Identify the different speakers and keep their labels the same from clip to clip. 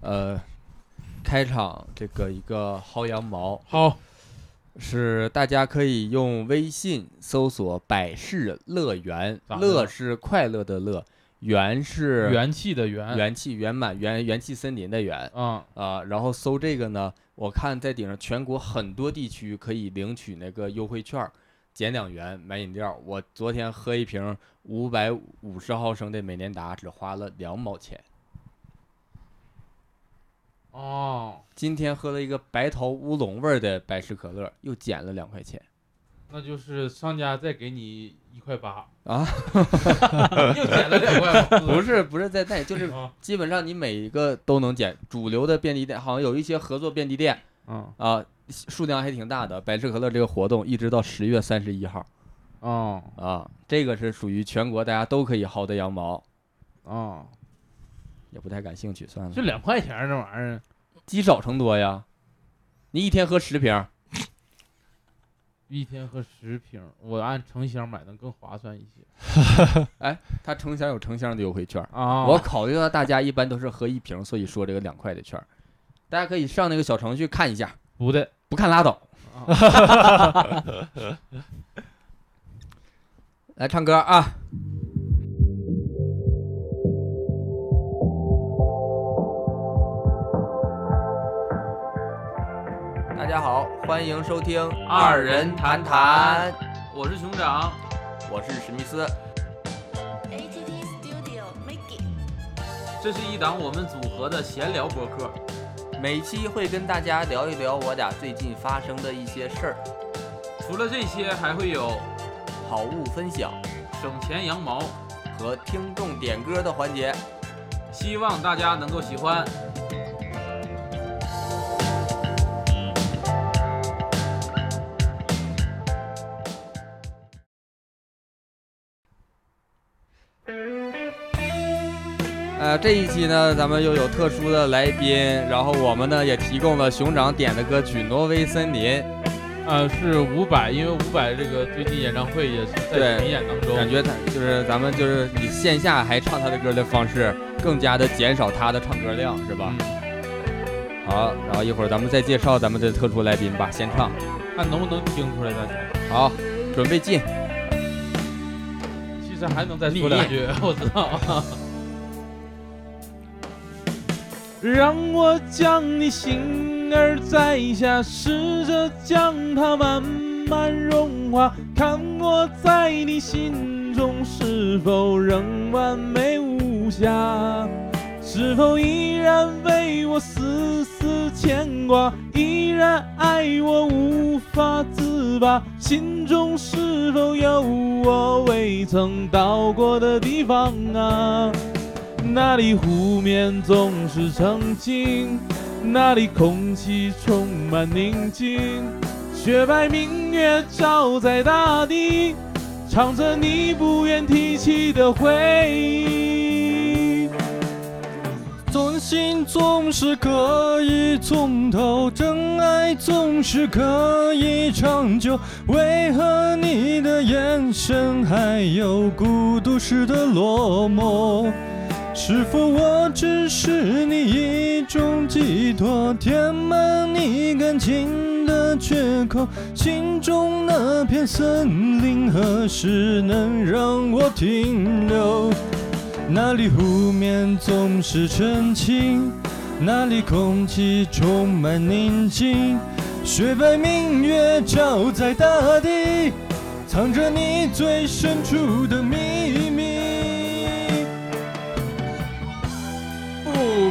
Speaker 1: 呃，开场这个一个薅羊毛，
Speaker 2: 好，
Speaker 1: 是大家可以用微信搜索“百事乐园”，
Speaker 2: 咋的
Speaker 1: 乐
Speaker 2: 了
Speaker 1: 是快乐的乐，园是
Speaker 2: 元气的元，
Speaker 1: 元气圆满元元气森林的元
Speaker 2: 啊，
Speaker 1: 啊、然后搜这个呢，我看在顶上全国很多地区可以领取那个优惠券儿，减两元买饮料。我昨天喝一瓶五百五十毫升的美年达，只花了两毛钱。
Speaker 2: 哦，
Speaker 1: 今天喝了一个白桃乌龙味儿的百事可乐，又减了两块钱。
Speaker 2: 那就是商家再给你一块八
Speaker 1: 啊，
Speaker 2: 又减了两块八，
Speaker 1: 不是不是在那，就是
Speaker 2: 啊，
Speaker 1: 基本上你每一个都能减。主流的便利店好像有一些合作便利店
Speaker 2: 嗯，
Speaker 1: 啊、数量还挺大的。百事可乐这个活动一直到十月三十一号。
Speaker 2: 哦，
Speaker 1: 啊，这个是属于全国大家都可以薅的羊毛，
Speaker 2: 哦，
Speaker 1: 也不太感兴趣，算
Speaker 2: 就
Speaker 1: 了，
Speaker 2: 两块钱儿这玩意儿，
Speaker 1: 积少成多呀。你一天喝十瓶儿，
Speaker 2: 一天喝十瓶儿，我按成箱买能更划算一些
Speaker 1: 它成箱有成箱的优惠券儿。
Speaker 2: 啊
Speaker 1: 我考虑到大家一般都是喝一瓶儿，所以说这个两块的券儿，大家可以上那个小程序看一下，
Speaker 2: 不对，
Speaker 1: 不看拉倒。
Speaker 2: 啊
Speaker 1: 来唱歌啊！大家好，欢迎收听《
Speaker 2: 二人
Speaker 1: 谈
Speaker 2: 谈》，我是熊掌，
Speaker 1: 我是史密斯。
Speaker 3: ATT Studio Make It。
Speaker 2: 这是一档我们组合的闲聊博客，
Speaker 1: 每期会跟大家聊一聊我俩最近发生的一些事儿，
Speaker 2: 除了这些，还会有
Speaker 1: 好物分享
Speaker 2: 省钱羊毛，
Speaker 1: 和听众点歌的环节。
Speaker 2: 希望大家能够喜欢。
Speaker 1: 呃，这一期呢，咱们又有特殊的来宾，然后我们呢也提供了熊掌点的歌曲《挪威森林》，
Speaker 2: 呃，是伍佰，因为伍佰这个最近演唱会也是在
Speaker 1: 对
Speaker 2: 巡演当中，
Speaker 1: 感觉他就是咱们就是以线下还唱他的歌的方式，更加的减少他的唱歌量，是吧
Speaker 2: 嗯？，
Speaker 1: 好，然后一会儿咱们再介绍咱们的特殊来宾吧，先唱。
Speaker 2: 看能不能听出来大家。
Speaker 1: 好，准备进。
Speaker 2: 其实还能再说两句， 我知道。让我将你心儿摘下，试着将它慢慢融化，看我在你心中是否仍完美无瑕，是否依然为我丝丝牵挂，依然爱我无法自拔，心中是否有我未曾到过的地方啊？那里湖面总是澄清，那里空气充满宁静，雪白明月照在大地，唱着你不愿提起的回忆。
Speaker 4: 真心总是可以从头，真爱总是可以长久。为何你的眼神还有孤独时的落寞？是否我只是你一种寄托，填满你感情的缺口？心中那片森林何时能让我停留？那里湖面总是澄清，那里空气充满宁静，雪白明月照在大地，藏着你最深处的秘密。
Speaker 1: 不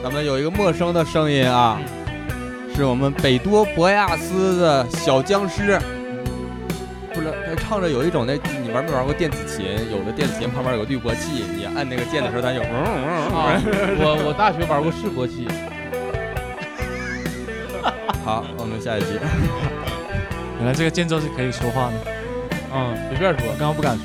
Speaker 1: 咱们有一个陌生的声音啊，是我们北多博亚斯的小僵尸，不知道他唱着有一种那你玩没玩过电子琴？有的电子琴旁边有个滤波器，你按那个键的时候，它有嗡嗡嗡嗡
Speaker 2: 啊，我我大学玩过示波器，
Speaker 1: 好，我们下一集。
Speaker 5: 原来这个间奏是可以说话的，
Speaker 2: 嗯，随便说
Speaker 5: 我，刚刚不敢说。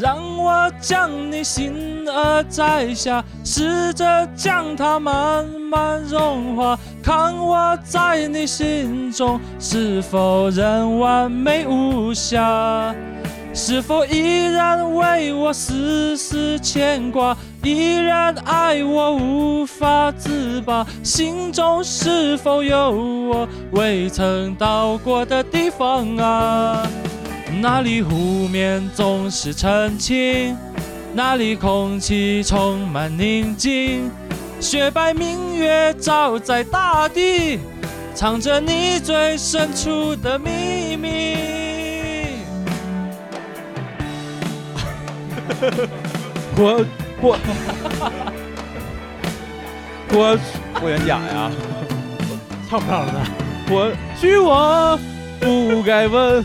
Speaker 2: 让我将你心儿摘下，试着将它慢慢融化，看我在你心中是否仍完美无瑕，是否依然为我丝丝牵挂，依然爱我无法自拔，心中是否有我未曾到过的地方啊？那里湖面总是澄清，那里空气充满宁静，雪白明月照在大地，藏着你最深处的秘密。
Speaker 1: 我我我霍元甲呀，
Speaker 2: 唱不上了，我去，我不该问，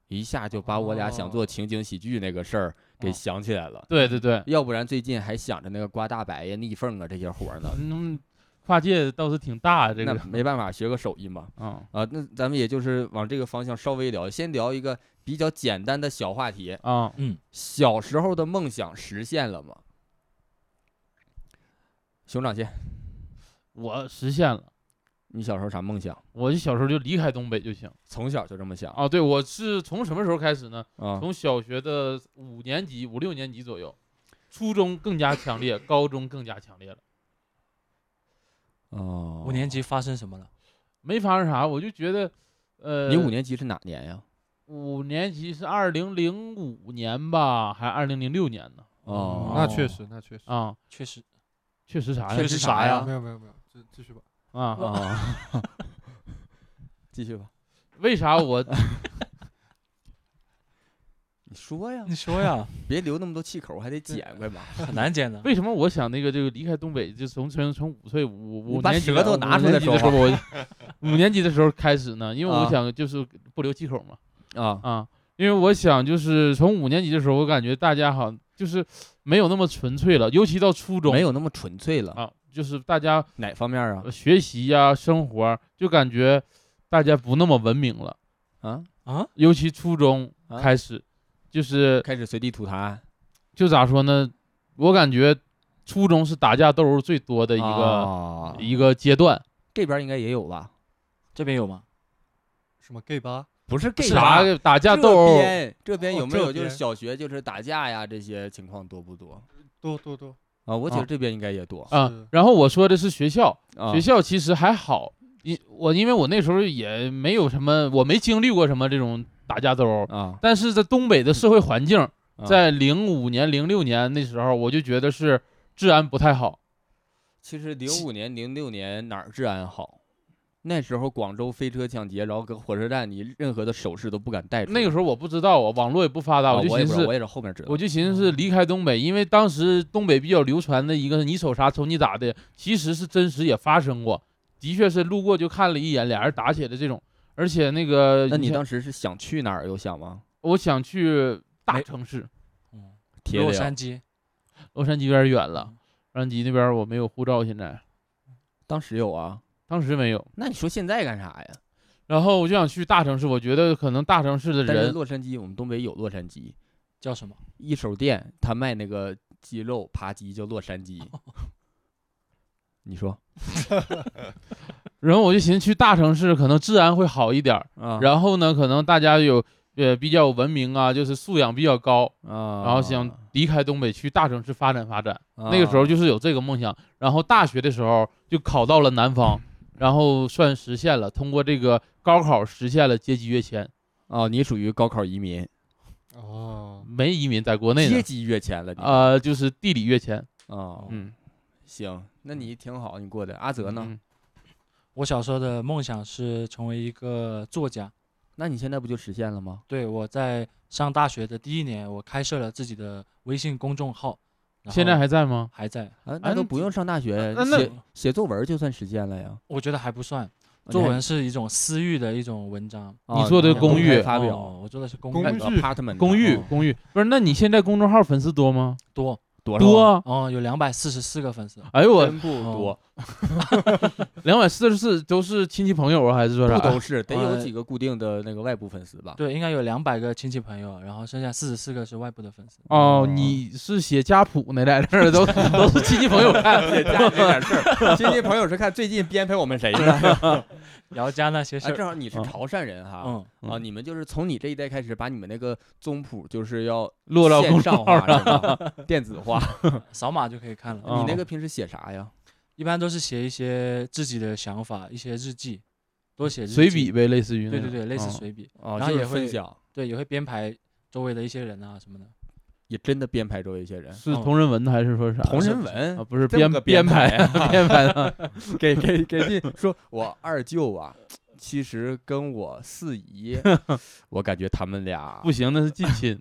Speaker 1: 一下就把我俩想做
Speaker 5: 哦
Speaker 1: 情景喜剧那个事儿给
Speaker 5: 哦
Speaker 1: 想起来了。
Speaker 2: 对对对，
Speaker 1: 要不然最近还想着那个刮大白呀、逆缝啊这些活儿 呢，
Speaker 2: 嗯，跨界倒是挺大啊这
Speaker 1: 那
Speaker 2: 个，
Speaker 1: 没办法，学个手艺嘛。
Speaker 2: 啊
Speaker 1: 啊，那咱们也就是往这个方向稍微聊，先聊一个比较简单的小话题：
Speaker 2: 啊，
Speaker 5: 嗯，
Speaker 1: 小时候的梦想实现了吗？熊掌先，
Speaker 2: 我实现了，
Speaker 1: 你小时候啥梦想？
Speaker 2: 我就小时候就离开东北就行。
Speaker 1: 从小就这么想
Speaker 2: 啊，对，我是从什么时候开始呢？
Speaker 1: 啊？
Speaker 2: 从小学的五年级、五六年级左右，初中更加强烈，高中更加强烈了。
Speaker 1: 哦，
Speaker 5: 五年级发生什么了？
Speaker 2: 没发生啥，我就觉得，呃，
Speaker 1: 你五年级是哪年呀？
Speaker 2: 五年级是二零零五年吧，还二零零六年呢？
Speaker 1: 哦，
Speaker 4: 那确实，那确实，
Speaker 2: 啊，
Speaker 5: 确实，
Speaker 2: 确实啥呀？
Speaker 1: 确实啥呀
Speaker 4: 没有没有没有，继继续吧。
Speaker 2: 啊，
Speaker 1: 啊。 继续吧，
Speaker 2: 为啥我 。
Speaker 1: 你说呀，
Speaker 5: 你说呀，
Speaker 1: 别留那么多气口，还得剪快吧。
Speaker 5: 很难剪的
Speaker 2: 为什么我想那个这个离开东北，就从从从五岁五
Speaker 1: 你
Speaker 2: 五
Speaker 1: 把
Speaker 2: 年级
Speaker 1: 舌
Speaker 2: 的
Speaker 1: 头
Speaker 2: 五
Speaker 1: 拿出
Speaker 2: 年
Speaker 1: 来
Speaker 2: 级
Speaker 1: 说
Speaker 2: 的时候，我 五年级的时候开始呢，因为
Speaker 1: 啊
Speaker 2: 我想就是不留气口嘛。
Speaker 1: 啊，
Speaker 2: 啊，因为我想就是从五年级的时候，我感觉大家好像就是没有那么纯粹了，尤其到初中
Speaker 1: 没有那么纯粹了，
Speaker 2: 啊，就是大家
Speaker 1: 哪方面啊
Speaker 2: 呃？学习呀、生活啊就感觉大家不那么文明了，
Speaker 1: 啊，
Speaker 5: 啊，
Speaker 2: 尤其初中
Speaker 1: 啊
Speaker 2: 开始，就是
Speaker 1: 开始随地吐痰
Speaker 2: 就咋说呢，我感觉初中是打架斗殴最多的
Speaker 1: 的
Speaker 2: 一个、
Speaker 1: 哦啊
Speaker 2: 一个阶段，
Speaker 1: 这边应该也有吧？
Speaker 5: 这边有吗？
Speaker 4: 什么 gay 吧？
Speaker 1: 不是 gay
Speaker 2: 啥个打架斗
Speaker 1: 这
Speaker 2: 殴。
Speaker 1: 边这边
Speaker 4: 哦
Speaker 1: 有没有
Speaker 4: 这
Speaker 1: 就是
Speaker 4: 边
Speaker 1: 小学就是打架呀这些情况多不多
Speaker 4: 多多多，
Speaker 1: 啊？我觉
Speaker 2: 啊
Speaker 1: 得这边应该也多
Speaker 2: 啊
Speaker 4: 是，
Speaker 2: 然后我说的是学校，
Speaker 1: 啊
Speaker 2: 学校其实还好，因我因为我那时候也没有什么，我没经历过什么这种打架斗殴，
Speaker 1: 啊，
Speaker 2: 但是在东北的社会环境，
Speaker 1: 啊
Speaker 2: 在零五年、零六年那时候，我就觉得是治安不太好。
Speaker 1: 其实零五年零六年哪儿治安好？那时候广州飞车抢劫，然后搁火车站，你任何的手势都不敢带出来。
Speaker 2: 那个时候我不知道啊，网络也不发达，
Speaker 1: 啊
Speaker 2: 我就
Speaker 1: 我也
Speaker 2: 寻
Speaker 1: 不知道，我
Speaker 2: 思，
Speaker 1: 也是后面知道
Speaker 2: 我。就寻思离开东北，因为当时东北比较流传的一个“你瞅啥瞅你咋的”，其实是真实也发生过，的确是路过就看了一眼，俩人打起来这种。而且那个，
Speaker 1: 那你
Speaker 2: 像
Speaker 1: 当时是想去哪儿？有想吗？
Speaker 2: 我想去大
Speaker 5: 没
Speaker 2: 城市，
Speaker 5: 嗯，
Speaker 1: 铁
Speaker 5: 洛
Speaker 1: 岭
Speaker 5: 杉矶，
Speaker 2: 洛杉矶有点远了
Speaker 5: 嗯。
Speaker 2: 洛杉矶那边我没有护照，现在
Speaker 1: 当时有啊，
Speaker 2: 当时没有。
Speaker 1: 那你说现在干啥呀？
Speaker 2: 然后我就想去大城市，我觉得可能大城市的
Speaker 1: 但是
Speaker 2: 人，
Speaker 1: 洛杉矶，我们东北有洛杉矶
Speaker 5: 叫什么？
Speaker 1: 一手店，他卖那个鸡肉扒鸡，叫洛杉 矶。你说
Speaker 2: 然后我就寻思去大城市可能治安会好一点儿，
Speaker 1: 啊
Speaker 2: 然后呢，可能大家有呃比较文明啊，就是素养比较高，
Speaker 1: 啊，
Speaker 2: 然后想离开东北去大城市发展发展。
Speaker 1: 啊
Speaker 2: 那个时候就是有这个梦想，然后大学的时候就考到了南方，然后算实现了，通过这个高考实现了阶级跃迁，
Speaker 1: 哦，你属于高考移民，
Speaker 5: 哦，
Speaker 2: 没移民，在国内
Speaker 1: 阶
Speaker 2: 呢，
Speaker 1: 级跃迁了你
Speaker 2: 呃，就是地理跃迁。
Speaker 1: 啊，
Speaker 2: 嗯，
Speaker 1: 行，那你挺好，你过的。阿泽呢？
Speaker 2: 嗯？
Speaker 5: 我小时候的梦想是成为一个作家。
Speaker 1: 那你现在不就实现了吗？
Speaker 5: 对，我在上大学的第一年，我开设了自己的微信公众号，然
Speaker 2: 现在
Speaker 5: 后
Speaker 2: 还在吗？
Speaker 5: 还在，
Speaker 1: 啊，那
Speaker 2: 啊
Speaker 1: 都
Speaker 2: 那
Speaker 1: 不用上大学，
Speaker 2: 那那
Speaker 1: 写写作文就算实现了呀。
Speaker 5: 我觉得还不
Speaker 2: 哦
Speaker 5: 算。作文是一种私域的一种文章，
Speaker 1: 啊
Speaker 2: 你做的
Speaker 1: 然后
Speaker 2: 公寓
Speaker 1: 公开发表
Speaker 5: 哦，我做的是公
Speaker 4: 公
Speaker 5: 寓
Speaker 4: 寓
Speaker 1: apartment
Speaker 2: 嗯公寓
Speaker 1: 哦，
Speaker 2: 公寓不是？那你现在公众号粉丝多吗？
Speaker 5: 多，
Speaker 1: 多
Speaker 2: 多
Speaker 1: 少？
Speaker 2: 啊。
Speaker 5: 哦，有两百四十四个粉丝，嗯
Speaker 2: 哎呦我
Speaker 1: 真不
Speaker 4: 哦
Speaker 1: 多，
Speaker 2: 两百四十四都是亲戚朋友啊，还是说
Speaker 1: 不
Speaker 2: 啥？
Speaker 1: 都是得有
Speaker 5: 呃
Speaker 1: 几个固定的那个外部粉丝 吧？
Speaker 5: 对，应该有两百个亲戚朋友，然后剩下四十四个是外部的粉丝。
Speaker 2: 哦，你是写家谱呢，在这儿 都都是亲戚朋友看。
Speaker 1: 也家里这点事儿，亲戚朋友是看最近编排我们谁 呢？
Speaker 5: 姚家那些事
Speaker 1: 哎，
Speaker 5: 儿，
Speaker 1: 正好你是
Speaker 2: 嗯
Speaker 1: 潮汕人哈，
Speaker 5: 嗯，
Speaker 1: 啊，你们就是从你这一代开始，把你们那个宗谱就是要
Speaker 2: 落到
Speaker 1: 线
Speaker 2: 公
Speaker 1: 上
Speaker 2: 众
Speaker 1: 化
Speaker 2: 号
Speaker 1: 是吧，电子化。
Speaker 5: 扫码就可以看了。
Speaker 2: 哦
Speaker 1: 你那个平时写啥呀？
Speaker 5: 一般都是写一些自己的想法，一些日记，多写日记
Speaker 2: 嗯 随笔。呗，类似于那
Speaker 5: 对对
Speaker 2: 种
Speaker 5: 对，类似
Speaker 2: 嗯
Speaker 5: 随笔，
Speaker 1: 啊，
Speaker 5: 然后
Speaker 1: 就是
Speaker 5: 也会
Speaker 1: 分享，
Speaker 5: 对，也会编排周围的一些人啊什么的。
Speaker 1: 也真的编排周围一些人。
Speaker 2: 是同人文的还是说啥？
Speaker 1: 同人文
Speaker 2: 啊，不是
Speaker 1: 这么
Speaker 2: 编
Speaker 1: 个编
Speaker 2: 排
Speaker 1: 排啊
Speaker 2: 编排的，
Speaker 1: 给给给进说，我二舅啊，其实跟我四 姨，我感觉他们俩
Speaker 2: 不行，那是近亲。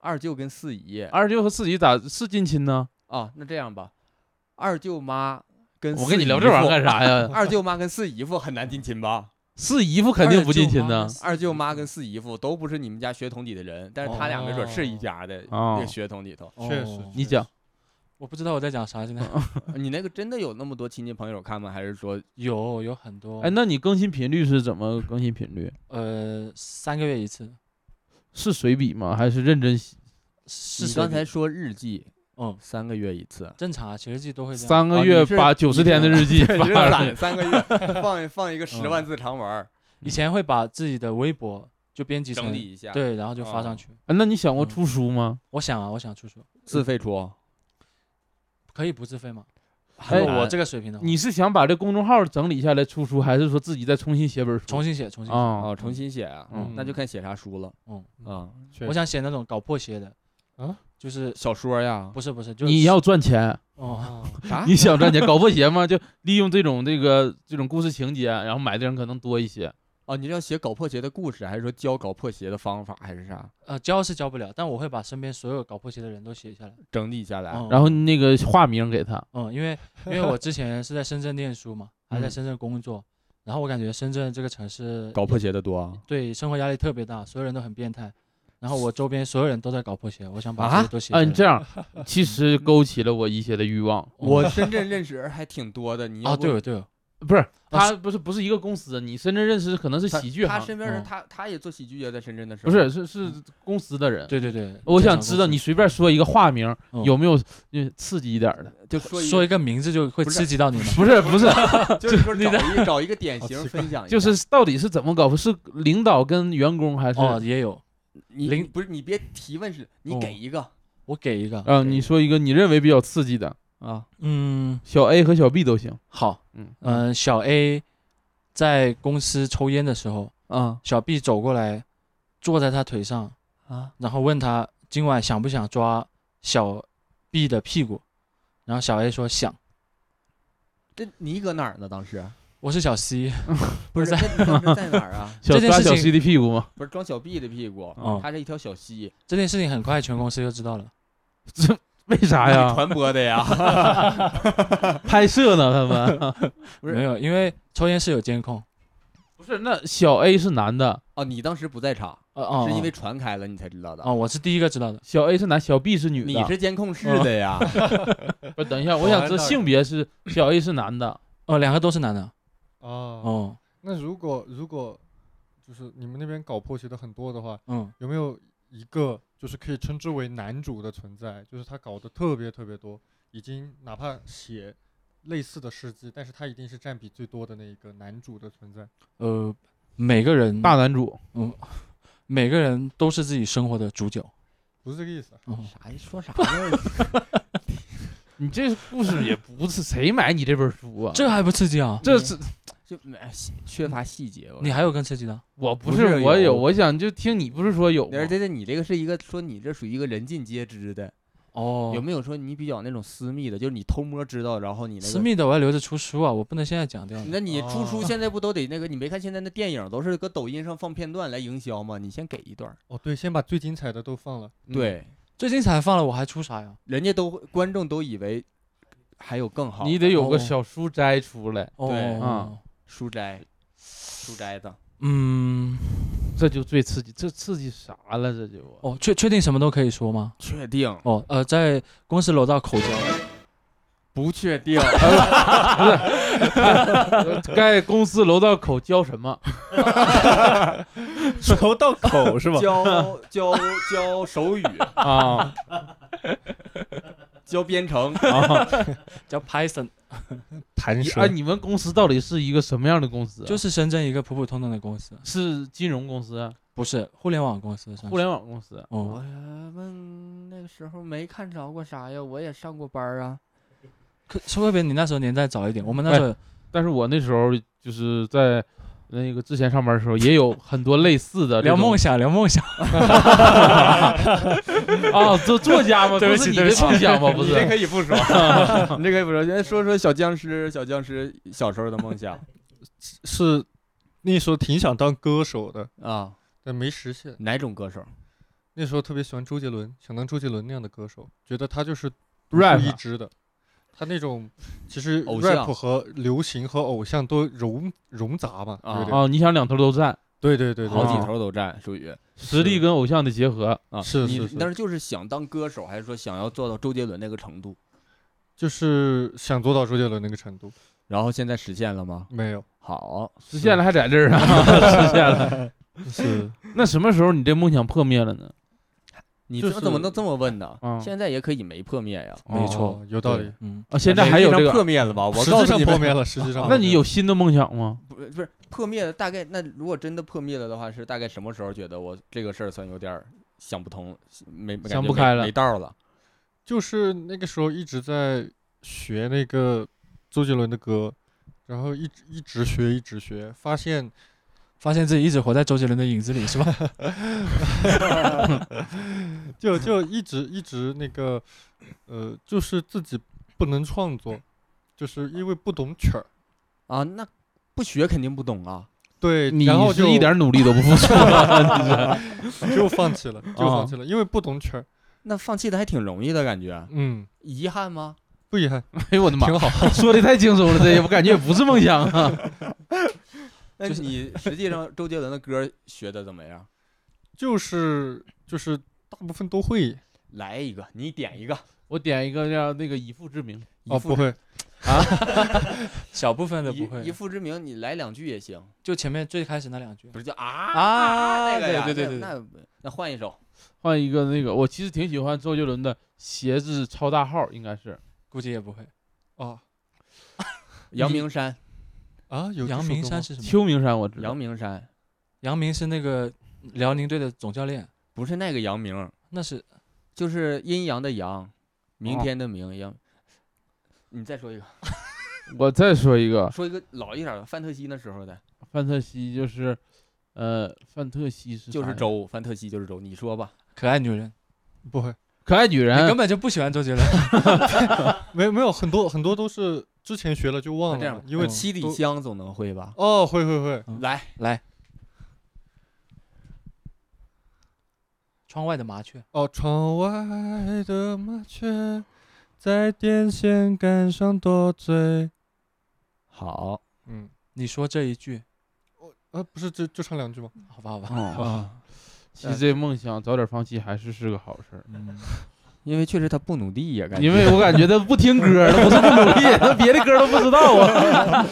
Speaker 1: 二舅跟四姨
Speaker 2: 二舅和四姨咋是近亲呢？
Speaker 1: 啊，那这样吧，二舅妈跟
Speaker 2: 我
Speaker 1: 四
Speaker 2: 跟你聊这玩意
Speaker 1: 姨
Speaker 2: 儿
Speaker 1: 夫
Speaker 2: 干啥呀？
Speaker 1: 二舅妈跟四姨夫很难近亲吧？
Speaker 2: 四姨夫肯定不近亲呢。
Speaker 1: 二舅妈跟四姨夫都不是你们家血统里的人，但是他俩没准是一家的
Speaker 2: 哦
Speaker 1: 那个血统里头。
Speaker 5: 哦
Speaker 4: 确实
Speaker 2: 你讲，
Speaker 5: 我不知道我在讲啥，现在
Speaker 2: 哦
Speaker 1: 你那个真的有那么多亲戚朋友看吗？还是说
Speaker 5: 有有很多，
Speaker 2: 哎，那你更新频率是怎么更新频率？
Speaker 5: 呃，三个月一次。
Speaker 2: 是随笔吗？还是认真写？
Speaker 5: 是
Speaker 1: 你
Speaker 5: 随
Speaker 1: 刚才
Speaker 5: 笔
Speaker 1: 说日记
Speaker 5: 嗯
Speaker 1: 三个月一次？
Speaker 5: 正常啊，写日记都会这样。
Speaker 2: 三
Speaker 1: 啊
Speaker 2: 个
Speaker 1: 你
Speaker 2: 月
Speaker 1: 是
Speaker 2: 把九十
Speaker 1: 你
Speaker 2: 天的
Speaker 1: 是
Speaker 2: 日 记
Speaker 1: 对
Speaker 2: 发
Speaker 1: 就是
Speaker 2: 上
Speaker 1: 懒
Speaker 2: 去？
Speaker 1: 三个月， 放放一个十万字长文儿，
Speaker 5: 以前会把自己的微博就编辑成
Speaker 1: 整理一下，，
Speaker 5: 对，然后就发上
Speaker 1: 哦
Speaker 5: 去。
Speaker 2: 哎 那你想过
Speaker 5: 嗯
Speaker 2: 出书吗？
Speaker 5: 我想啊，我想出书，
Speaker 1: 自费出。哦
Speaker 5: 可以不自费吗？
Speaker 2: 哎
Speaker 5: 如果我这个水平的话，
Speaker 2: 你是想把这公众号整理下来出书，还是说自己再重新写本书？
Speaker 5: 重新写，重新写。
Speaker 2: 啊，
Speaker 1: 哦，重新写啊，
Speaker 2: 嗯
Speaker 1: 那就看写啥书了
Speaker 5: 嗯，
Speaker 1: 啊，
Speaker 4: 对
Speaker 5: 我想写那种搞破鞋的，
Speaker 4: 啊，
Speaker 5: 就是
Speaker 1: 小说呀，
Speaker 5: 不是不是，就是
Speaker 2: 你要赚钱，
Speaker 5: 哦，
Speaker 1: 啥
Speaker 2: 你想赚钱，搞破鞋嘛，就利用这种这个这种故事情节，然后买的人可能多一些。
Speaker 1: 哦，你是要写搞破鞋的故事，还是说教搞破鞋的方法，还是啥？
Speaker 5: 呃，教是教不了，但我会把身边所有搞破鞋的人都写下来。
Speaker 1: 整理下来，
Speaker 5: 嗯
Speaker 2: 然后那个化名给他，
Speaker 5: 嗯，因为因为我之前是在深圳念书嘛，还在
Speaker 2: 嗯
Speaker 5: 深圳工作，然后我感觉深圳这个城市
Speaker 1: 搞破鞋的多啊。
Speaker 5: 对生活压力特别大，所有人都很变态。然后我周边所有人都在搞破鞋，我想把
Speaker 1: 啊
Speaker 5: 这些都写下来。
Speaker 2: 嗯，这样其实勾起了我一些的欲望。
Speaker 5: 嗯
Speaker 1: 我嗯深圳认识人还挺多的，你要
Speaker 5: 啊，
Speaker 1: 不
Speaker 5: 对哦对哦，
Speaker 2: 不是，
Speaker 5: 啊
Speaker 2: 他不是不是一个公司，你深圳认识可能是
Speaker 1: 他
Speaker 2: 喜剧
Speaker 1: 他
Speaker 2: 行，
Speaker 1: 身边人
Speaker 5: 嗯
Speaker 1: 他他也做喜剧呀，在深圳的时候
Speaker 2: 不是是是公司的人。
Speaker 5: 对对对。
Speaker 2: 我
Speaker 5: 正
Speaker 2: 想
Speaker 5: 常
Speaker 2: 知
Speaker 5: 公
Speaker 2: 道
Speaker 5: 司
Speaker 2: 你随便说一个化名
Speaker 5: 嗯
Speaker 2: 有没有嗯刺激一点的？
Speaker 1: 就说一
Speaker 5: 说
Speaker 1: 个
Speaker 5: 一个名字就会
Speaker 1: 不是
Speaker 5: 刺 激到你 吗？
Speaker 2: 不是不是，
Speaker 1: 就是 说找一个找一个典型分
Speaker 5: 哎
Speaker 1: 享一下，
Speaker 2: 就是到底是怎么搞？是领导跟员工还是？
Speaker 5: 哦，也有，
Speaker 1: 你
Speaker 5: 零
Speaker 1: 你不是你别提问是，你
Speaker 5: 哦
Speaker 1: 给一个
Speaker 5: 我给一个，
Speaker 2: 啊，你说一个你认为比较刺激的，
Speaker 1: 啊，
Speaker 5: 嗯，
Speaker 2: 小 A 和小 B 都行。
Speaker 5: 好，
Speaker 2: 嗯？
Speaker 5: 嗯、小 A 在公司抽烟的时候，
Speaker 1: 啊
Speaker 5: 小 B 走过来，坐在他腿上，
Speaker 1: 啊，
Speaker 5: 然后问他今晚想不想抓小 B 的屁股，然后小 A 说想，
Speaker 1: 这你搁哪儿呢？当时
Speaker 5: 我是 小 C，
Speaker 1: 不是
Speaker 5: 我
Speaker 1: 在你当时在哪儿啊
Speaker 2: 小
Speaker 5: 这件
Speaker 2: 抓
Speaker 5: 事
Speaker 2: 小
Speaker 5: 情
Speaker 2: C 的屁股吗？
Speaker 1: 不是装小 B 的屁股
Speaker 5: 哦，
Speaker 1: 它是一条小溪，
Speaker 5: 这件事情很快全公司就知道了，
Speaker 2: 这为
Speaker 5: 哎
Speaker 2: 啥
Speaker 1: 你
Speaker 2: 呀？
Speaker 1: 传播的 呀？
Speaker 2: 拍摄呢？他们
Speaker 1: 不是
Speaker 5: 没有，因为抽烟是有监控，
Speaker 2: 不是那小 A 是男的，
Speaker 1: 哦，你当时不在场，
Speaker 5: 哦哦，
Speaker 1: 是因为
Speaker 5: 哦
Speaker 1: 传开了你才知道的
Speaker 5: 哦，。我是第一个知道的，
Speaker 2: 小 A 是男，小 B 是女
Speaker 1: 你
Speaker 2: 的。
Speaker 5: 哦
Speaker 1: 是监控室的呀？
Speaker 2: 不是，等一下，我想知道性别是小 A 是男的，
Speaker 5: 哦，两个都是男的。
Speaker 4: 哦，
Speaker 5: 哦，
Speaker 4: 那如果如果就是你们那边搞破鞋的很多的话，
Speaker 5: 嗯，
Speaker 4: 有没有一个就是可以称之为男主的存在？就是他搞得特别特别多，已经哪怕写类似的事迹，但是他一定是占比最多的那一个男主的存在。
Speaker 5: 呃，每个人
Speaker 2: 大男主，
Speaker 5: 每个人都是自己生活的主角。
Speaker 4: 不是这个意思啊，
Speaker 5: 嗯，
Speaker 1: 啥呀？说啥呢？
Speaker 2: 你这故事也不是谁买你这本书啊？
Speaker 5: 这还不刺激啊？
Speaker 2: 这是
Speaker 1: 就哎细缺乏细节。我
Speaker 5: 你还有更刺激的？
Speaker 2: 我不
Speaker 1: 不
Speaker 2: 是
Speaker 1: 是
Speaker 2: 我
Speaker 1: 有
Speaker 2: 有，我想就听你不是说有吗
Speaker 5: 啊
Speaker 1: 而且这你这个是一个说你这属于一个人尽皆知的，
Speaker 5: 哦，
Speaker 1: 有没有说你比较那种私密的，就是你偷摸知道，然后你那个
Speaker 5: 私？密的我要留着出书啊，我不能现在讲掉。
Speaker 1: 那你出书
Speaker 4: 哦
Speaker 1: 现在不都得那个？你没看现在那电影都是搁抖音上放片段来营销吗？你先给一段儿，
Speaker 4: 哦，对，先把最精彩的都 放了。
Speaker 5: 嗯
Speaker 1: 对，
Speaker 5: 最近才放了，我还出啥呀？
Speaker 1: 人家都会观众都以为还有更好的。
Speaker 2: 你得有个
Speaker 5: 哦
Speaker 2: 小书摘出来，
Speaker 5: 哦，
Speaker 1: 对
Speaker 2: 啊
Speaker 1: 书斋，书斋的，
Speaker 5: 嗯，
Speaker 2: 这就最刺激，这刺激啥了？这就
Speaker 5: 哦，确确定什么都可以说吗？
Speaker 1: 确定
Speaker 5: 哦，呃，在公司楼道口交，
Speaker 1: 不确 定？
Speaker 2: 该公司楼道口教什 么？
Speaker 4: 头到口是
Speaker 1: 教教教手语，
Speaker 2: 啊，
Speaker 1: 教编程，
Speaker 5: 叫 Python，
Speaker 4: 弹
Speaker 2: 你啊，你们公司到底是一个什么样的公司啊？
Speaker 5: 就是深圳一个普普通通的公司，
Speaker 2: 是金融公司、
Speaker 5: 不是互联网公司，算
Speaker 2: 互
Speaker 5: 是
Speaker 2: 联网公司。
Speaker 1: 我
Speaker 5: 哦，
Speaker 1: 们那个时候没看着过啥呀，我也上过班儿 啊。
Speaker 5: 可是会比你那时候年代早一点，我们那
Speaker 2: 喂
Speaker 5: 时候
Speaker 2: 但是我那时候就是在那个之前上班的时候，也有很多类似的这
Speaker 5: 聊
Speaker 2: 种
Speaker 5: 梦想，聊梦想，
Speaker 2: 啊，做作家吗？
Speaker 5: 对不
Speaker 2: 不是
Speaker 5: 起
Speaker 2: 你
Speaker 5: 对
Speaker 2: 的
Speaker 5: 不起
Speaker 2: 梦想吗？不
Speaker 1: 你这
Speaker 2: 是，
Speaker 1: 可以不说，你这可以不说。先说说小僵尸，小僵尸小时候的梦想
Speaker 4: 是那时候挺想当歌手的，
Speaker 1: 啊，
Speaker 4: 但没实现。
Speaker 1: 哪种歌手？
Speaker 4: 那时候特别喜欢周杰伦，想当周杰伦那样的歌手，觉得他就是独
Speaker 2: rap
Speaker 4: 树一帜的。他那种其实
Speaker 1: 偶
Speaker 4: rap
Speaker 1: 像
Speaker 4: 和流行和偶像都融融杂嘛，对不对？
Speaker 2: 啊，你想两头都占，
Speaker 4: 对对对对，
Speaker 1: 好
Speaker 2: 啊
Speaker 1: 几头都占，属于
Speaker 2: 实力跟偶像的结合。
Speaker 1: 啊。
Speaker 4: 是
Speaker 1: 你
Speaker 4: 是是
Speaker 1: 但是就是想当歌手，还是说想要做到周杰伦那个程度？
Speaker 4: 就是想做到周杰伦那个程度，
Speaker 1: 然后现在实现了吗？
Speaker 4: 没有
Speaker 1: 好，
Speaker 2: 实现了还在这 儿呢，啊实现了。
Speaker 4: 是
Speaker 2: 那什么时候你这梦想破灭了呢？
Speaker 1: 你
Speaker 4: 就
Speaker 1: 这怎么
Speaker 4: 是
Speaker 1: 能这么问呢
Speaker 2: 啊？
Speaker 1: 现在也可以没破灭呀。
Speaker 5: 没错
Speaker 4: 哦，有道理
Speaker 1: 对。
Speaker 5: 嗯，
Speaker 2: 啊，现在还有这
Speaker 1: 实际上破
Speaker 2: 个？
Speaker 1: 灭了吧？我
Speaker 4: 实
Speaker 1: 告
Speaker 4: 际
Speaker 1: 诉
Speaker 4: 上
Speaker 1: 你
Speaker 4: 破
Speaker 1: 们，
Speaker 4: 灭了，实际 上
Speaker 2: 那
Speaker 4: 破
Speaker 2: 你
Speaker 4: 灭
Speaker 2: 有
Speaker 4: 了
Speaker 2: 新的梦想吗？
Speaker 1: 不是不是破灭了，大概那如果真的破灭了的话，是大概什么时候觉得我这个事儿算有点儿想不通，没感
Speaker 2: 想
Speaker 1: 觉
Speaker 2: 不
Speaker 1: 没
Speaker 2: 开了
Speaker 1: 没道儿了？
Speaker 4: 就是那个时候一直在学那个周杰伦的歌，然后一直一直学一直学，发现
Speaker 5: 发现自己一直活在周杰伦的影子里，是吧？
Speaker 4: 就就一直一直那个，呃，就是自己不能创作，就是因为不懂曲儿。
Speaker 1: 啊，那不学肯定不懂啊。
Speaker 4: 对，
Speaker 2: 你
Speaker 4: 然后
Speaker 2: 是
Speaker 4: 就
Speaker 2: 一点努力都不 付出
Speaker 4: 就放弃了，就
Speaker 2: 啊
Speaker 4: 放弃了，因为不懂曲儿。
Speaker 1: 那放弃的还挺容易的感觉，
Speaker 4: 嗯，
Speaker 1: 遗憾吗？
Speaker 4: 不遗憾，
Speaker 2: 哎呦我的妈！
Speaker 4: 挺好。
Speaker 2: 说的太轻松了，这也我感觉也不是梦想啊。
Speaker 1: 那
Speaker 5: 就是
Speaker 1: 哎你实际上周杰伦的歌学的怎么样？
Speaker 4: 就是就是大部分都会
Speaker 1: 来一个，你点一个。
Speaker 2: 我点一个叫那个以父之名，
Speaker 4: 哦，
Speaker 1: 以父
Speaker 4: 不会
Speaker 5: 小部分的不
Speaker 1: 以以
Speaker 5: 会，
Speaker 1: 父之名，你来两句也行，
Speaker 5: 就前面最开始那两句
Speaker 1: 不。是叫啊
Speaker 5: 啊
Speaker 1: 那个呀
Speaker 5: 对对对对
Speaker 1: 那那那换一首，
Speaker 2: 换一个那个，我其实挺喜欢周杰伦的《鞋子超大号》，应该是
Speaker 5: 估计也不会。
Speaker 4: 啊
Speaker 1: 阳明山，
Speaker 4: 啊，有这
Speaker 5: 阳
Speaker 4: 首
Speaker 5: 明
Speaker 4: 歌
Speaker 5: 山
Speaker 4: 吗
Speaker 5: 是什么？
Speaker 2: 秋名山，我知道
Speaker 1: 阳。明山
Speaker 5: 阳明是那个辽宁队的总教练，
Speaker 1: 不是那个阳明，
Speaker 5: 那是
Speaker 1: 就是阴阳的阳，明
Speaker 2: 哦
Speaker 1: 天的明阳。你再说一个，
Speaker 2: 我再说一个
Speaker 1: 说一个老一点儿的，范特西那时候的，
Speaker 2: 范特西，就是呃，范特西是
Speaker 1: 就是
Speaker 2: 周
Speaker 1: 周，范特西就是周，你说吧。
Speaker 5: 可爱女人。
Speaker 4: 不会，
Speaker 2: 可爱女
Speaker 5: 你
Speaker 2: 人
Speaker 5: 根。本就不喜欢周杰伦。
Speaker 4: 没没有很多很多都是之前学了就忘
Speaker 1: 那这
Speaker 4: 了
Speaker 1: 样
Speaker 4: 嘛
Speaker 1: 吧，，哎
Speaker 4: 因为
Speaker 5: 嗯
Speaker 1: 七里
Speaker 4: 都
Speaker 1: 香总能会吧？
Speaker 4: 哦会会会，
Speaker 5: 嗯
Speaker 1: 来，
Speaker 5: 来，窗外的麻雀，
Speaker 4: 哦，窗外的麻雀在电线杆上多嘴。
Speaker 1: 好，
Speaker 4: 嗯，
Speaker 5: 你说这一句，
Speaker 4: 啊，不是就就唱两句吗？
Speaker 2: 啊
Speaker 5: 好吧，好吧，
Speaker 1: 哦，
Speaker 2: 其实这梦想早点放弃还是是个好事儿。
Speaker 1: 因为确实他不努力呀，感觉
Speaker 2: 因为我感觉他不听歌，他不是不努力，他别的歌都不知道啊。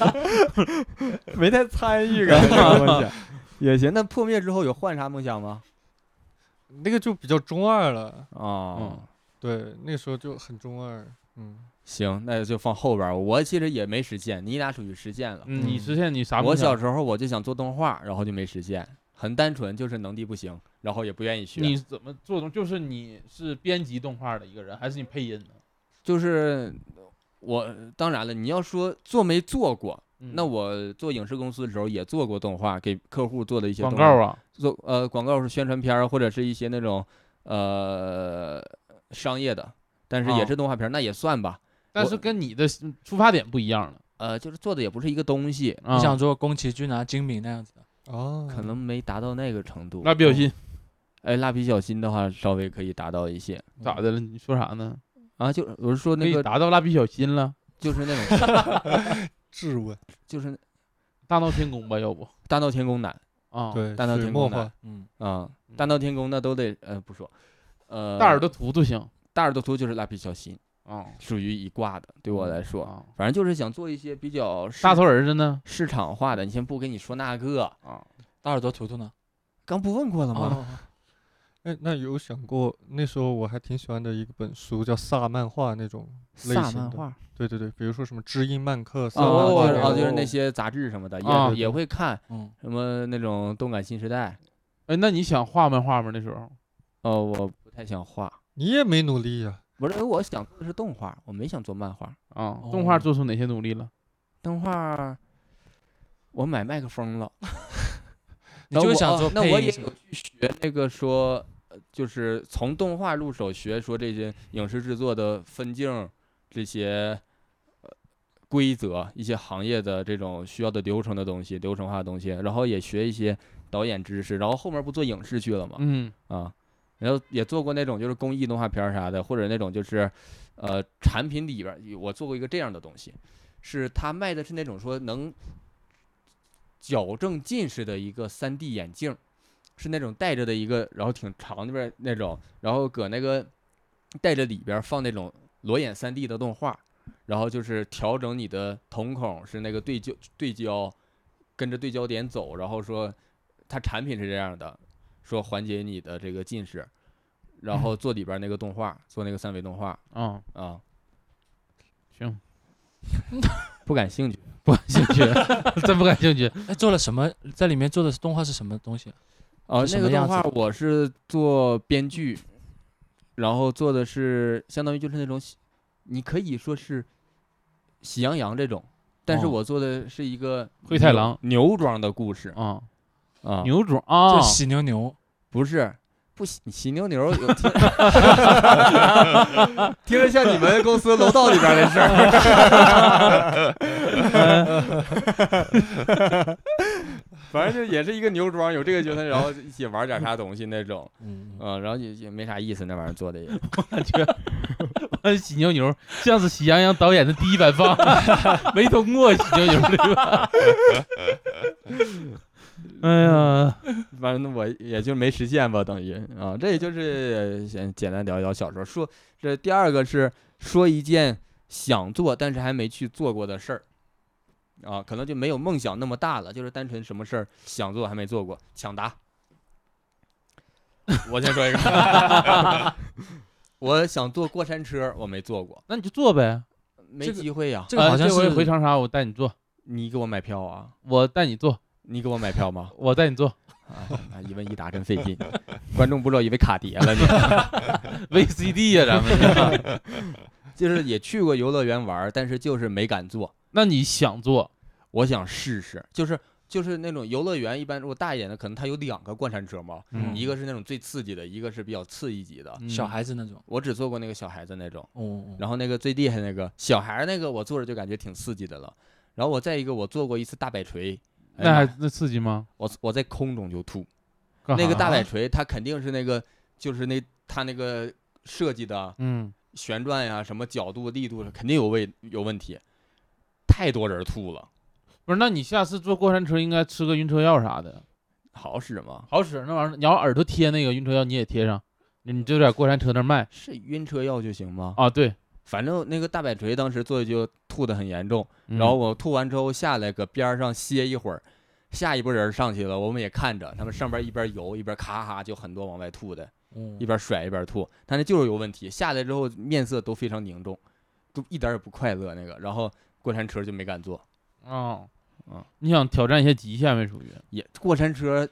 Speaker 1: 没太参与 感。我想也行，那破灭之后有换啥梦想吗？
Speaker 4: 那个就比较中二了，
Speaker 1: 啊、
Speaker 4: 嗯对，那个时候就很中二，嗯，
Speaker 1: 行，那就放后边儿。我其实也没实现，你俩属于实现了。
Speaker 2: 嗯你实现你啥
Speaker 1: 我
Speaker 2: 梦
Speaker 1: 小
Speaker 2: 想？
Speaker 1: 时候我就想做动画，然后就没实现，很单纯，就是能力不行，然后也不愿意学。
Speaker 2: 你怎么做动？就是你是编辑动画的一个人，还是你配音呢？
Speaker 1: 就是我，当然了，你要说做没做过，
Speaker 2: 嗯
Speaker 1: 那我做影视公司的时候也做过动画，给客户做的一些
Speaker 2: 广
Speaker 1: 动画
Speaker 2: 告啊，
Speaker 1: 做呃广告是宣传片儿或者是一些那种呃商业的，但是也
Speaker 2: 哦
Speaker 1: 是动画片儿，那也算吧。
Speaker 2: 但
Speaker 1: 我
Speaker 2: 是跟你的嗯出发点不一样了。
Speaker 1: 呃，就是做的也不是一个东西，
Speaker 2: 啊
Speaker 5: 你想做宫崎骏啊、精品那样子的，
Speaker 4: 哦，
Speaker 1: 可能没达到那个程度。
Speaker 2: 嗯蜡笔小新
Speaker 1: 哎，蜡笔小新的话稍微可以达到一些
Speaker 2: 咋的了？你说啥呢？
Speaker 1: 啊，就我是说
Speaker 2: 可
Speaker 1: 嗯那
Speaker 2: 以
Speaker 1: 个
Speaker 2: 达到蜡笔小新了，
Speaker 1: 就是那 种
Speaker 4: 质问，
Speaker 1: 就是
Speaker 2: 大闹天宫吧？要不
Speaker 1: 大闹天宫难
Speaker 2: 啊，，
Speaker 4: 对，
Speaker 1: 哦大闹
Speaker 4: 水
Speaker 1: 天
Speaker 4: 墨
Speaker 1: 宫的
Speaker 4: 画，
Speaker 5: 嗯，
Speaker 1: 啊，大闹天宫那都得呃不说，呃
Speaker 2: 大耳朵图图行
Speaker 1: 大耳朵图就是蜡笔小新，
Speaker 2: 啊。
Speaker 1: 属于一挂的，呃对我来说，
Speaker 2: 啊
Speaker 1: 反正就是想做一些比较市
Speaker 2: 大头儿子呢？
Speaker 1: 市场化的。你先不跟你说那个，
Speaker 2: 啊，
Speaker 5: 大耳朵图图呢？
Speaker 1: 刚不问过了吗？
Speaker 5: 哦，
Speaker 4: 哎，那有想过那时候我还挺喜欢的一个本书叫萨漫画那种类
Speaker 1: 萨
Speaker 4: 型
Speaker 1: 漫
Speaker 4: 的
Speaker 1: 画，
Speaker 4: 对对对，比如说什么知音漫客、萨
Speaker 2: 哦
Speaker 1: 啊
Speaker 4: 漫
Speaker 1: 就
Speaker 4: 画
Speaker 1: 是
Speaker 4: 那
Speaker 1: 啊，
Speaker 4: 种
Speaker 1: 就是那些杂志什么的，
Speaker 2: 啊
Speaker 1: 也也会看
Speaker 5: 嗯，
Speaker 1: 什么那种动感新时代。
Speaker 2: 哎，那你想画漫画吗？那时候啊
Speaker 1: 哦，我不太想画，
Speaker 4: 你也没努力啊呀、
Speaker 1: 不是，我想做的是动画，我没想做漫画。
Speaker 2: 啊，动画
Speaker 5: 哦
Speaker 2: 做出哪些努力了？
Speaker 1: 动画，我买麦克风了。
Speaker 5: 你
Speaker 1: 那
Speaker 5: 就是
Speaker 1: 我
Speaker 5: 想
Speaker 1: 哦
Speaker 5: 做
Speaker 1: 那
Speaker 5: 配
Speaker 1: 我
Speaker 5: 音
Speaker 1: 也
Speaker 5: 是
Speaker 1: 有
Speaker 5: 吧
Speaker 1: 去学那个说，呃就是从动画入手学说这些影视制作的分镜，这些呃规则，一些行业的这种需要的流程的东西，流程化的东西，然后也学一些导演知识，然后后面不做影视去了嘛，
Speaker 2: 嗯，
Speaker 1: 啊，然后也做过那种就是公益动画片儿啥的，或者那种就是，呃，产品里边儿有我做过一个这样的东西，是他卖的是那种说能矫正近视的一个 3D 眼镜儿，是那种戴着的一个，然后挺长的边儿那种，然后搁那个戴着里边儿放那种裸眼 3D 的动画，然后就是调整你的瞳孔是那个对焦对焦，跟着对焦点走，然后说它产品是这样的，说缓解你的这个近视，然
Speaker 5: 嗯
Speaker 1: 后做里边儿那个动画，做那个三维动画
Speaker 2: 啊，
Speaker 1: 啊，
Speaker 2: 行，
Speaker 1: 不感兴趣。
Speaker 2: 不感兴趣， 真不感兴趣。
Speaker 5: 哎，做了什么？在里面做的动画是什么东西啊？
Speaker 1: 哦，
Speaker 5: 是
Speaker 1: 那
Speaker 5: 什
Speaker 1: 个
Speaker 5: 么样
Speaker 1: 动
Speaker 5: 子
Speaker 1: 画
Speaker 5: 的
Speaker 1: 我是做编剧，然后做的是相当于就是那种喜，你可以说是喜羊羊这种，但是
Speaker 5: 哦
Speaker 1: 我做的是一个
Speaker 2: 灰太
Speaker 1: 牛
Speaker 2: 狼
Speaker 1: 牛装的故事
Speaker 2: 啊，
Speaker 1: 啊，
Speaker 2: 牛种啊
Speaker 5: 就，喜牛牛，
Speaker 1: 不是不喜喜牛牛有 听
Speaker 4: 听着像你们公司楼道里边的事儿。
Speaker 1: 反正就也是一个牛装，有这个角色，然后一起玩点啥东西那种，
Speaker 5: 嗯，
Speaker 1: 嗯，然后也也没啥意思，那玩意儿做的也。
Speaker 2: 感觉我喜牛牛像是喜羊羊导演的第一版方， 没通过喜牛牛对吧？ 哎呀，
Speaker 1: 反正我也就没实现吧，等于啊，这也就是先简单聊一聊小时候。说这第二个是说一件想做但是还没去做过的事儿，啊，可能就没有梦想那么大了，就是单纯什么事儿想做还没做过。抢答， 我先说一个， 我想坐过山车，我没坐过，
Speaker 2: 那你就做呗。
Speaker 1: 没
Speaker 5: 这个
Speaker 1: 机会 呀、
Speaker 5: 这个好像
Speaker 2: 呃这
Speaker 5: 是
Speaker 2: 回回长沙，我带你做，
Speaker 1: 你给我买票啊？
Speaker 2: 我带你做，
Speaker 1: 你给我买票 吗？
Speaker 2: 我带你做。
Speaker 1: 啊，一问一答真费劲， 观众不知道以为卡碟了呢。
Speaker 2: VCD 呀、咱们。
Speaker 1: 就是也去过游乐园玩儿，但是就是没敢坐。
Speaker 2: 那你想做？
Speaker 1: 我想试试，就是就是那种游乐园，一般如果大一点的，可能它有两个过山车嘛，
Speaker 5: 嗯
Speaker 1: 一个是那种最刺激的，一个是比较次一级的。
Speaker 2: 嗯
Speaker 5: 小孩子那种，
Speaker 1: 我只坐过那个小孩子那种，
Speaker 5: 哦，
Speaker 1: 然后那个最厉害那个小孩儿那个，我坐着就感觉挺刺激的了。然后我再一个，我坐过一次大摆锤，哎呀
Speaker 2: 那
Speaker 1: 妈
Speaker 2: 还啊
Speaker 1: 呀
Speaker 2: 那刺激吗？
Speaker 1: 我我在空中就吐。
Speaker 2: 干
Speaker 1: 那个
Speaker 2: 啥
Speaker 1: 大摆，锤，它肯定是那个就是那它那个设计的
Speaker 2: 嗯，
Speaker 1: 旋转呀、什么角度、力度肯定有问有问题，太多人吐了，
Speaker 2: 不是，那你下次坐过山车应该吃个晕车药啥的，
Speaker 1: 好使吗？
Speaker 2: 好使。那玩意儿，你要耳朵贴那个晕车药，你也贴上，你就在过山车那儿卖
Speaker 1: 是晕车药就行吗？哦
Speaker 2: 啊？对，
Speaker 1: 反正那个大摆锤当时做的就吐的很严重，
Speaker 2: 嗯
Speaker 1: 然后我吐完之后下来，搁边儿上歇一会儿。下一波人上去了，我们也看着，他们上边一边游一边咔咔就很多往外吐的，
Speaker 5: 嗯
Speaker 1: 一边甩一边吐，但是就是有问题。下来之后面色都非常凝重，都一点儿也不快乐那个。然后过山车就没敢坐，
Speaker 2: 啊
Speaker 1: 嗯
Speaker 2: 你想挑战一些极限没？属于
Speaker 1: 也过山车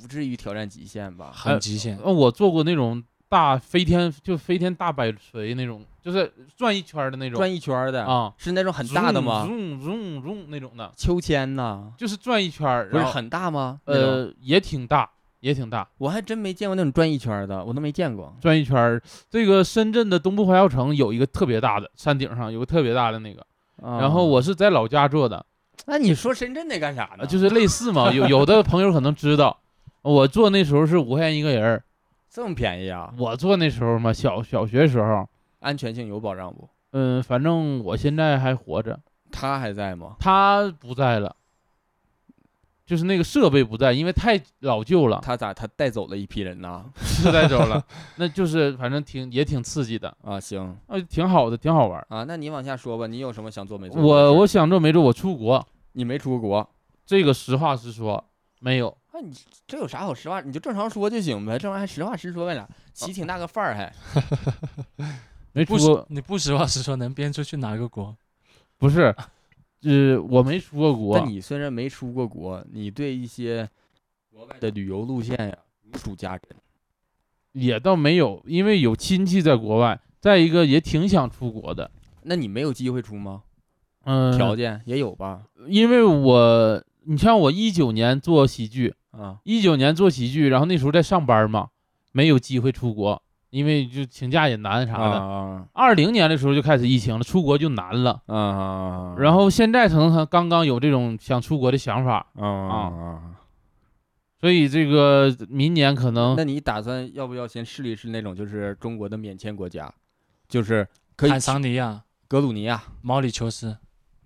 Speaker 1: 不至于挑战极限吧？
Speaker 5: 很极限。
Speaker 2: 呃，我做过那种大飞天，就飞天大摆锤那种，就是转一圈儿的那种，
Speaker 1: 转一圈儿的，
Speaker 2: 啊，
Speaker 1: 是那种很大的吗？
Speaker 2: 嗡嗡嗡那种的，
Speaker 1: 秋千呐，
Speaker 2: 就是转一圈儿，
Speaker 1: 不是
Speaker 2: 然后
Speaker 1: 很大吗？那种，
Speaker 2: 呃，也挺大，也挺大，
Speaker 1: 我还真没见过那种转一圈儿的，我都没见过。
Speaker 2: 转一圈儿。这个深圳的东部怀旧城有一个特别大的，山顶上有个特别大的那个，
Speaker 1: 哦啊
Speaker 2: 然后我，是在老家做的，
Speaker 1: 那你说深圳得干啥呢？
Speaker 2: 呃就是类似嘛，有有的朋友可能知道。我做那时候是五块钱一个人儿，
Speaker 1: 这么便宜啊？
Speaker 2: 我做那时候嘛，小小学时候，
Speaker 1: 安全性有保障不？
Speaker 2: 嗯，反正我现在还活着，
Speaker 1: 他还在吗？
Speaker 2: 他不在了，就是那个设备不在，因为太老旧了，
Speaker 1: 他咋他带走了一批人呐？
Speaker 2: 是带走了。 那就是反正挺也挺刺激的，
Speaker 1: 啊，行
Speaker 2: 啊，挺好的，挺好玩儿。
Speaker 1: 啊，那你往下说吧，你有什么想做没做的事儿？
Speaker 2: 我我想做没做，我出国，
Speaker 1: 你没出国，
Speaker 2: 这个实话实说，没有。
Speaker 1: 啊，你这有啥好实话？你就正常说就行呗，这玩意儿还实话实说为啥？起挺大个范儿还。
Speaker 2: 没出
Speaker 5: 不实
Speaker 2: 过，
Speaker 5: 你不实话实说，能编出去哪个国？
Speaker 2: 不是，呃，我没出过国
Speaker 1: 但。你虽然没出过国，你对一些国外的旅游路线呀、如数家珍。
Speaker 2: 也倒没有，因为有亲戚在国外，再一个也挺想出国的。
Speaker 1: 那你没有机会出吗？
Speaker 2: 嗯，
Speaker 1: 条件也有吧？
Speaker 2: 因为我，你像我一九年做喜剧，
Speaker 1: 啊，
Speaker 2: 一九年做喜剧，然后那时候在上班嘛，没有机会出国，因为就请假也难啥的。
Speaker 1: 啊
Speaker 2: 二零、年的时候就开始疫情了，出国就难了。
Speaker 1: 啊啊！
Speaker 2: 然后现在可能还刚刚有这种想出国的想法，
Speaker 1: 啊
Speaker 2: 哦
Speaker 1: 啊！
Speaker 2: 所以这个明年可能
Speaker 1: 那你打算要不要先试一试那种就是中国的免签国家，就是可以
Speaker 5: 坦桑尼亚、
Speaker 1: 格鲁尼亚、
Speaker 5: 毛里求斯，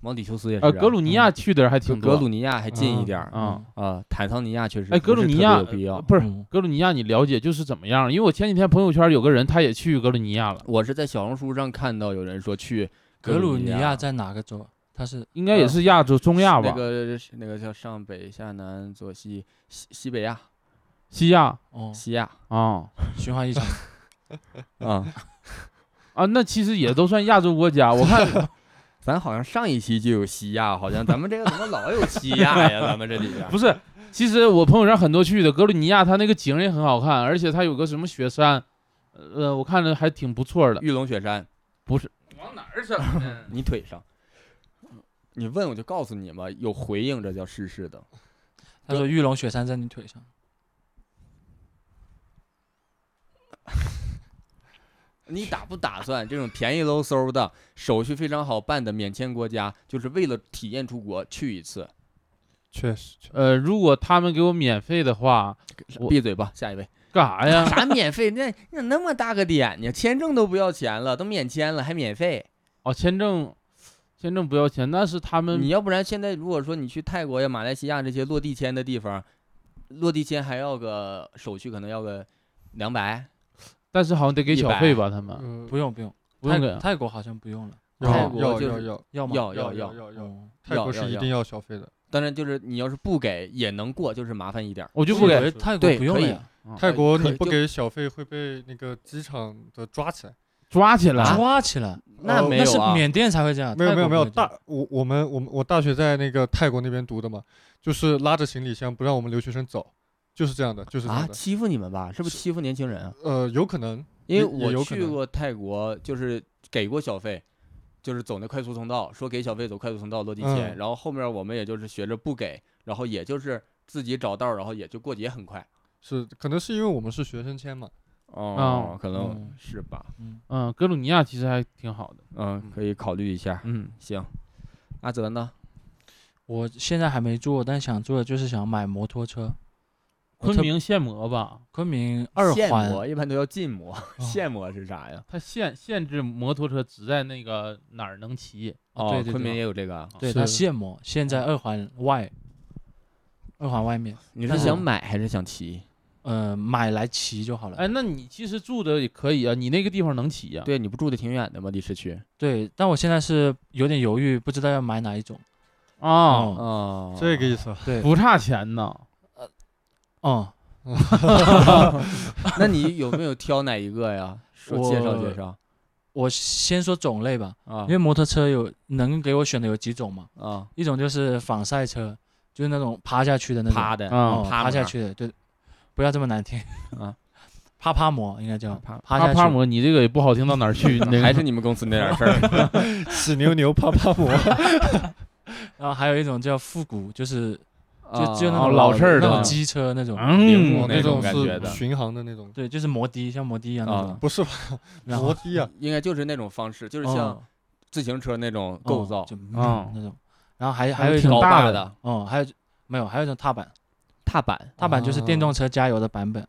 Speaker 1: 毛里求斯也是啊、
Speaker 2: 呃格鲁尼亚去的人还
Speaker 1: 格
Speaker 2: 挺多。
Speaker 1: 格鲁尼亚还近一点儿
Speaker 2: 啊
Speaker 1: 啊，坦桑尼亚确实
Speaker 2: 哎格
Speaker 1: 不是
Speaker 2: 鲁尼
Speaker 1: 特别
Speaker 2: 亚
Speaker 1: 有必要。
Speaker 2: 不是
Speaker 5: 嗯
Speaker 2: 格鲁尼亚，你了解就是怎么样？因为我前几天朋友圈有个人他也去格鲁尼亚了，
Speaker 1: 我是在小红书上看到有人说去
Speaker 5: 格鲁
Speaker 1: 鲁
Speaker 5: 尼
Speaker 1: 亚
Speaker 5: 亚在哪个州？它是
Speaker 2: 应该也是亚洲、中亚吧，
Speaker 1: 嗯那个那个叫上北下南左西西西北亚
Speaker 2: 西亚啊、
Speaker 5: 哦，
Speaker 1: 西亚
Speaker 5: 循环一场。
Speaker 1: 啊、
Speaker 2: 啊，那其实也都算亚洲国家。我看
Speaker 1: 咱好像上一期就有西亚，好像咱们这个怎么老有西亚呀？咱们这里边
Speaker 2: 不是，其实我朋友圈很多去的格鲁尼亚，它那个景也很好看，而且它有个什么雪山，呃，我看着还挺不错的。
Speaker 1: 玉龙雪山，
Speaker 2: 往哪儿整呢？
Speaker 1: 你腿上，你问我就告诉你嘛，有回应这叫世事的。
Speaker 5: 他说玉龙雪山在你腿上，
Speaker 1: 你打不打算这种便宜喽嗖的、手续非常好办的免签国家，就是为了体验出国去一次？
Speaker 4: 确实，确
Speaker 2: 呃，如果他们给我免费的话，我
Speaker 1: 闭嘴吧，下一位。
Speaker 2: 干啥 呀？
Speaker 1: 啥免费？那那那么大个点呢？签证都不要钱了，都免签了还免费？
Speaker 2: 哦，签证，签证不要钱，那是他
Speaker 1: 你
Speaker 2: 们
Speaker 1: 要不然现在如果说你去泰国呀、马来西亚这些落地签的地方，落地签还要个手续，可能要个两百。
Speaker 2: 但是好像得给
Speaker 1: 一
Speaker 2: 小
Speaker 1: 百
Speaker 2: 费吧？他们
Speaker 4: 嗯
Speaker 5: 不用不用，
Speaker 2: 不用给
Speaker 5: 泰
Speaker 2: 啊，
Speaker 5: 泰国好像不用了，
Speaker 1: 啊要泰
Speaker 4: 要
Speaker 1: 国
Speaker 4: 要
Speaker 1: 就
Speaker 4: 要
Speaker 1: 是
Speaker 4: 要
Speaker 5: 要吗？
Speaker 1: 要要
Speaker 4: 要
Speaker 1: 要，
Speaker 4: 要要，
Speaker 5: 哦
Speaker 4: 泰
Speaker 1: 要
Speaker 4: 国是
Speaker 1: 要
Speaker 4: 一
Speaker 1: 要
Speaker 4: 定要消费的。
Speaker 1: 当然就是你要是不给也能过，就是麻烦一点儿。
Speaker 2: 我就
Speaker 5: 我
Speaker 2: 不
Speaker 5: 以
Speaker 2: 给
Speaker 5: 为泰国
Speaker 1: 对
Speaker 5: 不用
Speaker 1: 可
Speaker 5: 了
Speaker 1: 以
Speaker 5: 呀，
Speaker 4: 泰国
Speaker 1: 可
Speaker 4: 你
Speaker 1: 以
Speaker 4: 不
Speaker 1: 就
Speaker 4: 给小费会被那个机场的抓起来。
Speaker 2: 抓起来。
Speaker 5: 抓起来。
Speaker 1: 那
Speaker 4: 哦
Speaker 1: 没
Speaker 5: 啊那
Speaker 1: 有
Speaker 5: 是
Speaker 1: 啊，
Speaker 5: 缅甸才会这样，
Speaker 4: 没有
Speaker 5: 泰
Speaker 4: 没有
Speaker 5: 国
Speaker 4: 没有，
Speaker 5: 不会这样
Speaker 4: 大我我们我们我大学在那个泰国那边读的嘛，就是拉着行李箱不让我们留学生走，就是这样的，就是这样
Speaker 1: 啊，
Speaker 4: 的。
Speaker 1: 欺负你们吧？是不是欺负年轻人啊？
Speaker 4: 呃，有可能
Speaker 1: 因为
Speaker 4: 也也有
Speaker 1: 我
Speaker 4: 可
Speaker 1: 去
Speaker 4: 能
Speaker 1: 过泰国，就是给过小费，就是走那快速通道，说给小费走快速通道落地签，
Speaker 4: 嗯
Speaker 1: 然后后面我们也就是学着不给，然后也就是自己找道儿，然后也就过节很快。
Speaker 4: 是可能是因为我们是学生签嘛，
Speaker 1: 哦，可能
Speaker 5: 嗯
Speaker 1: 是吧。
Speaker 5: 嗯，
Speaker 2: 嗯，格鲁尼亚其实还挺好的。
Speaker 1: 嗯，可以考虑一下。
Speaker 2: 嗯，
Speaker 1: 行，阿泽呢？
Speaker 5: 我现在还没做，但想做的就是想买摩托车。我
Speaker 2: 昆
Speaker 5: 特
Speaker 2: 明限摩吧，
Speaker 5: 昆明二
Speaker 1: 限
Speaker 5: 环
Speaker 1: 摩一般都要禁摩， 限摩是啥呀？
Speaker 2: 它限限制摩托车只在那个哪儿能骑。
Speaker 5: 哦对对
Speaker 1: 昆明
Speaker 5: 对
Speaker 1: 也有这个啊。
Speaker 5: 对，它
Speaker 2: 是
Speaker 5: 现磨，
Speaker 1: 嗯
Speaker 5: 现在二环外，二环外面，
Speaker 1: 你
Speaker 5: 但
Speaker 1: 是
Speaker 5: 是
Speaker 1: 想买还是想骑？
Speaker 5: 呃买来骑就好了。
Speaker 2: 哎，那你其实住的也可以啊，你那个地方能骑啊呀、
Speaker 1: 对，你不住的挺远的吗？离市区
Speaker 5: 对，但我现在是有点犹豫，不知道要买哪一种。
Speaker 2: 啊，
Speaker 5: 嗯
Speaker 1: 啊，
Speaker 4: 哦这个意思。
Speaker 5: 对，
Speaker 2: 不差钱呐。
Speaker 5: 嗯，
Speaker 1: 那你有没有挑哪一个呀？说介绍介绍
Speaker 5: 我先说种类吧，
Speaker 1: 啊
Speaker 5: 因为摩托车有能给我选的有几种嘛，
Speaker 1: 啊，
Speaker 5: 一种就是仿赛车，就是那种趴下去的那种，
Speaker 1: 趴的
Speaker 2: 嗯
Speaker 5: 哦
Speaker 1: 趴
Speaker 5: 趴下
Speaker 1: 模
Speaker 5: 去的，对，不要这么难听
Speaker 1: 啊，
Speaker 5: 趴趴模应该
Speaker 2: 啊
Speaker 5: 叫
Speaker 1: 趴
Speaker 5: 趴下去，
Speaker 2: 帕姆，你这个也不好听到哪儿去，你这个
Speaker 1: 还是你们公司那点事儿
Speaker 4: 屎牛牛啪 啪磨，
Speaker 5: 然后还有一种叫复古，就是就
Speaker 1: 啊，
Speaker 5: 就那
Speaker 2: 哦
Speaker 5: 种
Speaker 2: 老式儿
Speaker 5: 那
Speaker 2: 的
Speaker 5: 种机车那种，
Speaker 1: 铃
Speaker 2: 嗯
Speaker 1: 木
Speaker 4: 那
Speaker 1: 那
Speaker 4: 种
Speaker 1: 种感觉
Speaker 4: 是
Speaker 1: 的
Speaker 4: 巡航的那种，
Speaker 5: 对，就是摩的，像摩的一样那
Speaker 2: 哦
Speaker 1: 啊
Speaker 5: 种，
Speaker 4: 不是吧？
Speaker 5: 然
Speaker 4: 摩
Speaker 5: 后
Speaker 4: 的啊，
Speaker 1: 应该就是那种方式，就是像
Speaker 5: 嗯
Speaker 1: 自行车那种构
Speaker 5: 嗯
Speaker 1: 造，
Speaker 5: 就
Speaker 2: 嗯
Speaker 5: 那种，然后还
Speaker 2: 还
Speaker 5: 还
Speaker 2: 有
Speaker 5: 有一
Speaker 2: 挺
Speaker 5: 种
Speaker 1: 老
Speaker 2: 大
Speaker 1: 爸爸
Speaker 2: 的
Speaker 1: 的
Speaker 5: 哦，还有没有？还有一种踏板，
Speaker 1: 踏板，
Speaker 5: 踏板就是电
Speaker 4: 哦
Speaker 5: 动车加油的版本，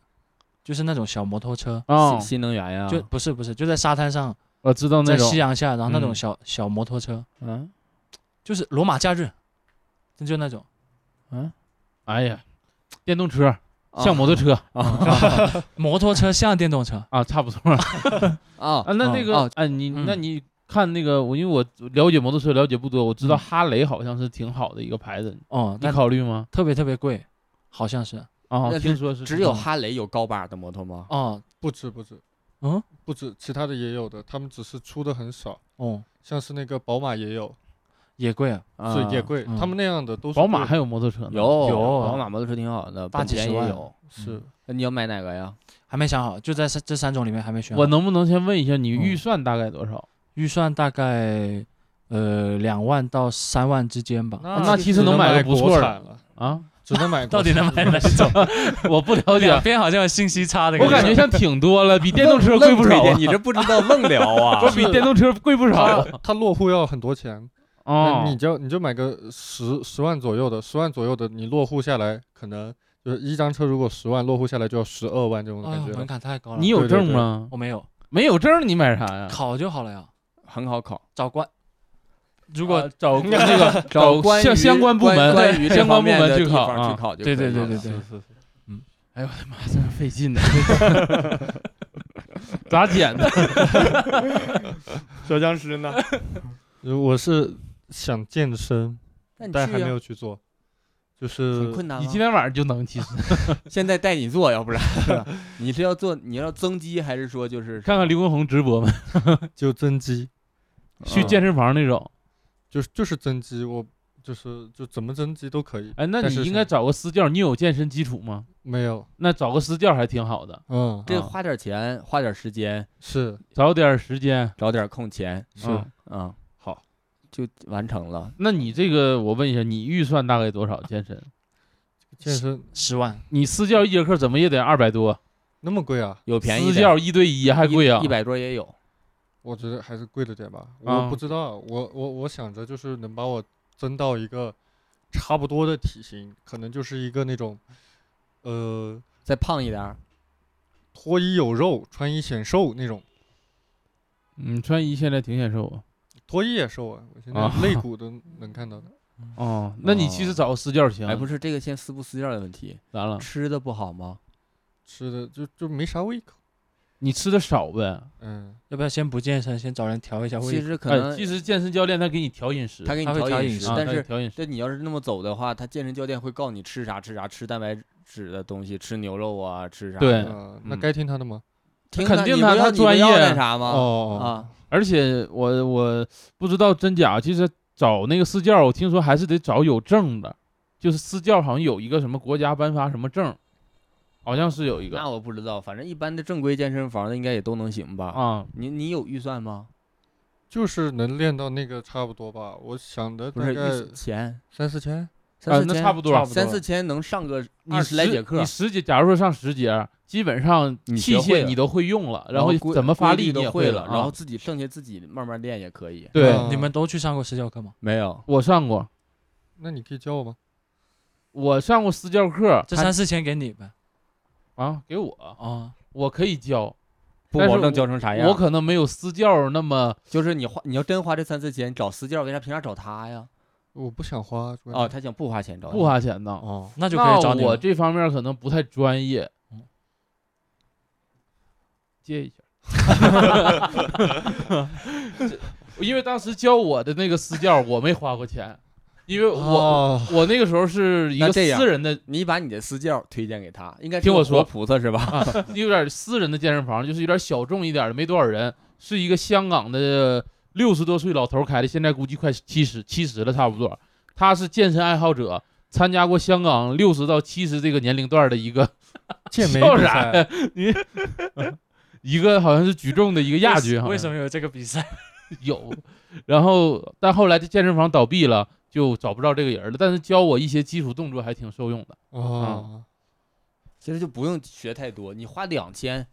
Speaker 5: 就是那种小摩托车，
Speaker 2: 啊
Speaker 1: 新，新能源呀，
Speaker 5: 就不是不是就在沙滩上，
Speaker 2: 我知道那
Speaker 5: 在
Speaker 2: 种
Speaker 5: 夕阳下，然后那种
Speaker 2: 嗯
Speaker 5: 小小摩托车，
Speaker 1: 嗯
Speaker 5: 就是罗马假日，真就那种，
Speaker 1: 嗯，
Speaker 2: 哎呀，电动车
Speaker 1: 啊
Speaker 2: 像摩托车
Speaker 5: 摩托车像电动车，
Speaker 2: 啊，差不多啊。
Speaker 1: 啊，
Speaker 2: 那
Speaker 5: 嗯
Speaker 2: 那个
Speaker 1: 哦
Speaker 2: 哎，你那
Speaker 5: 嗯
Speaker 2: 你看那个我，因为我了解摩托车了解不多，我知道
Speaker 5: 嗯
Speaker 2: 哈雷好像是挺好的一个牌子，
Speaker 5: 哦，
Speaker 2: 你
Speaker 5: 但
Speaker 2: 考虑吗？
Speaker 5: 特别特别贵，好像是，
Speaker 2: 啊，
Speaker 1: 那
Speaker 2: 听说是
Speaker 1: 只
Speaker 2: 这
Speaker 1: 有
Speaker 2: 种
Speaker 1: 哈雷有高把的摩托吗？
Speaker 5: 哦
Speaker 4: 不止不止，
Speaker 5: 嗯，
Speaker 4: 不止，其他的也有的，他们只是出的很少，
Speaker 5: 哦
Speaker 4: 像是那个宝马也有，
Speaker 5: 也贵啊，
Speaker 4: 所以也贵，
Speaker 5: 嗯
Speaker 4: 他们那样的都是
Speaker 2: 宝马
Speaker 4: 贵
Speaker 2: 还有摩托车呢
Speaker 1: 有
Speaker 5: 有
Speaker 1: 宝马摩托车挺好的，
Speaker 5: 大
Speaker 1: 本
Speaker 5: 几
Speaker 1: 田
Speaker 5: 十
Speaker 1: 也
Speaker 5: 万
Speaker 1: 有。
Speaker 4: 是
Speaker 1: 那你要买哪个呀？
Speaker 5: 还没想好，就在这这三种里面还没选好，
Speaker 2: 我能不能先问一下你
Speaker 5: 嗯
Speaker 2: 预算大概多少？
Speaker 5: 预算大概呃两万到三万之间吧，
Speaker 1: 啊
Speaker 2: 那其实
Speaker 4: 只
Speaker 2: 能买个不
Speaker 4: 国
Speaker 2: 错的
Speaker 4: 产了，
Speaker 2: 啊，
Speaker 4: 只能买
Speaker 5: 到底能买哪
Speaker 4: 国产
Speaker 5: 一 种？
Speaker 2: 我不了解
Speaker 5: 两，边好像有信息差的
Speaker 2: 我感
Speaker 5: 觉
Speaker 2: 觉像挺多了，比电动车贵不少啊，
Speaker 1: 你这不知道愣聊啊
Speaker 2: 不是比电动车贵不少啊
Speaker 4: 它它落户要很多钱，
Speaker 2: 哦
Speaker 4: 那你就你就买个十十万左右的，十万左右的，你落户下来可能就是一张车，如果十万落户下来就要十二万这种
Speaker 5: 哎
Speaker 4: 感
Speaker 5: 呦
Speaker 4: 觉了
Speaker 5: 门。槛太高了。
Speaker 2: 你有
Speaker 4: 对对
Speaker 2: 证
Speaker 4: 对
Speaker 2: 吗？
Speaker 5: 我没有
Speaker 2: 没有证你买啥呀？
Speaker 5: 考就好了呀，
Speaker 1: 很好考。
Speaker 5: 找官。如
Speaker 2: 如
Speaker 5: 果、
Speaker 2: 啊 找那个
Speaker 1: 找关
Speaker 2: 相
Speaker 1: 于
Speaker 2: 相关部
Speaker 1: 关
Speaker 2: 门
Speaker 1: 关于这
Speaker 2: 相关
Speaker 1: 方
Speaker 2: 部
Speaker 1: 面
Speaker 2: 门
Speaker 1: 的
Speaker 2: 去
Speaker 1: 地
Speaker 2: 考
Speaker 1: 方
Speaker 2: 啊
Speaker 1: 去考就可以
Speaker 5: 对
Speaker 1: 了，
Speaker 5: 对对对对
Speaker 4: 是，是是，
Speaker 2: 哎呦我的妈， 这费劲呢， 咋剪的？
Speaker 4: 小僵尸呢？我是想健身，
Speaker 1: 那你
Speaker 4: 但还
Speaker 1: 去
Speaker 4: 没
Speaker 1: 呀，
Speaker 4: 有去做，就是
Speaker 1: 很困难啊。
Speaker 2: 你今天晚上就能，其实
Speaker 1: 现在带你做，要不 然 你是要做你要增肌，还是说就是
Speaker 2: 啊看看刘畊宏直播嘛，
Speaker 4: 就增肌，
Speaker 1: 嗯
Speaker 2: 去健身房那种。
Speaker 4: 就是就是增肌，我就是就怎么增肌都可以。
Speaker 2: 哎，那
Speaker 4: 但
Speaker 2: 你
Speaker 4: 是
Speaker 2: 应该
Speaker 4: 是
Speaker 2: 找个私教，你有健身基础吗？
Speaker 4: 没有，
Speaker 2: 那找个私教还挺好的，
Speaker 4: 嗯，
Speaker 1: 这花点钱，花点时间，
Speaker 4: 是
Speaker 2: 找点时间。
Speaker 1: 找点空闲
Speaker 4: 是，
Speaker 2: 嗯
Speaker 1: 啊，
Speaker 4: 好，
Speaker 1: 就完成了。
Speaker 2: 那你这个，我问一下，你预算大概多少健身？
Speaker 4: 健身
Speaker 5: 十万，
Speaker 2: 你私教一节课怎么也得二百多，
Speaker 4: 那么贵啊？
Speaker 1: 有便宜
Speaker 2: 私
Speaker 1: 的，
Speaker 2: 教一对一还贵啊
Speaker 1: 一？百多也有。
Speaker 4: 我觉得还是贵了点吧。
Speaker 2: 啊
Speaker 4: 我不知道，我我我想着就是能把我增到一个差不多的体型，可能就是一个那种，呃，
Speaker 1: 再胖一点儿，
Speaker 4: 脱衣有肉，穿衣显瘦那种。
Speaker 2: 嗯，川一现在挺显瘦啊。
Speaker 4: 脱衣也瘦啊，我现在
Speaker 2: 啊
Speaker 4: 肋骨都能看到的。
Speaker 2: 哦，那你其实找个私教行。
Speaker 1: 哎，不是这个先撕不撕掉的问题，
Speaker 2: 完了，
Speaker 1: 啊吃的不好吗？
Speaker 4: 吃的就就没啥胃口。
Speaker 2: 你吃的少呗。
Speaker 4: 嗯，
Speaker 5: 要不要先不健身，先找人调一下
Speaker 1: 其
Speaker 5: 胃？
Speaker 1: 实可
Speaker 2: 哎，
Speaker 1: 能
Speaker 2: 其实健身教练他给你调饮食，
Speaker 1: 他给你
Speaker 5: 他会
Speaker 1: 调
Speaker 5: 调
Speaker 1: 饮
Speaker 5: 饮
Speaker 1: 食
Speaker 5: 食，
Speaker 2: 啊
Speaker 1: 但
Speaker 2: 他给
Speaker 1: 是
Speaker 2: 你调饮食。
Speaker 1: 这你要是那么走的话，他健身教练会告你吃啥吃啥，吃蛋白质的东西，吃牛肉啊，吃啥的。
Speaker 2: 对
Speaker 4: 呃那
Speaker 1: 嗯
Speaker 4: 该听他的吗？
Speaker 1: 听
Speaker 2: 肯
Speaker 1: 他
Speaker 2: 定
Speaker 1: 你
Speaker 2: 他
Speaker 1: 不要
Speaker 2: 他
Speaker 1: 你不
Speaker 2: 专
Speaker 1: 要
Speaker 2: 业啊
Speaker 1: 那啥吗？
Speaker 4: 哦，
Speaker 1: 啊，
Speaker 2: 而且我我不知道真假，其实找那个私教，我听说还是得找有证的，就是私教好像有一个什么国家颁发什么证，好像是有一个
Speaker 1: 那我不知道，反正一般的正规健身房的应该也都能行吧？
Speaker 2: 啊。
Speaker 1: 你你有预算吗？
Speaker 4: 就是能练到那个差不多吧。我想的
Speaker 1: 不
Speaker 4: 大
Speaker 1: 是
Speaker 4: 概
Speaker 1: 预钱，
Speaker 4: 三四千。
Speaker 1: 三
Speaker 2: 啊，
Speaker 1: 四
Speaker 2: 那
Speaker 1: 千
Speaker 2: 差不多，
Speaker 1: 三四千能上个
Speaker 2: 你
Speaker 1: 二十来
Speaker 2: 十
Speaker 1: 节课
Speaker 2: 你，十节，假如说上十节，基本上
Speaker 1: 你
Speaker 2: 器
Speaker 1: 学会
Speaker 2: 械
Speaker 1: 了
Speaker 2: 你都会用了，然
Speaker 1: 后
Speaker 2: 后
Speaker 1: 规
Speaker 2: 怎么发
Speaker 1: 规
Speaker 2: 力
Speaker 1: 律
Speaker 2: 你也
Speaker 1: 都会
Speaker 2: 了，
Speaker 1: 然后嗯
Speaker 2: 啊
Speaker 1: 自己剩下自己慢慢练也可以。
Speaker 2: 对
Speaker 4: 啊
Speaker 5: 你们都去上过私教课吗？
Speaker 1: 没有，
Speaker 2: 我上过，
Speaker 4: 那你可以教我吗？
Speaker 2: 我上过私教课，
Speaker 5: 这
Speaker 2: 还
Speaker 5: 三四千给你呗。
Speaker 2: 啊给我，
Speaker 5: 哦，
Speaker 2: 我可以教，
Speaker 1: 不
Speaker 2: 但
Speaker 1: 保
Speaker 2: 是
Speaker 1: 证教成啥样。
Speaker 2: 我可能没有私教那么
Speaker 1: 就是你花，你要真花这三四千找私教，为啥凭啥找他呀？
Speaker 4: 我不想花。主要
Speaker 1: 哦，
Speaker 4: 是
Speaker 1: 他想不花钱找你
Speaker 2: 嗯不花钱的。
Speaker 4: 哦，
Speaker 5: 那就可以
Speaker 2: 那
Speaker 5: 找你
Speaker 2: 我
Speaker 5: 了。
Speaker 2: 这方面可能不太专业，嗯接一下。 这因为当时教我的那个私教，我没花过钱，因为我、
Speaker 4: 哦
Speaker 2: 我那个时候是一
Speaker 1: 那
Speaker 2: 个
Speaker 1: 这样
Speaker 2: 私人的，
Speaker 1: 你把你的私教推荐给他，应该
Speaker 2: 听我说
Speaker 1: 菩萨是吧？
Speaker 2: 啊，有点私人的健身房，就是有点小众一点的，没多少人，是一个香港的六十多岁老头开的，现在估计快七十七十了差不多。他是健身爱好者，参加过香港六十到七十这个年龄段的一个
Speaker 4: 健美
Speaker 2: 笑
Speaker 4: 比
Speaker 2: 啥
Speaker 4: 赛
Speaker 2: 呀？你一个好像是举重的一个亚军，好像
Speaker 5: 为什么有这个比赛？
Speaker 2: 有，然后但后来这健身房倒闭了，就找不着这个人了。但是教我一些基础动作还挺受用的。
Speaker 1: 啊
Speaker 4: 哦，
Speaker 1: 其实就不用学太多，你花两千。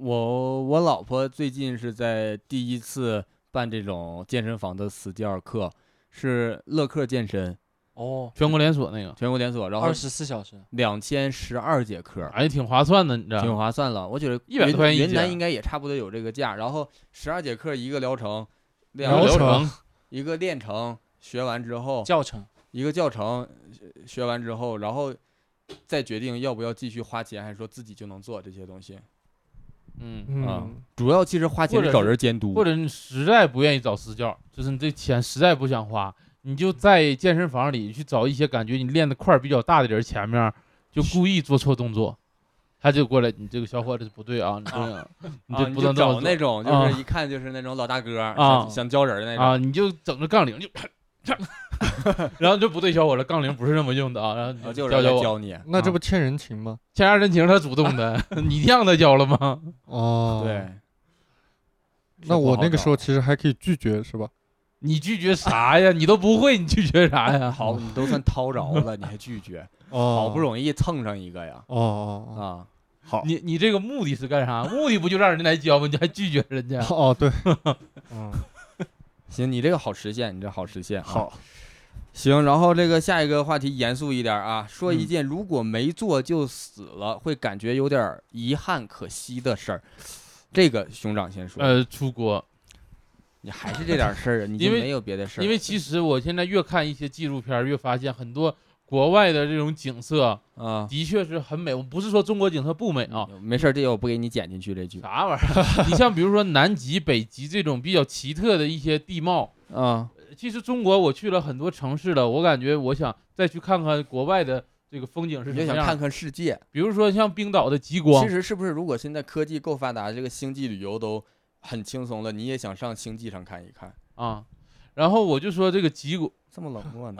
Speaker 1: 我我老婆最近是在第一次办这种健身房的私教课，是乐客健身
Speaker 5: 哦，
Speaker 2: 全国连锁那个，
Speaker 1: 全国连锁，然后
Speaker 5: 二十四小时，
Speaker 1: 两千十二节课，
Speaker 2: 哎，挺划算的，你知道
Speaker 1: 挺
Speaker 2: 吗？
Speaker 1: 划算了。我觉得
Speaker 2: 100
Speaker 1: 云
Speaker 2: 块钱一
Speaker 1: 云南
Speaker 2: 节
Speaker 1: 应该也差不多有这个价。然后十二节课一个疗程，两
Speaker 2: 然
Speaker 1: 个
Speaker 2: 后
Speaker 4: 疗
Speaker 2: 流
Speaker 1: 程
Speaker 2: 程
Speaker 1: 一个练程，学完之后
Speaker 5: 教程
Speaker 1: 一个教程呃学完之后，然后再决定要不要继续花钱，还是说自己就能做这些东西。
Speaker 2: 嗯，
Speaker 1: 啊
Speaker 4: 嗯，
Speaker 1: 主要其实花钱
Speaker 2: 或者
Speaker 1: 是找
Speaker 2: 是
Speaker 1: 人监督，
Speaker 2: 或者你实在不愿意找私教，就是你这钱实在不想花，你就在健身房里去找一些感觉你练的块儿比较大的人，前面就故意做错动作，他就过来，你这个小伙子不对啊，你这样，你
Speaker 1: 啊，
Speaker 2: 这
Speaker 1: 你
Speaker 2: 不
Speaker 1: 就
Speaker 2: 能这
Speaker 1: 找
Speaker 2: 么
Speaker 1: 那
Speaker 2: 做
Speaker 1: 种就
Speaker 2: 啊
Speaker 1: 是一看就是那种老大哥
Speaker 2: 啊
Speaker 1: 想想教人的那种。
Speaker 2: 啊，你就整着杠铃就。 然后就不对，小伙子，杠铃不是这么用的啊！然后
Speaker 1: 然后
Speaker 2: 你
Speaker 1: 就有
Speaker 2: 教
Speaker 1: 人
Speaker 2: 教
Speaker 1: 来
Speaker 2: 我，
Speaker 1: 教你，
Speaker 4: 那这不欠人情吗？
Speaker 2: 欠二人情他主动的， 你让他教了吗？
Speaker 4: 哦，
Speaker 2: 啊
Speaker 1: 对，，
Speaker 4: 那我那个时候其实还可以拒绝，是吧？
Speaker 2: 你拒绝啥呀？你都不会，你拒绝啥呀？
Speaker 1: 好，你都算掏着了，你还拒 绝，
Speaker 4: 哦，
Speaker 1: 好
Speaker 2: 啊
Speaker 1: 不容易蹭上一个呀，
Speaker 4: 哦哦
Speaker 1: 啊，
Speaker 2: 你你这个目的是干啥？目的不就让人家来教吗？你还拒绝人
Speaker 1: 啊
Speaker 2: 家
Speaker 4: 哦？哦， 对， 嗯，
Speaker 1: 行，你这个好实现，你这好实现，啊
Speaker 4: 好，
Speaker 1: 行，然后这个下一个话题严肃一点啊，说一件如果没做就死了，会感觉有点儿遗憾、可惜的事儿。这个熊掌先说，
Speaker 2: 呃，出国，
Speaker 1: 你还是这点儿事 儿啊，你就
Speaker 2: 因为
Speaker 1: 没有别的事儿，
Speaker 2: 因为其实我现在越看一些纪录片儿，越发现很多国外的这种景色
Speaker 1: 啊，
Speaker 2: 的确是很美。我不是说中国景色不美啊，
Speaker 1: 没事儿，这个我不给你剪进去这句
Speaker 2: 啥玩意儿？啊 你像比如说南极、北极这种比较奇特的一些地貌，
Speaker 1: 啊，
Speaker 2: 呃其实中国我去了很多城市了，我感觉我想再去看看国外的这个风景是
Speaker 1: 你
Speaker 2: 什
Speaker 1: 就
Speaker 2: 么
Speaker 1: 想
Speaker 2: 样
Speaker 1: 看
Speaker 2: 的。
Speaker 1: 看世界。
Speaker 2: 比如说像冰岛的极光
Speaker 1: 其，实是不是如果现在科技够发达，这个星际旅游都很轻松了，你也想上星际上看一看？
Speaker 2: 啊，然后我就说这个极光，
Speaker 1: 这么冷漠 呢？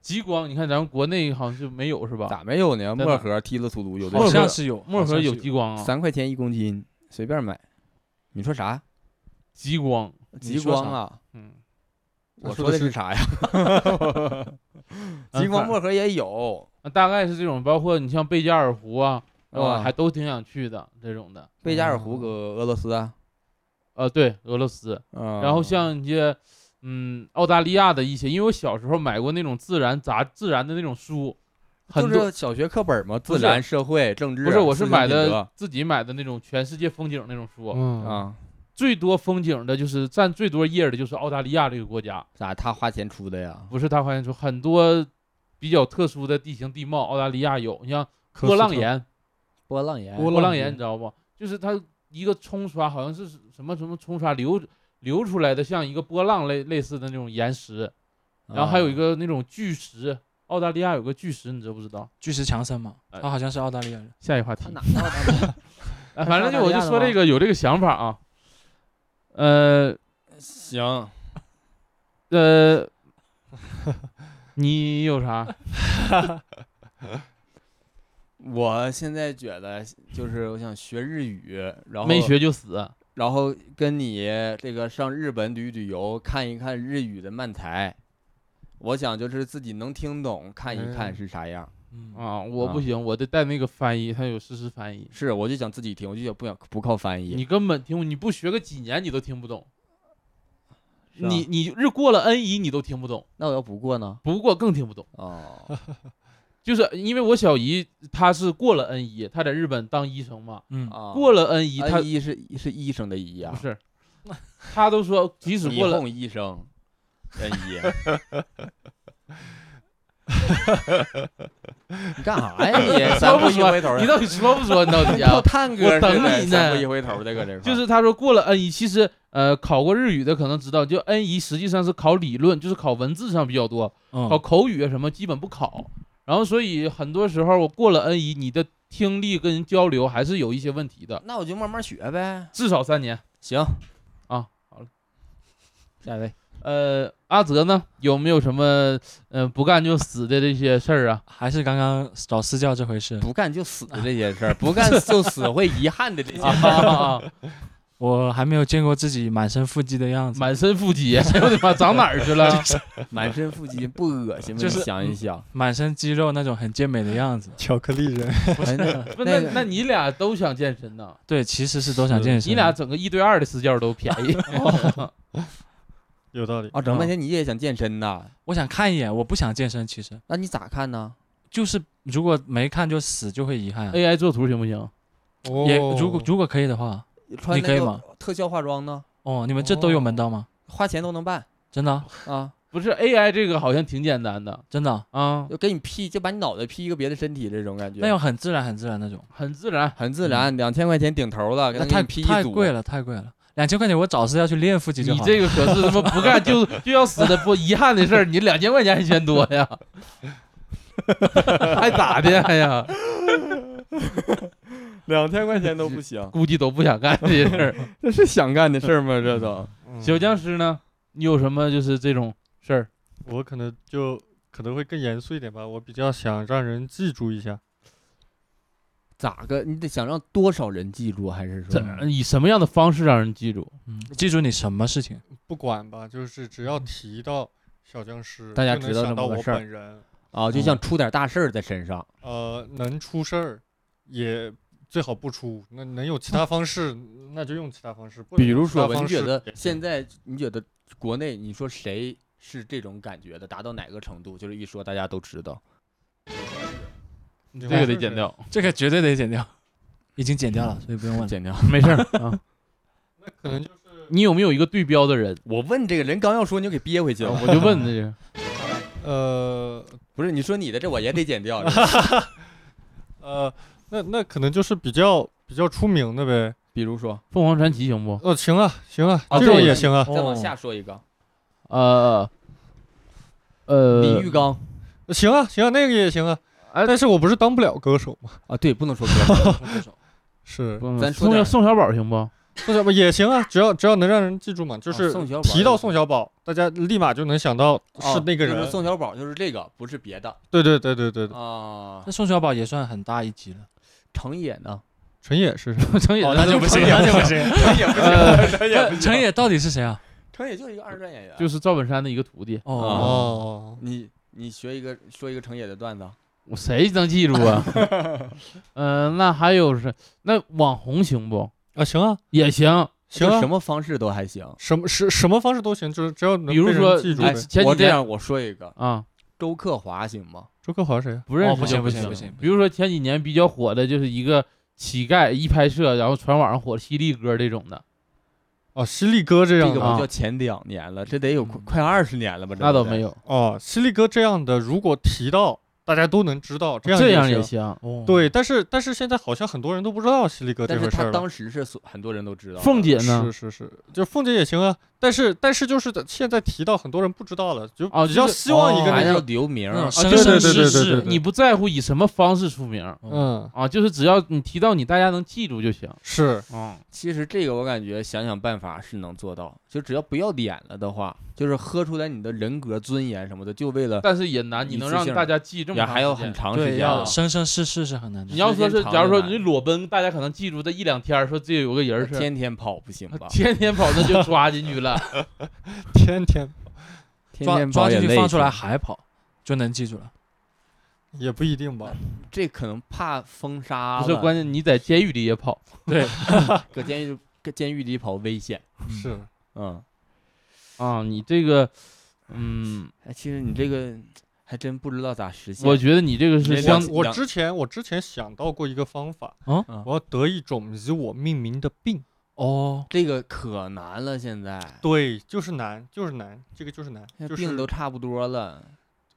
Speaker 2: 极光，你看咱们国内好像就没有是吧？
Speaker 1: 咋没有呢？
Speaker 2: 的
Speaker 1: 漠河、提了苏鲁有
Speaker 2: 漠
Speaker 5: 好
Speaker 1: 的
Speaker 2: 河
Speaker 5: 像是有，
Speaker 2: 漠
Speaker 5: 好
Speaker 2: 河
Speaker 5: 像是
Speaker 2: 有
Speaker 5: 有
Speaker 2: 极光啊，
Speaker 1: 三块钱一公斤，随便买。你说啥？
Speaker 2: 极光，
Speaker 1: 极
Speaker 5: 说
Speaker 1: 光
Speaker 5: 啥
Speaker 1: 啊！
Speaker 2: 嗯，
Speaker 1: 我
Speaker 4: 他
Speaker 1: 说
Speaker 4: 说
Speaker 1: 的
Speaker 4: 的
Speaker 1: 是
Speaker 4: 是
Speaker 1: 啥呀？
Speaker 2: 嗯
Speaker 1: 极光
Speaker 2: 反
Speaker 1: 漠河也有，
Speaker 2: 那大概是这种，包括你像贝加尔湖啊，
Speaker 1: 啊
Speaker 2: 我还都挺想去的这种的。
Speaker 1: 贝加尔湖
Speaker 4: 哦
Speaker 1: 搁俄罗斯啊，
Speaker 2: 呃，对，俄罗斯，
Speaker 1: 嗯
Speaker 2: 然后像一些，嗯，澳大利亚的一些，因为我小时候买过那种自然杂自然的那种书，很
Speaker 1: 就
Speaker 2: 多
Speaker 1: 是小学课本嘛，
Speaker 2: 不
Speaker 1: 自
Speaker 2: 是
Speaker 1: 然、社会、政治，啊
Speaker 2: 不是，我是
Speaker 1: 思想
Speaker 2: 买
Speaker 1: 品
Speaker 2: 的
Speaker 1: 德
Speaker 2: 自己买的那种全世界风景那种书，
Speaker 4: 嗯，
Speaker 1: 啊，
Speaker 2: 最多风景的就是占最多页儿的就是澳大利亚这个国家，
Speaker 1: 咋他花钱出的呀？
Speaker 2: 不是大发现出很多比较特殊的地形地貌，澳大利亚有，你像
Speaker 4: 科
Speaker 2: 波
Speaker 4: 斯
Speaker 2: 浪
Speaker 4: 特
Speaker 2: 岩，
Speaker 1: 哎波浪岩，
Speaker 4: 波
Speaker 2: 波浪
Speaker 4: 浪
Speaker 2: 岩
Speaker 1: 嗯
Speaker 4: 岩
Speaker 2: 你知道不？就是它一个冲刷，好像是什么什么冲刷流流出来的，像一个波浪类类似的那种岩石，然后还有一
Speaker 1: 个
Speaker 2: 个那种巨石，澳大利亚有个巨石，你知不知道？
Speaker 5: 巨石强森嘛，
Speaker 2: 哎
Speaker 5: 他好像是澳大利亚人。
Speaker 2: 下一话题
Speaker 1: 他，哪到 的？
Speaker 2: 哎反正就我
Speaker 1: 他
Speaker 2: 就说
Speaker 1: 是澳大利亚的吗
Speaker 2: 这个有这个想法啊，呃
Speaker 1: 行，
Speaker 2: 呃，你有啥？
Speaker 1: 我现在觉得就是我想学日语，然后
Speaker 2: 没学就死，啊
Speaker 1: 然后跟你这个上日本旅旅游，看一看日语的漫才。我想就是自己能听懂，看一看
Speaker 4: 嗯
Speaker 1: 是啥样。
Speaker 5: 嗯，
Speaker 2: 啊，我
Speaker 1: 啊
Speaker 2: 不行，我得带那个翻译，它有实时翻译。
Speaker 1: 是，我就想自己听，我就想不想不靠翻译。
Speaker 2: 你根本听不，你不学个几年你都听不懂，
Speaker 1: 是啊
Speaker 2: 你你日过了 N 一你都听不懂，
Speaker 1: 那我要不过呢？
Speaker 2: 不过更听不懂，
Speaker 1: 哦，
Speaker 2: 就是因为我小姨她是过了 N 一，她在日本当医生嘛，
Speaker 5: 嗯，
Speaker 1: 啊
Speaker 2: 过了 N 一她
Speaker 1: ，N 一是是医生的医啊
Speaker 2: 不，是，她都说即使
Speaker 1: 你
Speaker 2: 过了
Speaker 1: 哄医生，N 一你干啥呀
Speaker 5: 哎，
Speaker 1: 你？
Speaker 5: 你
Speaker 2: 说
Speaker 5: 三
Speaker 2: 不
Speaker 5: 步一
Speaker 2: 说
Speaker 5: 回头儿？
Speaker 2: 你到底说不说？你到底 啊
Speaker 1: 跳？探戈
Speaker 2: 我等
Speaker 1: 似的
Speaker 2: 你呢
Speaker 1: 三步一回 头的搁这块儿
Speaker 2: 就是他说过了 N 一，其实呃考过日语的可能知道，就 N 一实际上是考理论，就是考文字上比较多，考
Speaker 5: 嗯，
Speaker 2: 口语啊什么基本不考。然后所以很多时候我过了 N 一，你的听力跟人交流还是有一些问题的，
Speaker 1: 那我就慢慢学呗。
Speaker 2: 至少三年。
Speaker 1: 行，
Speaker 2: 啊，好了，
Speaker 1: 下一位，
Speaker 2: 呃，阿泽呢有没有什么呃不干就死的这些事儿啊？
Speaker 5: 还是刚刚找私教这回事。
Speaker 1: 不干就死的这些事儿，不干就死会遗憾的这些。
Speaker 2: 啊，
Speaker 5: 我还没有见过自己满身腹肌的样子，
Speaker 2: 满身啊腹肌， 我的妈，长哪儿去 了？
Speaker 1: 满身腹肌不恶心吗？
Speaker 5: 就是
Speaker 1: 你想一想，
Speaker 5: 满身肌肉那种很健美的样子。
Speaker 4: 巧克力 人，
Speaker 1: 哎
Speaker 2: 不，
Speaker 1: 那
Speaker 2: 那
Speaker 1: 个
Speaker 2: 那你俩都想健身呢？
Speaker 5: 对，其实是都想健身。
Speaker 2: 你俩整个一对二的私教都便 宜。
Speaker 4: 有道理。
Speaker 1: 啊，整半天你也想健身呐？
Speaker 5: 我想看一眼，我不想健身，其实
Speaker 1: 那你咋看呢？
Speaker 5: 就是如果没看就死，就会遗憾。
Speaker 2: AI 做图行不行？
Speaker 4: 哦
Speaker 5: 也
Speaker 2: 哦
Speaker 5: 如果如果可以的话，
Speaker 1: 穿
Speaker 5: 你可以
Speaker 1: 那个
Speaker 5: 吗
Speaker 1: 特效化妆呢？
Speaker 5: 哦，你们这都有门道吗？
Speaker 1: 花钱都能办
Speaker 5: 真的啊
Speaker 2: 哦
Speaker 1: 啊！
Speaker 2: 不是 AI 这个好像挺简单的
Speaker 5: 真的啊，
Speaker 2: 啊，
Speaker 1: 就给你 P，就把你脑袋 P 一个别的身体这种感觉。
Speaker 5: 那要很自然很自然那种。
Speaker 2: 很自然。
Speaker 1: 很自然，两千块钱顶头了，给
Speaker 5: 那
Speaker 1: 他给
Speaker 5: 太
Speaker 1: 你 P
Speaker 5: 太
Speaker 1: 一组。
Speaker 5: 贵了，太贵了。两千块钱我找是要去练腹肌就
Speaker 2: 你
Speaker 5: 好了。
Speaker 2: 这个可是他妈不干 就就要死的不遗憾的事儿，你两千块钱还嫌多 呀？还咋的？哎呀，，
Speaker 1: 两千块钱都不行
Speaker 2: 估计都不想干 这些事儿。
Speaker 1: 这是想干的事儿吗？这都
Speaker 4: 嗯
Speaker 2: 小僵尸呢？你有什么就是这种事儿？
Speaker 4: 我可能就可能会更严肃一点吧，我比较想让人记住一下。
Speaker 1: 咋个？你得想让多少人记住，还是说
Speaker 2: 怎以什么样的方式让人记住？
Speaker 5: 嗯，记住你什么事情？
Speaker 4: 不管吧，就是只要提到小僵尸，
Speaker 1: 大家
Speaker 4: 就能
Speaker 1: 知道这
Speaker 4: 想到
Speaker 1: 么个
Speaker 4: 我
Speaker 1: 事儿
Speaker 4: 本人，
Speaker 1: 啊？就像出点大事儿在身上，
Speaker 4: 呃，能出事儿也最好不出。那能有其他方式，那就用其他方式。不能
Speaker 1: 比如
Speaker 4: 用其他
Speaker 1: 说吧，
Speaker 4: 方
Speaker 1: 你觉
Speaker 4: 式
Speaker 1: 得
Speaker 4: 也行
Speaker 1: 现在你觉得国内，你说谁是这种感觉的？达到哪个程度？就是一说大家都知道。
Speaker 4: 你
Speaker 2: 这个
Speaker 4: 看是
Speaker 2: 得
Speaker 4: 不
Speaker 2: 剪
Speaker 4: 是。
Speaker 2: 掉，
Speaker 5: 这个绝对得剪掉，已经剪掉了，所以不用问了。
Speaker 1: 剪掉。
Speaker 2: 没事儿啊。
Speaker 4: 那可能就是
Speaker 2: 你有没有一个对标的人？啊
Speaker 1: 我问这个人刚要说，你就给憋回去了。
Speaker 2: 我就问这个。
Speaker 4: 呃
Speaker 1: 不是你说你的，这我也得剪 掉。
Speaker 4: 呃，那那可能就是比较比较出名的呗。
Speaker 1: 比如说，
Speaker 2: 凤凰传奇行不？
Speaker 4: 哦，行啊，行啊，
Speaker 1: 啊
Speaker 4: 这种
Speaker 1: 对
Speaker 4: 也行啊。
Speaker 1: 再往下说一个，
Speaker 2: 呃，呃，
Speaker 1: 李玉刚
Speaker 4: 行啊，行啊，那个也行啊。哎，但是我不是当不了歌手嘛，
Speaker 1: 啊，对，不能说歌手， 不能说歌手
Speaker 4: 是
Speaker 2: 不
Speaker 1: 咱说
Speaker 2: 宋
Speaker 1: 点
Speaker 2: 小
Speaker 1: 儿
Speaker 2: 宋小宝行不？
Speaker 4: 宋小宝也行啊，只要只要能让人记住嘛，就
Speaker 1: 啊
Speaker 4: 是
Speaker 1: 宋小宝
Speaker 4: 提
Speaker 1: 也
Speaker 4: 到
Speaker 1: 行
Speaker 4: 宋小宝，大家立马就能想到
Speaker 1: 啊
Speaker 4: 是那个
Speaker 1: 就
Speaker 4: 人
Speaker 1: 是。宋小宝，就是这个，不是别的
Speaker 4: 对对对对对对，
Speaker 1: 啊。
Speaker 5: 那宋小宝也算很大一级了。
Speaker 1: 成也呢？
Speaker 4: 陈也是
Speaker 2: 成
Speaker 4: 哦
Speaker 2: 也
Speaker 5: 那就不行，那就不行。
Speaker 1: 成也不行，成也不行
Speaker 5: 陈野到底是谁啊？
Speaker 1: 成也就是一个二人转演员。
Speaker 2: 就是赵本山的一个徒弟，
Speaker 5: 哦，
Speaker 4: 哦，
Speaker 1: 你你学一个说一个成也的段子，
Speaker 2: 我谁能记住啊？ 嗯，那还有是那网红行不？
Speaker 4: 啊，行啊，
Speaker 2: 也行，
Speaker 4: 行
Speaker 1: 就
Speaker 4: 啊
Speaker 1: 什，么方式都还行。
Speaker 4: 什么什什么方式都行，就是只要能
Speaker 2: 比如
Speaker 4: 被人
Speaker 2: 说
Speaker 4: 记住
Speaker 2: 哎
Speaker 4: 呗。
Speaker 2: 前
Speaker 1: 我
Speaker 2: 几
Speaker 1: 这
Speaker 2: 年
Speaker 1: 样我说一个，
Speaker 2: 啊，
Speaker 1: 周克华行吗？
Speaker 4: 周克华谁啊？
Speaker 2: 不认
Speaker 5: 哦
Speaker 2: 识
Speaker 5: 不行
Speaker 2: 就
Speaker 5: 不行
Speaker 2: 行
Speaker 5: 不行不
Speaker 2: 比如说前几年比较火的就是一个乞丐，一拍摄然后传网上火犀利哥这种的，
Speaker 4: 哦，犀利哥这
Speaker 1: 这
Speaker 4: 样
Speaker 1: 个
Speaker 4: 的
Speaker 1: 不
Speaker 2: 啊嗯
Speaker 1: 叫前两年了，这得有快快二十年了吧？这
Speaker 2: 那倒
Speaker 1: 得
Speaker 2: 没有，
Speaker 4: 哦，犀利哥这样的，如果提到大家都能知道，这样
Speaker 2: 这样也
Speaker 4: 行。
Speaker 2: 行。
Speaker 5: 哦，
Speaker 4: 对，但是但是现在好像很多人都不知道犀利哥这
Speaker 1: 但
Speaker 4: 回
Speaker 1: 是
Speaker 4: 事
Speaker 1: 他
Speaker 4: 儿了。
Speaker 1: 当时是所很多人都知道的。
Speaker 2: 凤姐呢
Speaker 4: 是？是是，就凤姐也行啊，但是但是就是在现在提到很多人不知道了，就
Speaker 2: 哦
Speaker 4: 比较
Speaker 2: 就是
Speaker 4: 希望一个
Speaker 1: 还
Speaker 4: 那
Speaker 1: 要
Speaker 4: 个，
Speaker 1: 留名儿，
Speaker 5: 嗯
Speaker 2: 啊，就
Speaker 5: 生
Speaker 4: 对
Speaker 2: 是
Speaker 4: 对对
Speaker 2: 是
Speaker 4: 对对
Speaker 2: 是，
Speaker 4: 对
Speaker 2: 你不在乎以什么方式出名
Speaker 4: 嗯，
Speaker 2: 啊，就是只要你提到你，大家能记住就行。
Speaker 4: 是
Speaker 2: 嗯，
Speaker 1: 其实这个我感觉想想办法是能做到，就只要不要脸了的话，就是喝出来你的人格尊严什么的，就为了
Speaker 2: 但是也难，你
Speaker 1: 一
Speaker 2: 能
Speaker 1: 次
Speaker 2: 让
Speaker 1: 性
Speaker 2: 大
Speaker 1: 的
Speaker 2: 家记这么
Speaker 1: 也
Speaker 2: 长
Speaker 1: 还
Speaker 2: 时
Speaker 1: 要
Speaker 2: 间
Speaker 1: 很长时
Speaker 5: 对，
Speaker 1: 间啊
Speaker 5: 要。生生世世是很难的
Speaker 2: 你。要
Speaker 1: 时
Speaker 2: 说
Speaker 1: 间
Speaker 2: 是，
Speaker 1: 长
Speaker 2: 假如
Speaker 1: 就
Speaker 2: 说
Speaker 1: 难
Speaker 2: 你裸奔，大家可能记住这一两天儿，说这有个人儿是啊
Speaker 1: 天天跑不行吧？
Speaker 2: 天天跑，那就抓 进去了。
Speaker 4: 天天
Speaker 1: 天
Speaker 5: 抓
Speaker 1: 天
Speaker 5: 抓
Speaker 1: 跑
Speaker 5: 进
Speaker 1: 也
Speaker 5: 去
Speaker 1: 累
Speaker 5: 放出来
Speaker 1: 死，
Speaker 5: 还跑，就能记住了。
Speaker 4: 也不一定吧，
Speaker 1: 这可能怕封杀了。
Speaker 2: 不是，关键你在监狱里也跑。
Speaker 5: 对，
Speaker 1: 搁监狱搁监狱里跑危险。
Speaker 4: 是
Speaker 1: 嗯，
Speaker 2: 啊，你这个，嗯，
Speaker 1: 哎，其实你这个还真不知道咋实现。
Speaker 2: 我觉得你这个是
Speaker 1: 没
Speaker 2: 相
Speaker 1: 两，
Speaker 4: 我之前我之前想到过一个方法，
Speaker 5: 嗯
Speaker 4: 我要得一种以我命名的病，
Speaker 5: 哦，
Speaker 1: 这个可难了，现在哎
Speaker 4: 对，就是难，就是难，这个就是难，
Speaker 1: 现在
Speaker 4: 就是
Speaker 1: 病都差不多了。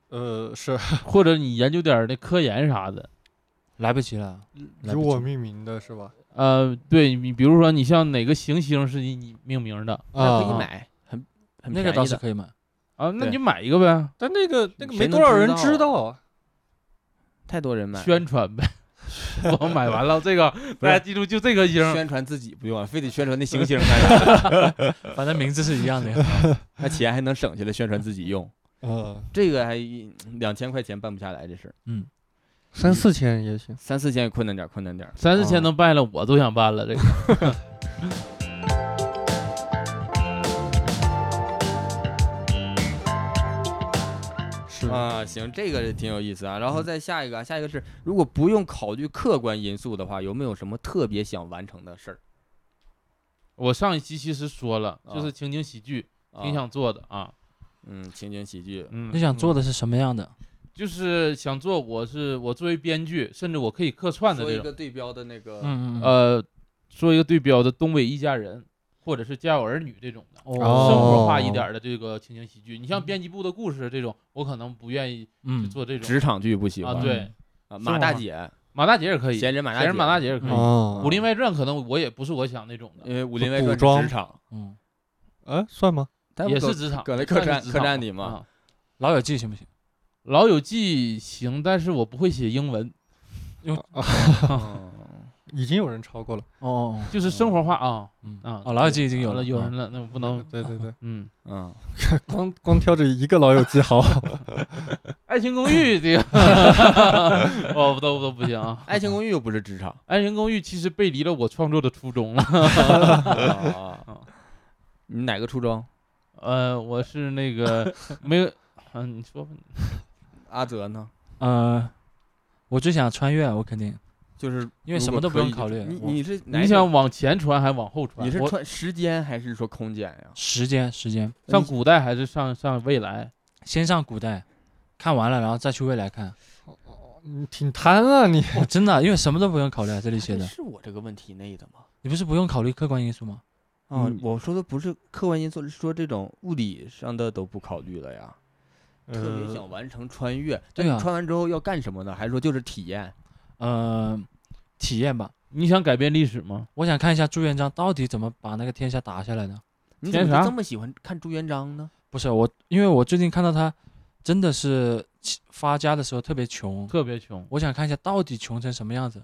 Speaker 4: 呃，是
Speaker 2: 或者你研究点儿那科研啥的。
Speaker 5: 来不及了，来
Speaker 4: 由
Speaker 5: 不
Speaker 4: 我
Speaker 5: 及
Speaker 4: 命名的是吧？
Speaker 2: 呃，对你，比如说你像哪个行星是你你命名的
Speaker 1: 那可以
Speaker 4: 啊
Speaker 1: 买，很很
Speaker 5: 那
Speaker 1: 便
Speaker 5: 个倒
Speaker 1: 宜
Speaker 5: 是
Speaker 1: 的。
Speaker 5: 可以买，
Speaker 2: 啊，那
Speaker 1: 对
Speaker 2: 你就买一个呗，
Speaker 4: 但那个那个
Speaker 1: 谁
Speaker 4: 没
Speaker 1: 能
Speaker 4: 多少
Speaker 1: 知
Speaker 4: 人
Speaker 1: 道
Speaker 4: 知
Speaker 1: 啊
Speaker 4: 道啊。
Speaker 1: 太多人买了，
Speaker 2: 宣传呗。 我买完了这个，
Speaker 1: 不
Speaker 2: 大
Speaker 1: 是
Speaker 2: 家记住就这颗星。
Speaker 1: 宣传自己不用啊，非得宣传那行星干啥？
Speaker 5: 反正名字是一样的呀。
Speaker 1: 那钱还能省下来宣传自己用，
Speaker 4: 嗯，
Speaker 1: 这个还两千块钱办不下来，这事儿
Speaker 4: 三四千也行。
Speaker 1: 三四千也困难点儿，困难点儿。
Speaker 2: 三四千能办了，我都想办了。 这个
Speaker 4: 是
Speaker 1: 啊，行，这个挺有意思啊。然后再下一个啊，下一个是，如果不用考虑客观因素的话，有没有什么特别想完成的事儿？
Speaker 2: 我上一期其实说了，就
Speaker 1: 啊
Speaker 2: 是情景喜剧，
Speaker 1: 啊
Speaker 2: 挺想做的啊。
Speaker 1: 嗯，情景喜剧，
Speaker 2: 嗯
Speaker 5: 你想做
Speaker 2: 的，
Speaker 5: 的是什么样的？
Speaker 2: 就是想做，我是我作为编剧，甚至我可以客串的
Speaker 1: 说
Speaker 2: 这
Speaker 1: 一
Speaker 2: 种。
Speaker 1: 个对标的那个，
Speaker 5: 嗯嗯嗯
Speaker 2: 呃，说一个对标的《东北一家人》，或者是《家有儿女》这种的。
Speaker 4: 哦
Speaker 2: 生活化一点儿的这个情景喜剧。你像编辑部的故事这种，我可能不愿意去
Speaker 5: 嗯，
Speaker 2: 做这种
Speaker 1: 职场剧不喜欢。
Speaker 2: 啊。对，
Speaker 1: 啊，
Speaker 2: 生
Speaker 1: 马
Speaker 2: 活
Speaker 1: 大
Speaker 2: 化
Speaker 1: 姐，
Speaker 2: 马大姐也可以，
Speaker 1: 闲人马大
Speaker 2: 闲人马大
Speaker 1: 姐，
Speaker 2: 姐也可以。
Speaker 5: 嗯
Speaker 4: 哦
Speaker 1: 啊
Speaker 2: 武林外传可能我也不是我想那种的，
Speaker 1: 因为《武林外传》
Speaker 4: 古装
Speaker 1: 是职场，
Speaker 5: 嗯，
Speaker 4: 哎，算吗？
Speaker 1: 但
Speaker 2: 也
Speaker 1: 不
Speaker 2: 是
Speaker 1: 可
Speaker 2: 职场，
Speaker 1: 搁那
Speaker 2: 算
Speaker 1: 客
Speaker 2: 是
Speaker 1: 栈
Speaker 2: 职
Speaker 1: 客
Speaker 2: 场
Speaker 1: 栈
Speaker 2: 嘛
Speaker 1: 里嘛
Speaker 2: 啊
Speaker 5: 老友记行不行？
Speaker 2: 老友记行，但是我不会写英文，
Speaker 1: 嗯
Speaker 4: 已经有人超过了。
Speaker 5: 哦，哦
Speaker 2: 就是生活化啊。
Speaker 5: 嗯
Speaker 2: 啊
Speaker 5: 哦，老友记已经有
Speaker 2: 好了
Speaker 5: 了，
Speaker 2: 有
Speaker 1: 啊
Speaker 5: 嗯
Speaker 2: 人了，那我不能，
Speaker 4: 对对 对，
Speaker 2: 嗯，
Speaker 1: 嗯，
Speaker 4: 光光挑着一个老友记好。
Speaker 2: 《爱情公寓》这 个，哦，不都都不行啊，
Speaker 1: 《爱情公寓》又不是 职场
Speaker 2: 《爱情公寓》其实背离了我创作的初衷 了。
Speaker 1: 啊。你哪个初中？
Speaker 2: 呃，我是那个没有，嗯，你说吧，
Speaker 1: 阿泽呢？
Speaker 5: 呃，我最想穿越，我肯定，
Speaker 1: 就是
Speaker 5: 因为什
Speaker 1: 如果
Speaker 5: 么都不
Speaker 1: 可以
Speaker 5: 用
Speaker 1: 就
Speaker 5: 考虑
Speaker 1: 你
Speaker 5: 我
Speaker 1: 你是哪种
Speaker 2: 你想往前传还往后传？
Speaker 1: 你是
Speaker 2: 我
Speaker 1: 穿时间还是说空间呀、
Speaker 5: 时间时间，
Speaker 2: 上
Speaker 1: 你
Speaker 2: 古代还是上上未来？
Speaker 5: 先上古代，看完了然后再去未来看。
Speaker 4: 你 挺贪啊你。
Speaker 5: 哦，真的，因为什么都不用考虑啊，这里 写的，
Speaker 1: 是我这个问题内的吗？
Speaker 5: 你不是不用考虑客观因素吗？
Speaker 1: 啊、
Speaker 4: 嗯
Speaker 1: 我说的不是客观因素，是说这种物理上的都不考虑了呀。
Speaker 4: 呃
Speaker 1: 特别想完成穿越，
Speaker 5: 对
Speaker 1: 但
Speaker 5: 啊
Speaker 1: 你穿完之后要干什么呢？还是说就是体验？
Speaker 5: 呃，体验吧。
Speaker 2: 你想改变历史吗？
Speaker 5: 我想看一下朱元璋到底怎么把那个天下打下来的。
Speaker 1: 你怎
Speaker 2: 天
Speaker 1: 么
Speaker 2: 啥
Speaker 1: 就这么喜欢看朱元璋呢？
Speaker 5: 不是我，因为我最近看到他真的是起发家的时候特别穷，
Speaker 2: 特别穷，
Speaker 5: 我想看一下到底穷成什么样子。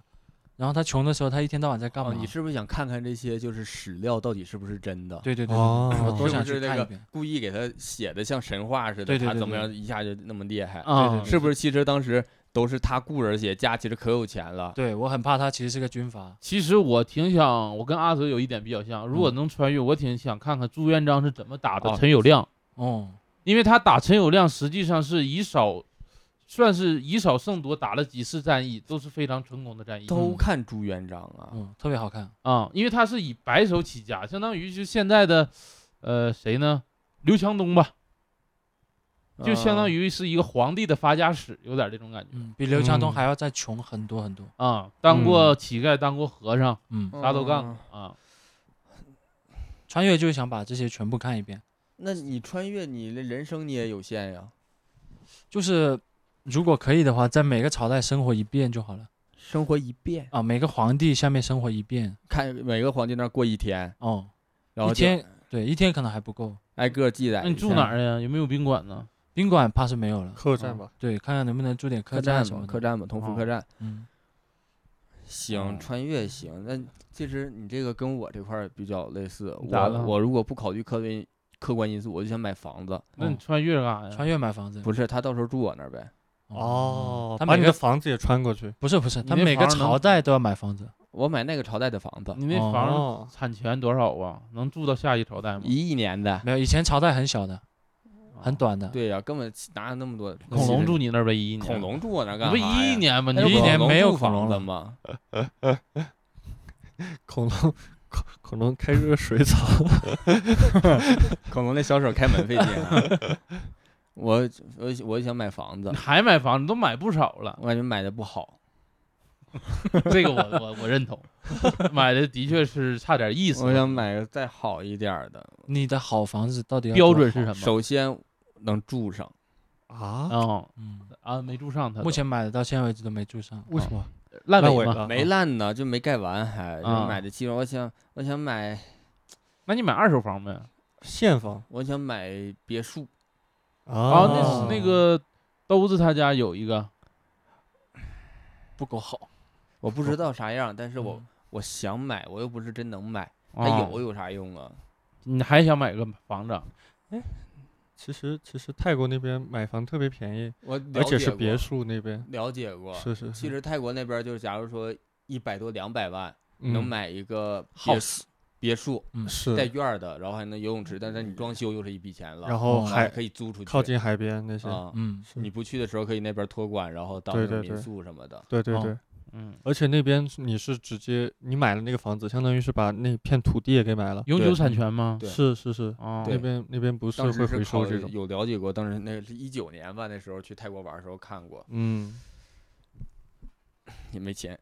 Speaker 5: 然后他穷的时候，他一天到晚在干嘛？
Speaker 1: 哦，你是不是想看看这些就是史料到底是不是真的？
Speaker 5: 对对对，
Speaker 4: 哦
Speaker 5: 我多
Speaker 1: 是
Speaker 5: 想
Speaker 1: 不是
Speaker 5: 去
Speaker 1: 那
Speaker 5: 看一
Speaker 1: 个
Speaker 5: 遍。
Speaker 1: 故意给他写的像神话似的，
Speaker 5: 对对
Speaker 1: 他
Speaker 5: 对
Speaker 1: 怎么
Speaker 5: 对嗯
Speaker 1: 样一下就那么厉害？
Speaker 2: 啊
Speaker 1: 是不是？其实当时都是他雇人写，家其实可有钱了。
Speaker 5: 对我很怕他其实是个军阀，
Speaker 2: 其实我挺想，我跟阿泽有一点比较像，
Speaker 5: 嗯
Speaker 2: 如果能穿越，我挺想看看朱元璋是怎么打的
Speaker 1: 哦
Speaker 2: 陈友谅，
Speaker 5: 哦，
Speaker 2: 因为他打陈友谅实际上是以少，算是以少胜多，打了几次战役都是非常成功的战役
Speaker 1: 都看朱元璋啊，
Speaker 5: 嗯，特别好看。
Speaker 2: 啊、因为他是以白手起家，相当于就现在的，呃，谁呢？刘强东吧，
Speaker 5: 啊
Speaker 2: 就相当
Speaker 1: 于
Speaker 2: 于是一个皇帝的发家史，有点这种感觉
Speaker 5: 嗯，比刘强东
Speaker 4: 嗯
Speaker 5: 还要再穷很多很多。
Speaker 2: 啊、当过乞丐，当过和尚，
Speaker 5: 嗯，
Speaker 2: 啥都干过啊。
Speaker 5: 穿越就是想把这些全部看一遍。
Speaker 1: 那你穿越，你的人生你也有限呀，
Speaker 5: 就是如果可以的话，在每个朝代生活一遍就好了
Speaker 1: 生活一遍，
Speaker 5: 啊，每个皇帝下面生活一遍
Speaker 1: 看每个皇帝那儿过一天，
Speaker 5: 哦，
Speaker 1: 然后
Speaker 5: 一
Speaker 1: 就
Speaker 5: 天对一天可能还不够，
Speaker 1: 挨个记载一
Speaker 2: 那
Speaker 1: 下。
Speaker 2: 你住哪儿呀？有没有宾馆呢？
Speaker 5: 宾馆怕是没有了，
Speaker 4: 客栈吧？
Speaker 5: 对，看看能不能住点
Speaker 1: 客
Speaker 5: 栈
Speaker 1: 栈
Speaker 5: 什
Speaker 1: 吧
Speaker 5: 么，
Speaker 1: 客
Speaker 5: 的，
Speaker 1: 栈吧，同福
Speaker 2: 哦
Speaker 1: 客栈。
Speaker 5: 嗯，
Speaker 1: 行，
Speaker 2: 嗯
Speaker 1: 穿越行。那其实你这个跟我这块儿比较类似。
Speaker 2: 咋
Speaker 1: 我
Speaker 2: 了
Speaker 1: 我如果不考虑客观因客观因素，我就想买房子。
Speaker 2: 那你
Speaker 5: 哦
Speaker 2: 穿越干啥呀？
Speaker 5: 穿越买房子
Speaker 1: 不是，他到时候住我那儿呗。
Speaker 4: 嗯
Speaker 5: 他
Speaker 4: 把
Speaker 5: 每
Speaker 4: 你的
Speaker 5: 个
Speaker 4: 房子也穿过去。
Speaker 5: 不是不是，他
Speaker 2: 你那
Speaker 5: 每个
Speaker 2: 房能
Speaker 5: 朝代都要买房子，
Speaker 1: 我买那个朝代的房子，
Speaker 2: 你那
Speaker 5: 哦
Speaker 2: 房产权多少啊？能住到下一朝代吗？
Speaker 1: 一亿年的。
Speaker 5: 没有以前朝代很小的，
Speaker 2: 哦
Speaker 5: 很短的，
Speaker 1: 对呀、根本哪有那么多
Speaker 2: 恐龙住？你那儿呗，一一年。
Speaker 1: 恐，龙住我那儿
Speaker 2: 你
Speaker 1: 干
Speaker 2: 不
Speaker 1: 啥
Speaker 2: 一
Speaker 1: 呀？
Speaker 2: 一年吗？
Speaker 1: 那
Speaker 2: 你
Speaker 1: 有
Speaker 5: 一年
Speaker 1: 恐龙
Speaker 5: 没有
Speaker 1: 住
Speaker 5: 恐
Speaker 1: 房
Speaker 5: 龙
Speaker 1: 子
Speaker 5: 了
Speaker 1: 吗？
Speaker 4: 恐龙，恐恐龙开热水澡。
Speaker 1: 恐龙那小手开门费劲、啊。 我我我想买房子
Speaker 2: 你，还买房？你都买不少 了，
Speaker 1: 我感觉买的不好。
Speaker 2: 这个我我我认同， 买的的确是差点意思。
Speaker 1: 我想买个再好一点儿的，
Speaker 5: 你的好房子到底要
Speaker 2: 标
Speaker 5: 多
Speaker 2: 准
Speaker 5: 好
Speaker 2: 是什么？
Speaker 1: 首先能住上。
Speaker 4: 啊？
Speaker 2: 哦
Speaker 5: 嗯，
Speaker 2: 啊，没住上他都，
Speaker 5: 目前买的到现在为止都没住上。
Speaker 4: 为什么？
Speaker 2: 烂
Speaker 4: 烂
Speaker 2: 尾
Speaker 4: 尾
Speaker 2: 嘛
Speaker 4: 了，
Speaker 1: 没烂呢，就没盖完，还就
Speaker 2: 啊
Speaker 1: 买的七万。我想，我想买，
Speaker 2: 那你买二手房呗？
Speaker 4: 现房
Speaker 1: 我想买别墅，哦
Speaker 2: 啊，
Speaker 4: 啊
Speaker 2: 那是那个兜子他家有一个，
Speaker 5: 不够好，
Speaker 1: 我
Speaker 4: 哦
Speaker 1: 不知道啥样，但是
Speaker 4: 嗯
Speaker 1: 我我想买，我又不是真能买，它
Speaker 2: 啊
Speaker 1: 有有啥用啊？
Speaker 2: 你还想买个房子？
Speaker 4: 其实其实泰国那边买房特别便宜，
Speaker 1: 我
Speaker 4: 而
Speaker 1: 了
Speaker 4: 且
Speaker 1: 解
Speaker 4: 是别
Speaker 1: 过，
Speaker 4: 墅那边，
Speaker 1: 了解过。
Speaker 4: 是是
Speaker 1: 其
Speaker 4: 是，
Speaker 1: 实泰国那边就是，假如说一百多两百万能
Speaker 4: 嗯
Speaker 1: 买一个别
Speaker 5: house
Speaker 1: 别墅，带
Speaker 4: 是，
Speaker 1: 院儿的，然后还能游泳池，但是你装修又是一笔钱了，
Speaker 4: 然后
Speaker 5: 嗯
Speaker 1: 还
Speaker 4: 海
Speaker 1: 可以租出去，
Speaker 4: 靠近海边那些，
Speaker 1: 啊。
Speaker 5: 嗯，
Speaker 4: 是
Speaker 1: 你不去的时候可以那边托管，然后到
Speaker 4: 对
Speaker 1: 那个
Speaker 4: 对
Speaker 1: 民
Speaker 4: 对
Speaker 1: 宿什么的。
Speaker 4: 对对
Speaker 5: 哦
Speaker 4: 对，
Speaker 2: 嗯，
Speaker 4: 而且那边是你是直接你买了那个房子，相当于是把那片土地也给买了，
Speaker 2: 永久
Speaker 1: 对
Speaker 2: 产权吗？
Speaker 1: 对
Speaker 4: 是是是，
Speaker 2: 哦，
Speaker 4: 那
Speaker 1: 对
Speaker 4: 边那边不是
Speaker 1: 当
Speaker 4: 会
Speaker 1: 时是
Speaker 4: 回收
Speaker 1: 考
Speaker 4: 这
Speaker 1: 虑
Speaker 4: 种，
Speaker 1: 有了解过，当时那是一九年吧，那时候去泰国玩的时候看过，
Speaker 4: 嗯，
Speaker 1: 也没钱。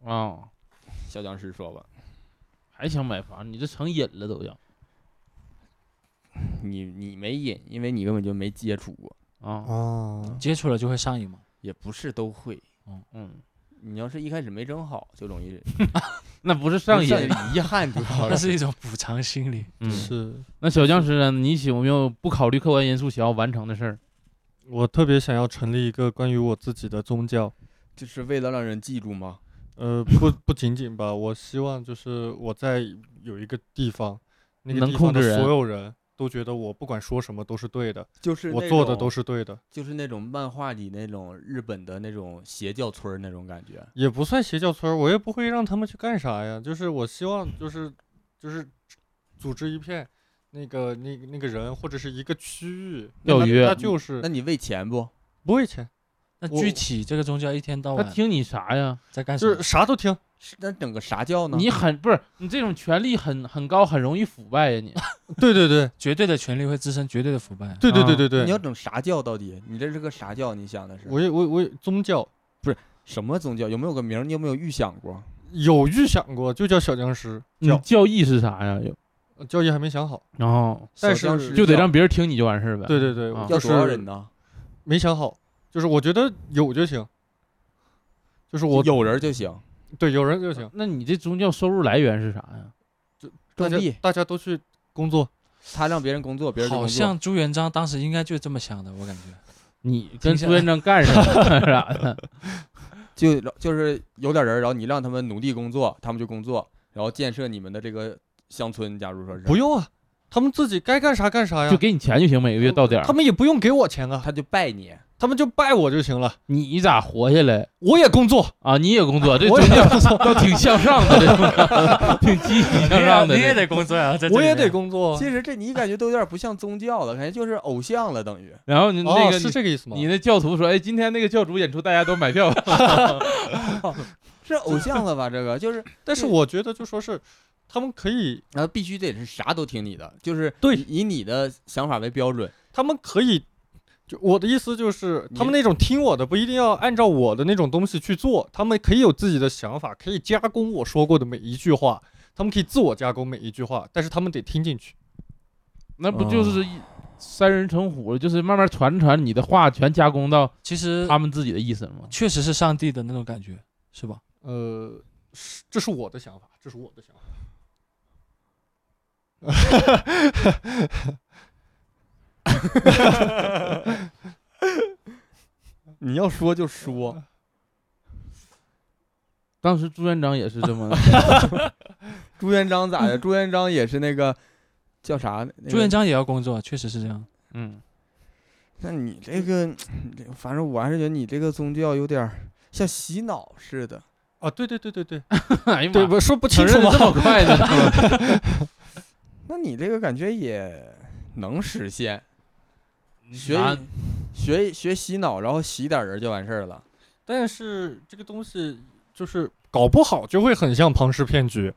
Speaker 2: 哦，
Speaker 1: 小僵尸说吧，
Speaker 2: 还想买房？你这成瘾了都要
Speaker 1: 你你没瘾，因为你根本就没接触过，
Speaker 2: 啊？
Speaker 4: 哦，
Speaker 5: 接触了就会上瘾嘛。
Speaker 1: 也不是都会。
Speaker 2: 嗯，
Speaker 1: 你要是一开始没整好，就容易
Speaker 2: 那不是上瘾。
Speaker 1: 遗憾就好
Speaker 5: 那
Speaker 1: 了。
Speaker 5: 是 一种补偿心理。
Speaker 2: 嗯，
Speaker 4: 是
Speaker 2: 那小僵尸呢？你有没有不考虑客观因素想要完成的事儿？
Speaker 4: 我特别想要成立一个关于我自己的宗教，
Speaker 1: 就是为了让人记住吗？
Speaker 4: 呃，不不仅仅吧，我希望就是我在有一个地方，那个
Speaker 2: 能
Speaker 4: 地方
Speaker 2: 控
Speaker 4: 的
Speaker 2: 制人
Speaker 4: 所有人都觉得我不管说什么都是对的，
Speaker 1: 就是
Speaker 4: 我
Speaker 1: 那
Speaker 4: 做的
Speaker 1: 种
Speaker 4: 都是对的，
Speaker 1: 就是那种漫画里那种日本的那种邪教村儿那种感觉。
Speaker 4: 也不算邪教村儿，我也不会让他们去干啥呀，就是我希望就是就是组织一片。那个、那个、那个人或者是一个区域那
Speaker 2: 钓
Speaker 4: 他
Speaker 2: 鱼啊
Speaker 4: 他就是
Speaker 1: 那你为钱不？
Speaker 4: 不为钱，
Speaker 5: 那
Speaker 4: 我
Speaker 5: 具体这个宗教一天到
Speaker 2: 他
Speaker 5: 晚
Speaker 2: 听你啥呀？
Speaker 5: 在干什
Speaker 4: 就是？
Speaker 5: 么
Speaker 4: 啥都听，
Speaker 1: 是那整个啥教呢？
Speaker 2: 你很不是你这种权力很很高，很容易腐败呀你。
Speaker 4: 对对对
Speaker 5: 绝对的权利会滋生绝对的腐败。
Speaker 4: 对对对
Speaker 2: 啊
Speaker 4: 对对，
Speaker 1: 你要整啥教到底？你这是个啥教？你想的是
Speaker 4: 我也我也我也宗教
Speaker 1: 什么宗教？有没有个名儿？你有没有预想过？
Speaker 4: 有预想过，就叫小僵尸
Speaker 2: 你
Speaker 4: 教，
Speaker 2: 教义是啥呀？
Speaker 4: 呃教义还没想好，
Speaker 2: 然后
Speaker 4: 但
Speaker 1: 小僵
Speaker 4: 是
Speaker 1: 尸
Speaker 2: 就得
Speaker 1: 教
Speaker 2: 让别人听你就完事儿呗。
Speaker 4: 对对对，
Speaker 2: 啊
Speaker 1: 要
Speaker 4: 就
Speaker 1: 多少人
Speaker 4: 是
Speaker 1: 呢？
Speaker 4: 没想好，就是我觉得有就行，就是我
Speaker 1: 有人就行。
Speaker 4: 对有人就行，
Speaker 2: 那你这宗教收入来源是啥呀？
Speaker 4: 大
Speaker 1: 种
Speaker 4: 家
Speaker 1: 地，
Speaker 4: 大家都去工作，
Speaker 1: 他让别人工作，别人就
Speaker 5: 好
Speaker 1: 工作
Speaker 5: 像朱元璋当时应该就这么想的，我 感觉。
Speaker 2: 你跟
Speaker 5: 下
Speaker 2: 朱元璋干上了 啥的？
Speaker 1: 就就是有点人儿，然后你让他们努力工作，他们就工作，然后建设你们的这个乡村。假如说是
Speaker 4: 不，用啊，他们自己该干啥干啥呀，
Speaker 2: 就给你钱就行，每个月到点儿
Speaker 4: 他。们也不用给我钱啊，
Speaker 1: 他就拜你。
Speaker 4: 他们就拜我就行了，
Speaker 2: 你咋活下来
Speaker 4: 我也工作，
Speaker 2: 啊？你也工作，这
Speaker 4: 我
Speaker 2: 宗教倒挺向上的，这种 挺积极向上的。这
Speaker 5: 得工作啊，在
Speaker 4: 我也得工作啊，
Speaker 1: 其实这你感觉都有点不像宗教了，感觉就是偶像了，等于。
Speaker 2: 然后你那
Speaker 4: 哦，
Speaker 2: 个
Speaker 4: 是这个意思吗
Speaker 2: 你？那教徒说，哎，今天那个教主演出，大家都买票。
Speaker 1: 是偶像了吧？这个就是，
Speaker 4: 但是我觉得就说是，他们可以，
Speaker 1: 然后必须得是啥都听你的，就是
Speaker 4: 对
Speaker 1: 以以你的想法为标准。
Speaker 4: 他们可以。就我的意思就是，
Speaker 1: 你
Speaker 4: 他们那种听我的不一定要按照我的那种东西去做，他们可以有自己的想法，可以加工我说过的每一句话，他们可以自我加工每一句话，但是他们得听进去。
Speaker 2: 那不就是一三人成虎，就是慢慢传传你的话，全加工到
Speaker 5: 其实
Speaker 4: 呃
Speaker 2: 他们自己的意思吗？
Speaker 5: 确实是上帝的那种感觉，是吧？
Speaker 4: 呃，是这是我的想法，这是我的想法。
Speaker 1: 你要说就说，
Speaker 2: 当时朱元璋也是这 么
Speaker 1: 朱元璋咋的？朱元璋也是那个叫啥？那个
Speaker 5: 朱元璋也要工作，确实是这样。
Speaker 2: 嗯。
Speaker 1: 那你这个，你这反正我还是觉得你这个宗教有点儿像洗脑似的。
Speaker 4: 啊，对对对对 对，
Speaker 2: 哎呀
Speaker 4: 嗯对
Speaker 2: 妈，
Speaker 4: 不说不清
Speaker 2: 承认
Speaker 4: 楚
Speaker 2: 的
Speaker 4: 吗
Speaker 2: 这？么快呢？
Speaker 1: 那你这个感觉也能实现，学
Speaker 2: 啊
Speaker 1: 一学一学洗脑，然后洗点儿人就完事儿了。
Speaker 4: 但是这个东西就是搞不好就会很像庞氏骗局，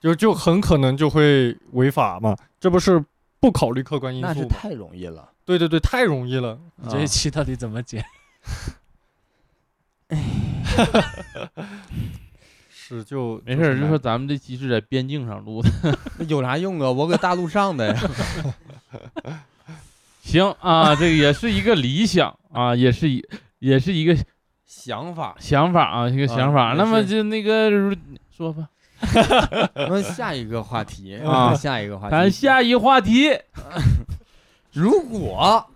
Speaker 4: 就就很可能就会违法嘛，这不是不考虑客观因素吗？
Speaker 1: 容易了。
Speaker 4: 对对对，太容易了。
Speaker 2: 啊
Speaker 5: 你这一期到底怎么剪？
Speaker 4: 是就
Speaker 2: 没事儿，
Speaker 4: 是
Speaker 2: 就
Speaker 4: 难
Speaker 2: 说咱们这期是在边境上录的，
Speaker 1: 那有啥用啊？我搁大陆上的呀。
Speaker 2: 行啊，这个也是一个理想啊，也是一也是一个
Speaker 1: 想法。
Speaker 2: 想法啊，一个想法。
Speaker 1: 啊
Speaker 2: 那么
Speaker 1: 也是
Speaker 2: 就那个如说吧，
Speaker 1: 我们下一个话题
Speaker 2: 啊
Speaker 1: 下一个话
Speaker 2: 咱
Speaker 1: 题。
Speaker 2: 下一话 题，
Speaker 1: 如果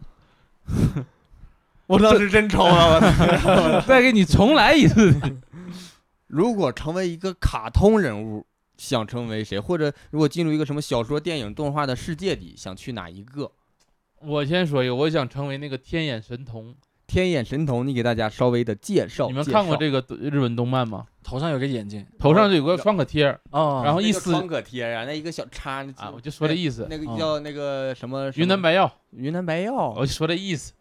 Speaker 1: 我当时真抽
Speaker 4: 啊
Speaker 1: 了，我
Speaker 2: 再给你重来一次。
Speaker 1: 如果成为一个卡通人物，想成为谁？或者如果进入一个什么小说、电影、动画的世界里，想去哪一个？
Speaker 2: 我先说一个，我想成为那个天眼神童。
Speaker 1: 天眼神童，你给大家稍微的介绍。
Speaker 2: 你们
Speaker 1: 介
Speaker 2: 看过
Speaker 1: 绍哦
Speaker 2: 这个日本动漫吗？
Speaker 5: 头上有个眼睛
Speaker 2: 头上就有个创可贴儿
Speaker 5: 哦，
Speaker 2: 然后
Speaker 1: 那
Speaker 2: 一
Speaker 1: 个
Speaker 2: 撕
Speaker 1: 创可贴啊，那一个小叉
Speaker 2: 啊，我就说这意思。
Speaker 1: 那个
Speaker 5: 嗯
Speaker 1: 叫那个什么什
Speaker 2: 云南
Speaker 1: 么
Speaker 2: 白药，
Speaker 1: 哦云南白药，
Speaker 2: 我就说这意思。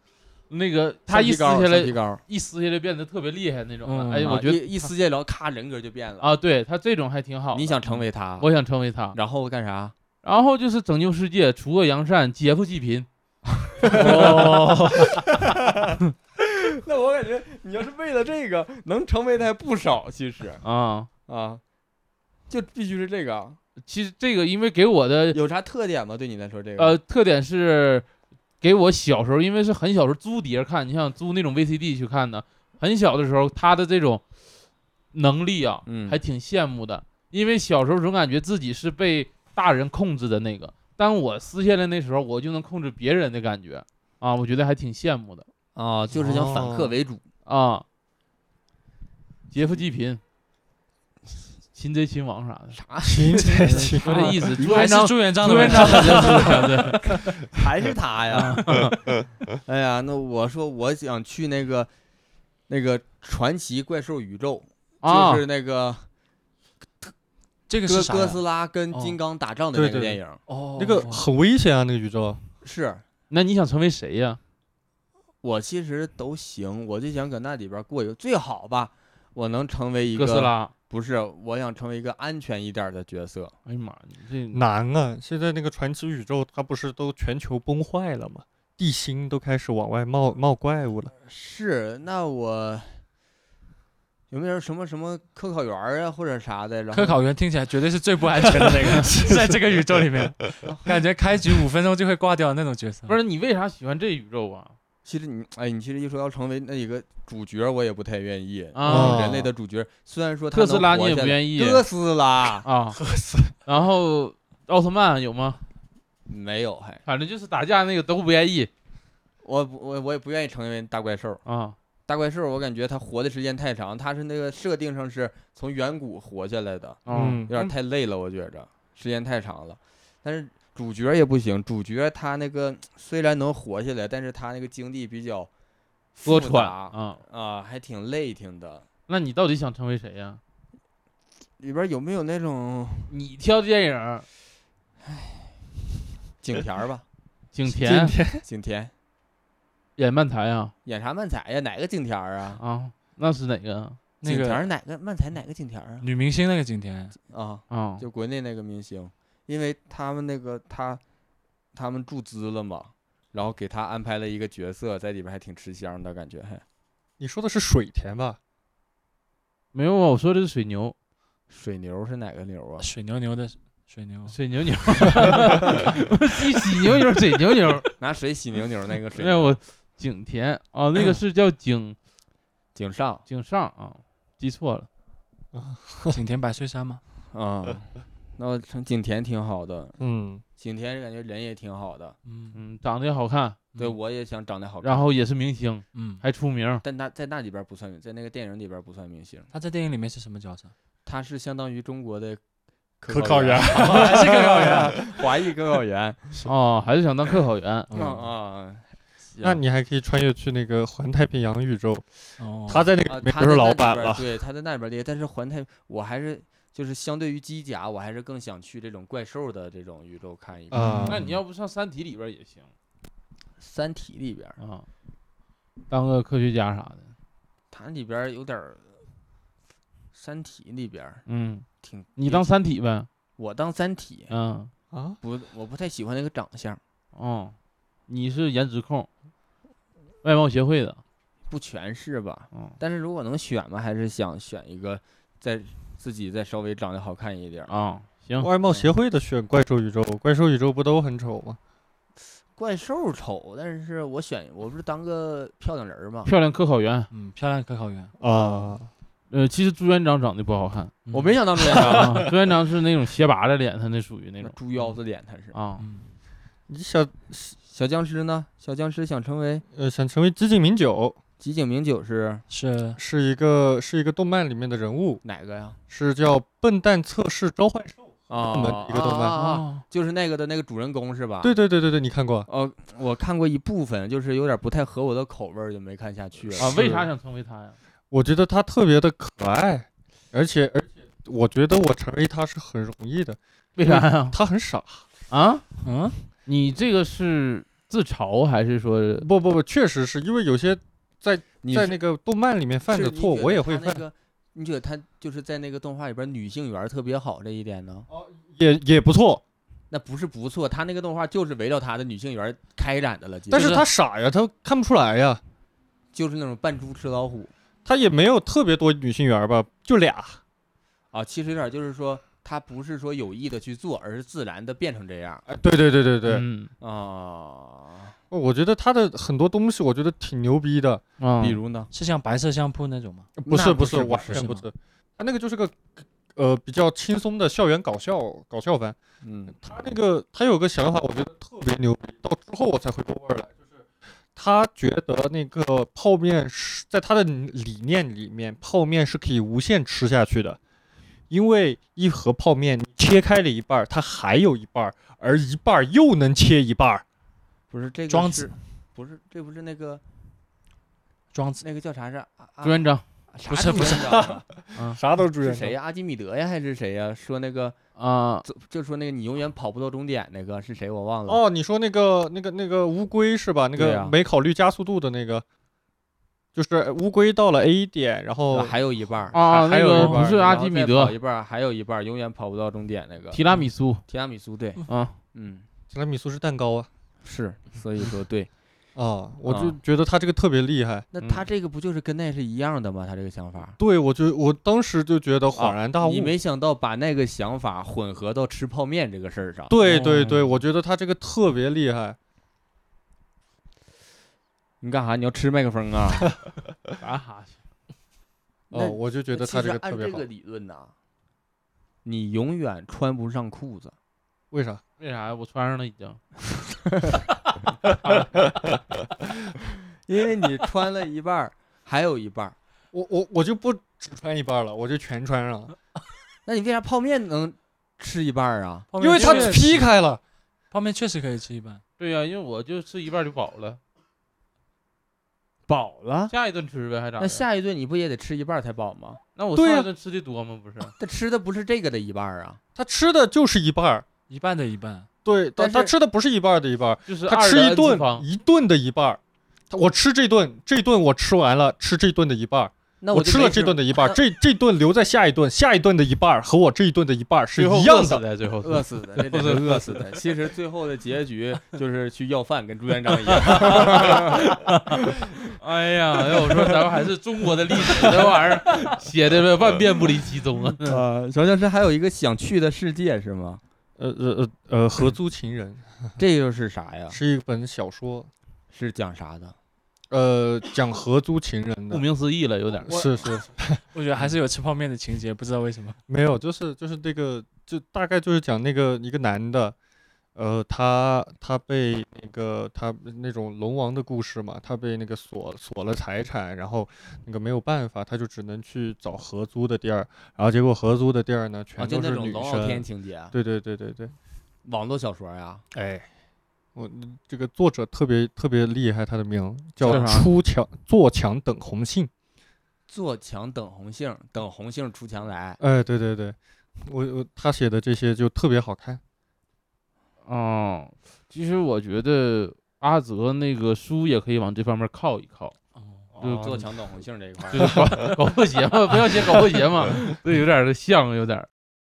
Speaker 2: 那个他
Speaker 1: 橡皮
Speaker 2: 一撕
Speaker 1: 膏
Speaker 2: 下
Speaker 1: 橡皮
Speaker 2: 来，
Speaker 1: 膏，
Speaker 2: 一撕下来变得特别厉害那种
Speaker 5: 嗯
Speaker 2: 的。哎，
Speaker 5: 啊
Speaker 2: 我
Speaker 1: 啊
Speaker 2: 觉得
Speaker 1: 一一撕下来，然后咔人格就变了。
Speaker 2: 啊，对他这种还挺好的。
Speaker 1: 你想成为他，
Speaker 2: 我想成为他，
Speaker 1: 然后干啥？
Speaker 2: 然后就是拯救世界，除恶扬善，劫富济贫。
Speaker 1: 那我感觉你要是为了这个，能成为的还不少，其实
Speaker 2: 啊，
Speaker 1: 啊，就必须是这个啊。
Speaker 2: 其实这个因为给我的
Speaker 1: 有啥特点吗？对你来说，这个
Speaker 2: 呃特点是，给我小时候，因为是很小时候租碟儿看，你像租那种 VCD 去看的，很小的时候他的这种能力啊，
Speaker 1: 嗯
Speaker 2: 还挺羡慕的。因为小时候总感觉自己是被大人控制的那个，当我撕下来那时候，我就能控制别人的感觉啊，我觉得还挺羡慕的
Speaker 1: 啊，就是想反客为主。
Speaker 2: 啊。劫富济贫，擒贼擒王啥的，
Speaker 1: 啥？
Speaker 2: 说这意思。朱
Speaker 5: 还
Speaker 2: 元璋
Speaker 5: 是，朱元璋
Speaker 2: 朱
Speaker 5: 的
Speaker 2: 元
Speaker 5: 问题
Speaker 2: 璋的就是对。
Speaker 1: 还是他呀？哎呀，那我说我想去那个那个传奇怪兽宇宙，
Speaker 2: 啊，
Speaker 1: 就是那个
Speaker 5: 这个
Speaker 1: 哥
Speaker 5: 是啥呀？
Speaker 1: 哥斯拉跟金刚打仗的
Speaker 4: 哦
Speaker 1: 那
Speaker 4: 对
Speaker 1: 个
Speaker 4: 对
Speaker 1: 电影。
Speaker 5: 哦，
Speaker 4: 那个很危险啊，那个宇宙。
Speaker 1: 是
Speaker 2: 那你想成为谁呀？
Speaker 1: 我其实都行，我就想搁那里边过一个最好吧。我能成为一个
Speaker 2: 哥斯拉。
Speaker 1: 不是，我想成为一个安全一点儿的角色。
Speaker 2: 哎呀妈，你这
Speaker 4: 难啊！现在那个传奇宇宙，它不是都全球崩坏了吗？地心都开始往外冒冒怪物了。
Speaker 1: 是，那我有没有什么什么科考员儿啊，或者啥的？然后
Speaker 5: 科考员听起来绝对是最不安全的那 个，在这个宇宙里面，感觉开局五分钟就会挂掉那种角色。
Speaker 2: 不是你为啥喜欢这宇宙啊？
Speaker 1: 其实你，哎，你其实一说要成为那一个主角，我也不太愿意。
Speaker 2: 啊
Speaker 1: 人类的主角，虽然说他
Speaker 2: 特斯
Speaker 1: 能
Speaker 2: 拉
Speaker 1: 活
Speaker 2: 你也
Speaker 1: 下
Speaker 2: 不
Speaker 1: 来
Speaker 2: 愿意
Speaker 1: 哥斯拉
Speaker 2: 啊？ 然后奥特曼有吗？
Speaker 1: 没有，还
Speaker 2: 反正就是打架那个都不愿意
Speaker 1: 我不我我也不愿意成为大怪兽。
Speaker 2: 啊。
Speaker 1: 大怪兽，我感觉他活的时间太长，他是那个设定上是从远古活下来的，
Speaker 2: 嗯，
Speaker 1: 有点太累了，我觉着时间太长了。但是主角也不行，主角他那个虽然能活下来，但是他那个经历比较复
Speaker 2: 多舛
Speaker 1: 杂
Speaker 2: 啊。
Speaker 1: 啊，还挺累挺的。
Speaker 2: 那你到底想成为谁呀？
Speaker 1: 里边有没有那种
Speaker 2: 你挑的电影儿，
Speaker 1: 景甜儿吧？
Speaker 2: 景甜
Speaker 1: 景甜
Speaker 2: 演漫才啊
Speaker 1: 演啥漫才呀？哪个景甜儿啊？
Speaker 2: 啊，那是哪个啊
Speaker 5: 那
Speaker 1: 景甜
Speaker 5: 个
Speaker 1: 儿哪个漫才哪个景甜儿
Speaker 5: 女明星那个景甜，
Speaker 1: 啊？啊，
Speaker 2: 啊？
Speaker 1: 就国内那个明星，因为他们那个他他们注资了嘛，然后给他安排了一个角色，在里边还挺吃香的感觉，还
Speaker 4: 你说的是水田吧？
Speaker 2: 没有啊，我说的是水牛，
Speaker 1: 水牛是哪个牛 啊？
Speaker 5: 水牛牛的哦水牛，
Speaker 1: 哦
Speaker 2: 水牛牛， 喜喜牛牛，水牛牛。
Speaker 1: 拿水洗牛牛那个水
Speaker 2: 哎，
Speaker 1: 牛，
Speaker 2: 我景甜啊，那个是叫景
Speaker 1: 井上
Speaker 2: 景上啊，记错了。
Speaker 5: 景甜白穗衫 吗？
Speaker 1: 啊、
Speaker 5: 嗯
Speaker 1: 那我成景甜挺好的，
Speaker 4: 嗯，
Speaker 1: 景甜感觉人也挺好的，
Speaker 5: 嗯
Speaker 2: 嗯，长得也好看，
Speaker 1: 对
Speaker 5: 嗯
Speaker 1: 我也想长得好看，
Speaker 2: 然后也是明星，
Speaker 5: 嗯，
Speaker 2: 还出名。
Speaker 1: 但他在那里边不算，在那个电影里边不算明星，
Speaker 5: 他在电影里面是什么角色？
Speaker 1: 他是相当于中国的
Speaker 4: 科 考员，
Speaker 1: 啊
Speaker 5: 是个演员。
Speaker 1: 华裔科考员，
Speaker 2: 哦，还是想当科考员。
Speaker 5: 嗯
Speaker 1: 啊啊。
Speaker 4: 嗯那你还可以穿越去那个环太平洋宇宙，
Speaker 5: 哦，
Speaker 4: 他在那
Speaker 1: 啊，
Speaker 4: 个里面
Speaker 1: 他
Speaker 4: 就是
Speaker 1: 在
Speaker 4: 老
Speaker 1: 那
Speaker 4: 板
Speaker 1: 边儿
Speaker 4: 了。
Speaker 1: 对，他在那边儿厉害，但是环太，我还是就是相对于机甲，我还是更想去这种怪兽的这种宇宙看一看。
Speaker 4: 啊
Speaker 2: 那你要不上《三体》里边也行
Speaker 1: 三体里边儿，
Speaker 2: 啊，当个科学家啥的。
Speaker 1: 它里边儿有点儿，三体里边儿
Speaker 2: 嗯，
Speaker 1: 挺
Speaker 2: 你
Speaker 1: 也
Speaker 2: 当《
Speaker 1: 挺
Speaker 2: 三体》呗。
Speaker 1: 我当三体，
Speaker 2: 嗯，
Speaker 4: 啊，
Speaker 1: 不，我不太喜欢那个长相，
Speaker 2: 哦，你是颜值控，外貌协会的。
Speaker 1: 不全是吧？
Speaker 2: 嗯
Speaker 1: 但是如果能选嘛，还是想选一个再自己再稍微长得好看一点儿。
Speaker 2: 啊，行，
Speaker 4: 外貌协会的选怪兽宇宙，怪兽宇宙不都很丑吗？
Speaker 6: 怪兽丑，但是我选我不是当个漂亮人儿嘛，
Speaker 2: 漂亮科考员，
Speaker 5: 嗯，漂亮科考员，
Speaker 4: 啊，
Speaker 2: 呃，其实朱元璋长得不好 看，
Speaker 6: 我
Speaker 5: 嗯
Speaker 6: 没想当面
Speaker 2: 啊、朱元璋是那种斜拔着脸，他那属于那
Speaker 4: 嗯
Speaker 2: 种
Speaker 1: 猪腰子脸他是。
Speaker 2: 啊，
Speaker 5: 嗯，
Speaker 6: 你这小
Speaker 1: 小僵尸呢？小僵尸想成为
Speaker 4: 呃，想成为吉井民久，
Speaker 1: 吉井明久是
Speaker 5: 是
Speaker 4: 是一个是一个动漫里面的人物，
Speaker 1: 哪个呀？
Speaker 4: 是叫《笨蛋测试召唤兽
Speaker 1: 啊
Speaker 4: 这么一个动漫
Speaker 1: 啊
Speaker 4: 哦
Speaker 1: 啊啊
Speaker 2: 啊，
Speaker 1: 就是那个的那个主人公是吧？》。。
Speaker 4: 对对对对对，你看过？啊
Speaker 1: 哦，我看过一部分，就是有点不太合我的口味儿，就没看下去了。
Speaker 2: 啊，为啥想成为他呀？
Speaker 4: 我觉得他特别的可爱，而且而且，我觉得我成为他是很容易的。
Speaker 2: 为啥 呀？
Speaker 4: 他很傻，
Speaker 2: 啊，
Speaker 5: 嗯，
Speaker 2: 你这个是自嘲还是说
Speaker 4: 不不不，确实是因为有些
Speaker 1: 你
Speaker 4: 在
Speaker 1: 是
Speaker 4: 那个动漫里面犯
Speaker 1: 是
Speaker 4: 的
Speaker 1: 你
Speaker 4: 错，
Speaker 1: 觉
Speaker 4: 我
Speaker 1: 得
Speaker 4: 也
Speaker 1: 他
Speaker 4: 会
Speaker 1: 那
Speaker 4: 犯，
Speaker 1: 个，你觉得他就是在那个动画里边女性缘儿特别好这一点呢？
Speaker 4: 也也不错。
Speaker 1: 那不是不错，他那个动画就是围绕他的女性缘儿开展的了，基
Speaker 4: 但
Speaker 1: 本
Speaker 4: 是
Speaker 5: 是
Speaker 4: 他傻呀，他看不出来呀，
Speaker 1: 就是那种扮猪吃老虎
Speaker 4: 他也没有特别多女性缘吧，就俩。
Speaker 1: 啊。其实有点就是说，他不是说有意的去做，而是自然的变成这样
Speaker 4: 哎，对对对对对，
Speaker 2: 嗯
Speaker 1: 啊。
Speaker 4: 哦我觉得他的很多东西，我觉得挺牛逼的。
Speaker 2: 啊，
Speaker 1: 比如呢？
Speaker 5: 是像白色相扑那种吗？
Speaker 4: 不是
Speaker 1: 那不
Speaker 4: 是，
Speaker 1: 是不
Speaker 4: 完
Speaker 1: 是
Speaker 4: 全不
Speaker 5: 吗
Speaker 4: 是，他那个就是个呃比较轻松的校园搞笑搞笑番。
Speaker 1: 嗯
Speaker 4: 他那个他有个想法，我觉得特别牛逼，到之后我才回过味儿来，就是他觉得那个泡面是在他的理念里面，泡面是可以无限吃下去的，因为一盒泡面你切开了一半儿，它还有一半儿，而一半儿又能切一半儿。
Speaker 1: 不是这个
Speaker 5: 庄
Speaker 1: 是
Speaker 5: 子，
Speaker 1: 不是这不是那个
Speaker 5: 庄子，
Speaker 1: 那个叫啥是？啊啊
Speaker 2: 朱元璋
Speaker 1: 啥
Speaker 5: 不是
Speaker 1: 朱
Speaker 5: 不
Speaker 1: 元
Speaker 5: 是
Speaker 1: 璋
Speaker 4: 啥都注
Speaker 1: 是谁呀？阿基米德呀，还是谁呀？说那个
Speaker 2: 啊，
Speaker 1: 就就说那个你永远跑不到终点那个是谁？我忘了。
Speaker 4: 哦，你说那个那个那个乌龟是吧？那
Speaker 1: 嗯对
Speaker 4: 个
Speaker 1: 啊
Speaker 4: 没考虑加速度的那个，就是乌龟到了 A 点，然
Speaker 1: 啊
Speaker 4: 后
Speaker 1: 还有一半
Speaker 4: 哦
Speaker 1: 儿
Speaker 2: 啊
Speaker 1: 还
Speaker 2: 那
Speaker 1: 有
Speaker 2: 个
Speaker 1: 一半儿
Speaker 2: 不是
Speaker 1: 然
Speaker 2: 阿
Speaker 1: 后
Speaker 2: 基
Speaker 1: 再
Speaker 2: 米德
Speaker 1: 跑一半儿还有一半儿永远跑不到终点那个
Speaker 2: 提拉米苏
Speaker 1: 提拉米苏对，
Speaker 2: 啊，
Speaker 1: 嗯
Speaker 4: 提拉米苏是蛋糕啊。
Speaker 1: 是，所以说对，嗯
Speaker 4: 啊，我
Speaker 1: 啊
Speaker 4: 就觉得他这个特别厉害。
Speaker 1: 那他这个不就是跟那是一样的吗？他这个想法。
Speaker 4: 对，我就我当时就觉得
Speaker 1: 啊
Speaker 4: 恍然大悟。
Speaker 1: 你没想到把那个想法混合到吃泡面这个事儿上，
Speaker 4: 对对
Speaker 1: 嗯
Speaker 4: 对，我觉得他这个特别厉害。
Speaker 1: 你干啥？你要吃麦克风啊？
Speaker 2: 打哈欠。
Speaker 1: 那
Speaker 4: 哦，我就觉得
Speaker 1: 其
Speaker 4: 他
Speaker 1: 实
Speaker 4: 这个特
Speaker 1: 按
Speaker 4: 别
Speaker 1: 这
Speaker 4: 好
Speaker 1: 个。理论呐、你永远穿不上裤子。
Speaker 4: 为啥？
Speaker 2: 为啥呀？我穿上了已经。
Speaker 1: 因为你穿了一半儿，还有一半儿。
Speaker 4: 我我我就不只穿一半了，我就全穿上了，
Speaker 1: 那你为啥泡面能吃一半儿啊？
Speaker 5: 泡面
Speaker 4: 因为他
Speaker 5: 确实
Speaker 4: 劈开了。
Speaker 5: 泡面确实可以吃一半，
Speaker 2: 对呀、因为我就吃一半就饱了，
Speaker 1: 饱了，
Speaker 2: 下一顿吃呗，还咋的？
Speaker 1: 那下一顿你不也得吃一半儿才饱吗？
Speaker 2: 那我
Speaker 4: 对呀
Speaker 2: 上一顿吃的多吗？不是，
Speaker 1: 他吃的不是这个的一半儿啊，
Speaker 4: 他吃的就是一半儿，
Speaker 5: 一半的一半，
Speaker 4: 对，他
Speaker 1: 但
Speaker 4: 他
Speaker 1: 是
Speaker 4: 吃的不是一半儿的一半儿，
Speaker 2: 就是
Speaker 4: 他
Speaker 2: 二
Speaker 4: 吃
Speaker 2: 的
Speaker 4: 一
Speaker 2: n 次
Speaker 4: 顿
Speaker 2: 方
Speaker 4: 一顿的一半儿。他我吃这顿，这顿我吃完了，吃这顿的一半儿。
Speaker 1: 那
Speaker 4: 我
Speaker 1: 就
Speaker 4: 吃
Speaker 1: 没
Speaker 4: 了这顿的一半儿，
Speaker 1: 那
Speaker 4: 这这顿留在下一顿，下一顿的一半儿和我这一顿的一半儿是
Speaker 2: 最后
Speaker 4: 一
Speaker 2: 饿
Speaker 4: 样
Speaker 2: 死
Speaker 4: 的。
Speaker 2: 的，最 后
Speaker 1: 饿
Speaker 2: 饿
Speaker 1: 死的，那得是饿死 的。其实最后的结局就是去要饭，跟朱元璋一 样。嗯
Speaker 2: 哎呀，要我说咱们还是中国的历史这玩意儿写的万变不离其宗啊。
Speaker 1: 呃，小僵尸还有一个想去的世界是吗？
Speaker 4: 呃呃呃呃，合租情人
Speaker 1: 这又是啥呀？
Speaker 4: 是一本小说，
Speaker 1: 是讲啥的？
Speaker 4: 呃，讲合租情人
Speaker 2: 顾
Speaker 4: 的，
Speaker 2: 名思义了，有点儿。
Speaker 4: 是是，
Speaker 5: 我觉得还是有吃泡面的情节，不知道为什么。
Speaker 4: 没有，就是就是那个，就大概就是讲那个一个男的，呃，他他被那个他那种龙王的故事嘛，他被那个锁锁了财产，然后那个没有办法，他就只能去找合租的地儿，然后结果合租的地儿呢，
Speaker 1: 啊，
Speaker 4: 全
Speaker 1: 就
Speaker 4: 都
Speaker 1: 那
Speaker 4: 是
Speaker 1: 种
Speaker 4: 女
Speaker 1: 龙傲天
Speaker 4: 生。
Speaker 1: 情节啊，
Speaker 4: 对对对对对，
Speaker 1: 网络小说呀、
Speaker 4: 哎，我这个作者特别特别厉害，他的名叫
Speaker 2: 叫啥
Speaker 4: 出墙坐墙等红杏。
Speaker 1: 坐墙等红杏，等红杏出墙来。
Speaker 4: 哎，对对对，我我他写的这些就特别好看。
Speaker 2: 哦，其实我觉得阿泽那个书也可以往这方面靠一靠，就
Speaker 1: 坐墙哦等红杏这一块儿，
Speaker 2: 就是 搞搞破鞋嘛，不要写搞破鞋 嘛，对，有点儿像，有点儿。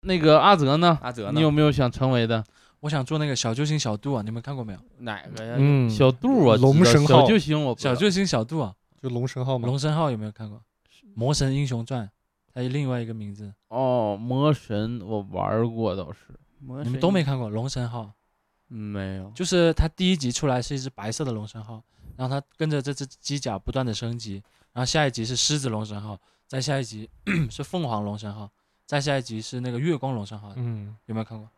Speaker 2: 那个阿泽呢？
Speaker 1: 阿泽呢？
Speaker 2: 你有没有想成为的
Speaker 5: 我想做那个小救星小度啊，你们看过没有？
Speaker 1: 哪个呀？
Speaker 4: 嗯，
Speaker 2: 小度啊？
Speaker 4: 龙
Speaker 2: 知道
Speaker 4: 神
Speaker 2: 小
Speaker 4: 号
Speaker 2: 救星我不知道
Speaker 5: 小救星小度啊，
Speaker 4: 就龙神号吗？
Speaker 5: 龙神号有没有看过？《魔神英雄传》，它另外一个名字，
Speaker 2: 哦，魔神我玩儿过倒是，
Speaker 1: 魔
Speaker 5: 你们
Speaker 1: 神
Speaker 5: 都没
Speaker 1: 一
Speaker 5: 看过《龙神号》
Speaker 1: 没有，
Speaker 5: 就是它第一集出来是一只白色的龙神号，然后它跟着这只机甲不断的升级，然后下一集是狮子龙神号，再下一集 是凤凰龙神号，再下一集是那个月光龙神号，
Speaker 2: 嗯，
Speaker 5: 有没有看过？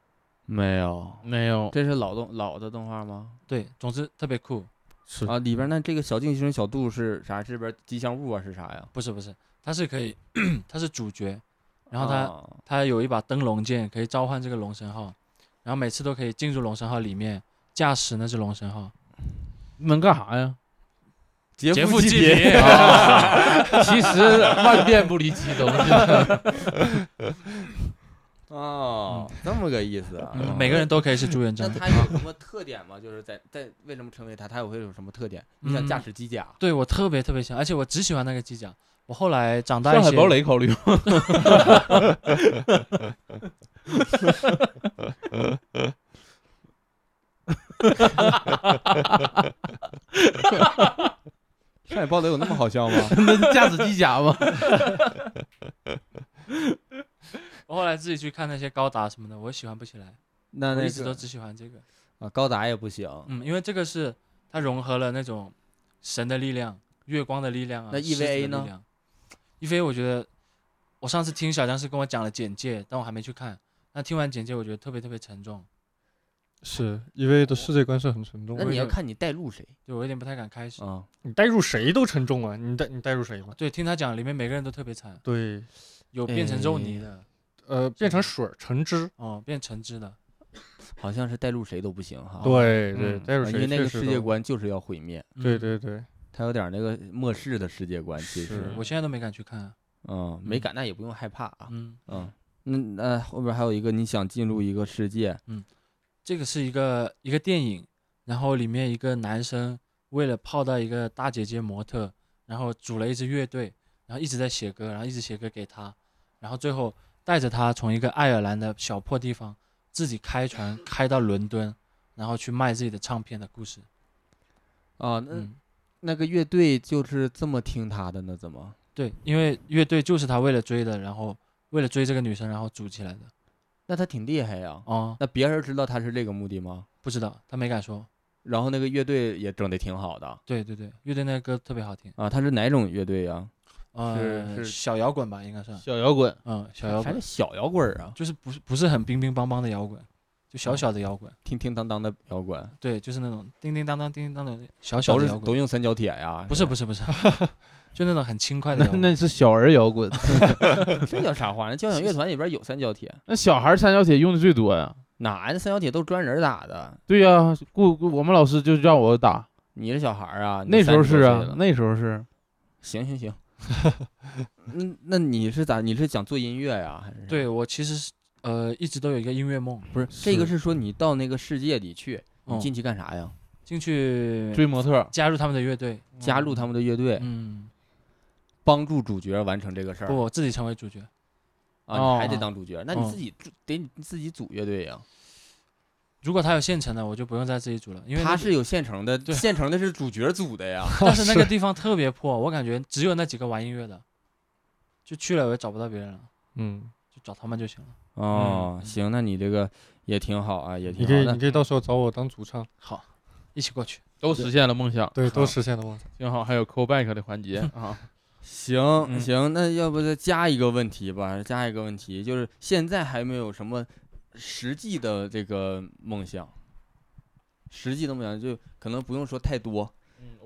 Speaker 1: 没有，
Speaker 2: 没有，
Speaker 1: 这是老动老的动画吗？
Speaker 5: 对，总之特别酷。
Speaker 2: 是
Speaker 1: 啊，里边那这个小径星小度是啥？这边吉祥物啊是啥呀？
Speaker 5: 不是不是，它是可以， 它是主角，然后它、
Speaker 1: 啊
Speaker 5: 它有一把灯笼剑，可以召唤这个龙神号，然后每次都可以进入龙神号里面驾驶那只龙神号。
Speaker 2: 能干啥 呀？
Speaker 1: 劫
Speaker 5: 劫
Speaker 1: 富
Speaker 5: 富济
Speaker 1: 贫，
Speaker 5: 贫，
Speaker 2: 其实万变不离其宗，
Speaker 1: 哦，这么个意思啊。
Speaker 5: 嗯每个人都可以是朱元
Speaker 1: 那
Speaker 5: 璋。
Speaker 1: 他有什么特点吗？就是在在为什么成为他？他有会有什么特点？你想驾
Speaker 5: 嗯
Speaker 1: 驶机甲，
Speaker 5: 对我特别特别喜欢，而且我只喜欢那个机甲。我后来长大
Speaker 2: 上
Speaker 5: 一
Speaker 2: 海
Speaker 5: 些，
Speaker 2: 堡垒考虑吗？
Speaker 1: 上海堡垒有那么好 笑吗？
Speaker 2: 那驾驶机甲吗？
Speaker 5: 我后来自己去看那些高达什么的，我喜欢不起来，
Speaker 1: 那
Speaker 5: 我
Speaker 1: 那
Speaker 5: 一直都
Speaker 1: 个
Speaker 5: 只喜欢这个。
Speaker 1: 啊，高达也不行。
Speaker 5: 嗯，因为这个是它融合了那种神的力量、月光的力量啊。
Speaker 1: 那
Speaker 5: 狮子的
Speaker 1: EVA
Speaker 5: 力
Speaker 1: 呢
Speaker 5: 量？EVA 我觉得，我上次听小僵尸跟我讲了简介，但我还没去看。那听完简介，我觉得特别特别沉重，
Speaker 4: 是因为的世界观是很沉重
Speaker 1: 那
Speaker 4: 的。
Speaker 1: 你要看你带入谁
Speaker 5: 对我有点不太敢开始。
Speaker 1: 啊？
Speaker 4: 你带入谁都沉重啊，你带你带入谁嘛？
Speaker 5: 对，听他讲里面每个人都特别惨，
Speaker 4: 对，
Speaker 5: 有变成肉泥的，
Speaker 4: 呃，变成水儿橙汁，
Speaker 5: 哦，变橙汁的。
Speaker 1: 好像是带入谁都不行哈。
Speaker 4: 对对，
Speaker 5: 嗯
Speaker 4: 带入
Speaker 1: 啊因
Speaker 4: 谁
Speaker 1: 为那个
Speaker 4: 确实
Speaker 1: 世界
Speaker 4: 都，
Speaker 1: 观就是要毁灭，
Speaker 5: 嗯
Speaker 4: 对，对 对，
Speaker 1: 他有点那个末世的世界观，其
Speaker 4: 是
Speaker 1: 实，
Speaker 5: 我现在都没敢去看啊。
Speaker 1: 嗯，没敢，那也不用害怕啊，
Speaker 5: 嗯，
Speaker 1: 嗯，那那后边还有一个，你想进入一个世界，
Speaker 5: 这个是一个一个电影，然后里面一个男生为了泡到一个大姐姐模特，然后组了一支乐队，然后一直在写歌，然后一直写歌给她，然后最后带着她从一个爱尔兰的小破地方自己开船开到伦敦，然后去卖自己的唱片的故事。
Speaker 1: 啊，那
Speaker 5: 嗯，
Speaker 1: 那个乐队就是这么听他的呢？怎么？
Speaker 5: 对，因为乐队就是他为了追的，然后为了追这个女生，然后组起来的。
Speaker 1: 那他挺厉害呀。
Speaker 5: 哦，
Speaker 1: 那别人知道他是这个目的吗？
Speaker 5: 不知道，他没敢说。
Speaker 1: 然后那个乐队也整的挺好的
Speaker 5: 对对对，乐队那个歌特别好听，
Speaker 1: 啊，他是哪种乐队呀？
Speaker 5: 呃，
Speaker 2: 是
Speaker 5: 小摇滚吧，应该算，
Speaker 2: 小摇滚，
Speaker 5: 嗯，小摇
Speaker 1: 还
Speaker 5: 滚
Speaker 1: 是，小摇滚啊，
Speaker 5: 就是不是不是很乒乒乓乓的摇滚，就
Speaker 1: 嗯
Speaker 5: 小小的摇滚，
Speaker 1: 叮叮当当的摇滚，
Speaker 5: 对，就是那种叮叮当当、叮叮当当的小小
Speaker 1: 都
Speaker 5: 的
Speaker 1: 是
Speaker 5: 摇
Speaker 1: 都
Speaker 5: 滚，
Speaker 1: 用三角铁呀？
Speaker 5: 不是不 是不是，就那种很轻快
Speaker 2: 那
Speaker 5: 的摇滚。
Speaker 2: 那是小儿摇 滚，
Speaker 1: 这叫啥话？那交响乐团里边有三角铁，
Speaker 2: 那小孩三角铁用的最多呀。
Speaker 1: 哪来的三角铁都专人打的？
Speaker 2: 对呀、顾顾我们老师就让我打，
Speaker 1: 你是小孩儿啊？你
Speaker 2: 那时
Speaker 1: 30
Speaker 2: 候
Speaker 1: 多
Speaker 2: 是
Speaker 1: 岁
Speaker 2: 啊
Speaker 1: 了，
Speaker 2: 那时候是，
Speaker 1: 行行 行。嗯，那你是咋？你是想做音乐呀？还是
Speaker 5: 对我其实是呃一直都有一个音乐梦，
Speaker 1: 不是这个
Speaker 2: 是
Speaker 1: 是说你到那个世界里去，你
Speaker 5: 嗯
Speaker 1: 进去干啥呀？
Speaker 5: 进去
Speaker 2: 追模特，
Speaker 5: 加入他们的乐队，
Speaker 1: 加入他们的乐队，
Speaker 5: 嗯，
Speaker 1: 帮助主角完成这个事
Speaker 5: 不，
Speaker 1: 儿
Speaker 5: 我自己成为主角，
Speaker 1: 啊，你还得
Speaker 2: 哦
Speaker 1: 当主角，那你
Speaker 5: 哦
Speaker 1: 自己组得你自己组乐队呀。
Speaker 5: 如果他有现成的，我就不用再自己组了，因为
Speaker 1: 他
Speaker 5: 那个
Speaker 1: 是有现成的，
Speaker 5: 对
Speaker 1: 现成的是主角组的呀。
Speaker 5: 但是那个地方特别破，我感觉只有那几个玩音乐的，就去了我也找不到别人了，
Speaker 4: 嗯，
Speaker 5: 就找他们就行了。
Speaker 1: 哦，行，那你这个也挺好啊，也
Speaker 4: 你
Speaker 1: 挺
Speaker 4: 可以
Speaker 1: 好。
Speaker 4: 你
Speaker 1: 那
Speaker 4: 可以到时候找我当主唱，
Speaker 5: 好，一起过去。
Speaker 2: 都实现了梦想，
Speaker 4: 对，
Speaker 2: 好
Speaker 4: 都实现 了梦想。
Speaker 2: 挺好，还有 callback 的环节啊，
Speaker 1: 行行，那要不再加一个问题吧？加一个问题，就是现在还没有什么实际的这个梦想。实际的梦想就可能不用说太多，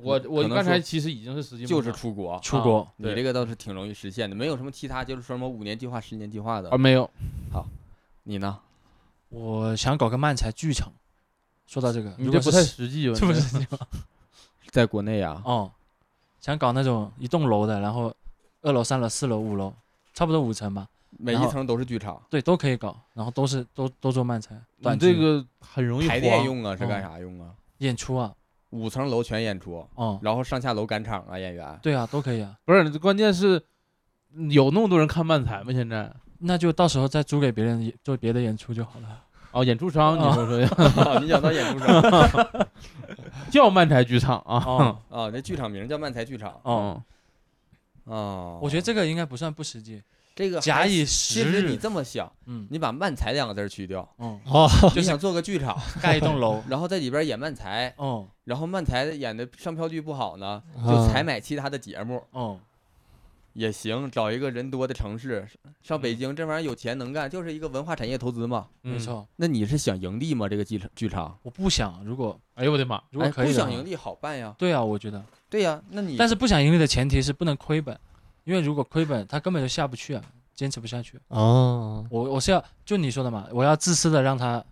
Speaker 2: 我
Speaker 1: 可
Speaker 2: 我
Speaker 1: 能
Speaker 2: 刚才
Speaker 1: 说
Speaker 2: 其实已经是实际
Speaker 1: 就
Speaker 2: 梦
Speaker 1: 是
Speaker 2: 想
Speaker 1: 出国。
Speaker 5: 出国，
Speaker 1: 你
Speaker 2: 对
Speaker 1: 这个倒是挺容易实现的，没有什么其他，就是说什么五年计划、十年计划的。
Speaker 2: 啊，没有，
Speaker 1: 你呢？
Speaker 5: 我想搞个漫才剧场。说到这个，
Speaker 2: 你
Speaker 5: 如
Speaker 2: 这
Speaker 5: 果
Speaker 2: 不
Speaker 5: 是
Speaker 2: 太实际吧？
Speaker 5: 嗯是不
Speaker 2: 你这
Speaker 5: 是
Speaker 1: 在国内啊？
Speaker 5: 哦，想搞那种一栋楼的，然后二楼、三楼、四楼、五楼，差不多五层吧，
Speaker 1: 每
Speaker 5: 然
Speaker 1: 一
Speaker 5: 后
Speaker 1: 层都是剧场，
Speaker 5: 对，都可以搞，然后都是都都做漫才，短
Speaker 2: 你这
Speaker 5: 剧
Speaker 2: 个很容易
Speaker 1: 排练
Speaker 2: 黄
Speaker 1: 用啊，是干
Speaker 5: 哦
Speaker 1: 啥用啊？
Speaker 5: 演出啊，
Speaker 1: 五层楼全演出，
Speaker 5: 哦，
Speaker 1: 然后上下楼赶场啊，演 员。
Speaker 5: 对啊，都可以啊，
Speaker 2: 不是，关键是有那么多人看漫才吗？现在
Speaker 5: 那就到时候再租给别人演做别的演出就好了。
Speaker 2: 哦，演出商，你说说呀，
Speaker 1: 哦你想到演出上
Speaker 2: 叫漫才剧场啊，嗯
Speaker 5: 哦
Speaker 1: 啊？那剧场名叫漫才剧场
Speaker 5: 哦，
Speaker 1: 啊。
Speaker 5: 我觉得这个应该不算不实际，
Speaker 1: 这个
Speaker 5: 假
Speaker 1: 还
Speaker 5: 以
Speaker 1: 其实
Speaker 5: 时日
Speaker 1: 你这么想，
Speaker 5: 嗯
Speaker 1: 你把漫才两个字儿去 掉，
Speaker 5: 嗯，
Speaker 4: 哦，
Speaker 5: 就
Speaker 1: 你
Speaker 5: 是
Speaker 1: 想做个剧场，
Speaker 5: 盖一栋楼，
Speaker 1: 然后在里边演漫才，
Speaker 5: 哦
Speaker 1: 然后漫才演的上票率不好呢，
Speaker 4: 啊
Speaker 1: 就采买其他的节目
Speaker 5: 哦，
Speaker 1: 也行，找一个人多的城市，上
Speaker 5: 嗯
Speaker 1: 北京这玩意儿有钱能干，就是一个文化产业投资嘛。
Speaker 2: 嗯
Speaker 5: 没错，
Speaker 1: 那你是想盈利吗？这个剧场剧场，
Speaker 5: 我不想，如果
Speaker 2: 哎呦我的妈！
Speaker 5: 如果
Speaker 1: 哎
Speaker 5: 可以
Speaker 1: 不
Speaker 5: 的
Speaker 1: 想
Speaker 5: 话
Speaker 1: 盈利好办呀，
Speaker 5: 对啊，我觉得，
Speaker 1: 对呀，那你
Speaker 5: 但是不想盈利的前提是不能亏本，因为如果亏本，他根本就下不去啊，坚持不下去。
Speaker 4: 哦，
Speaker 5: 我我是要就你说的嘛，我要自私的让它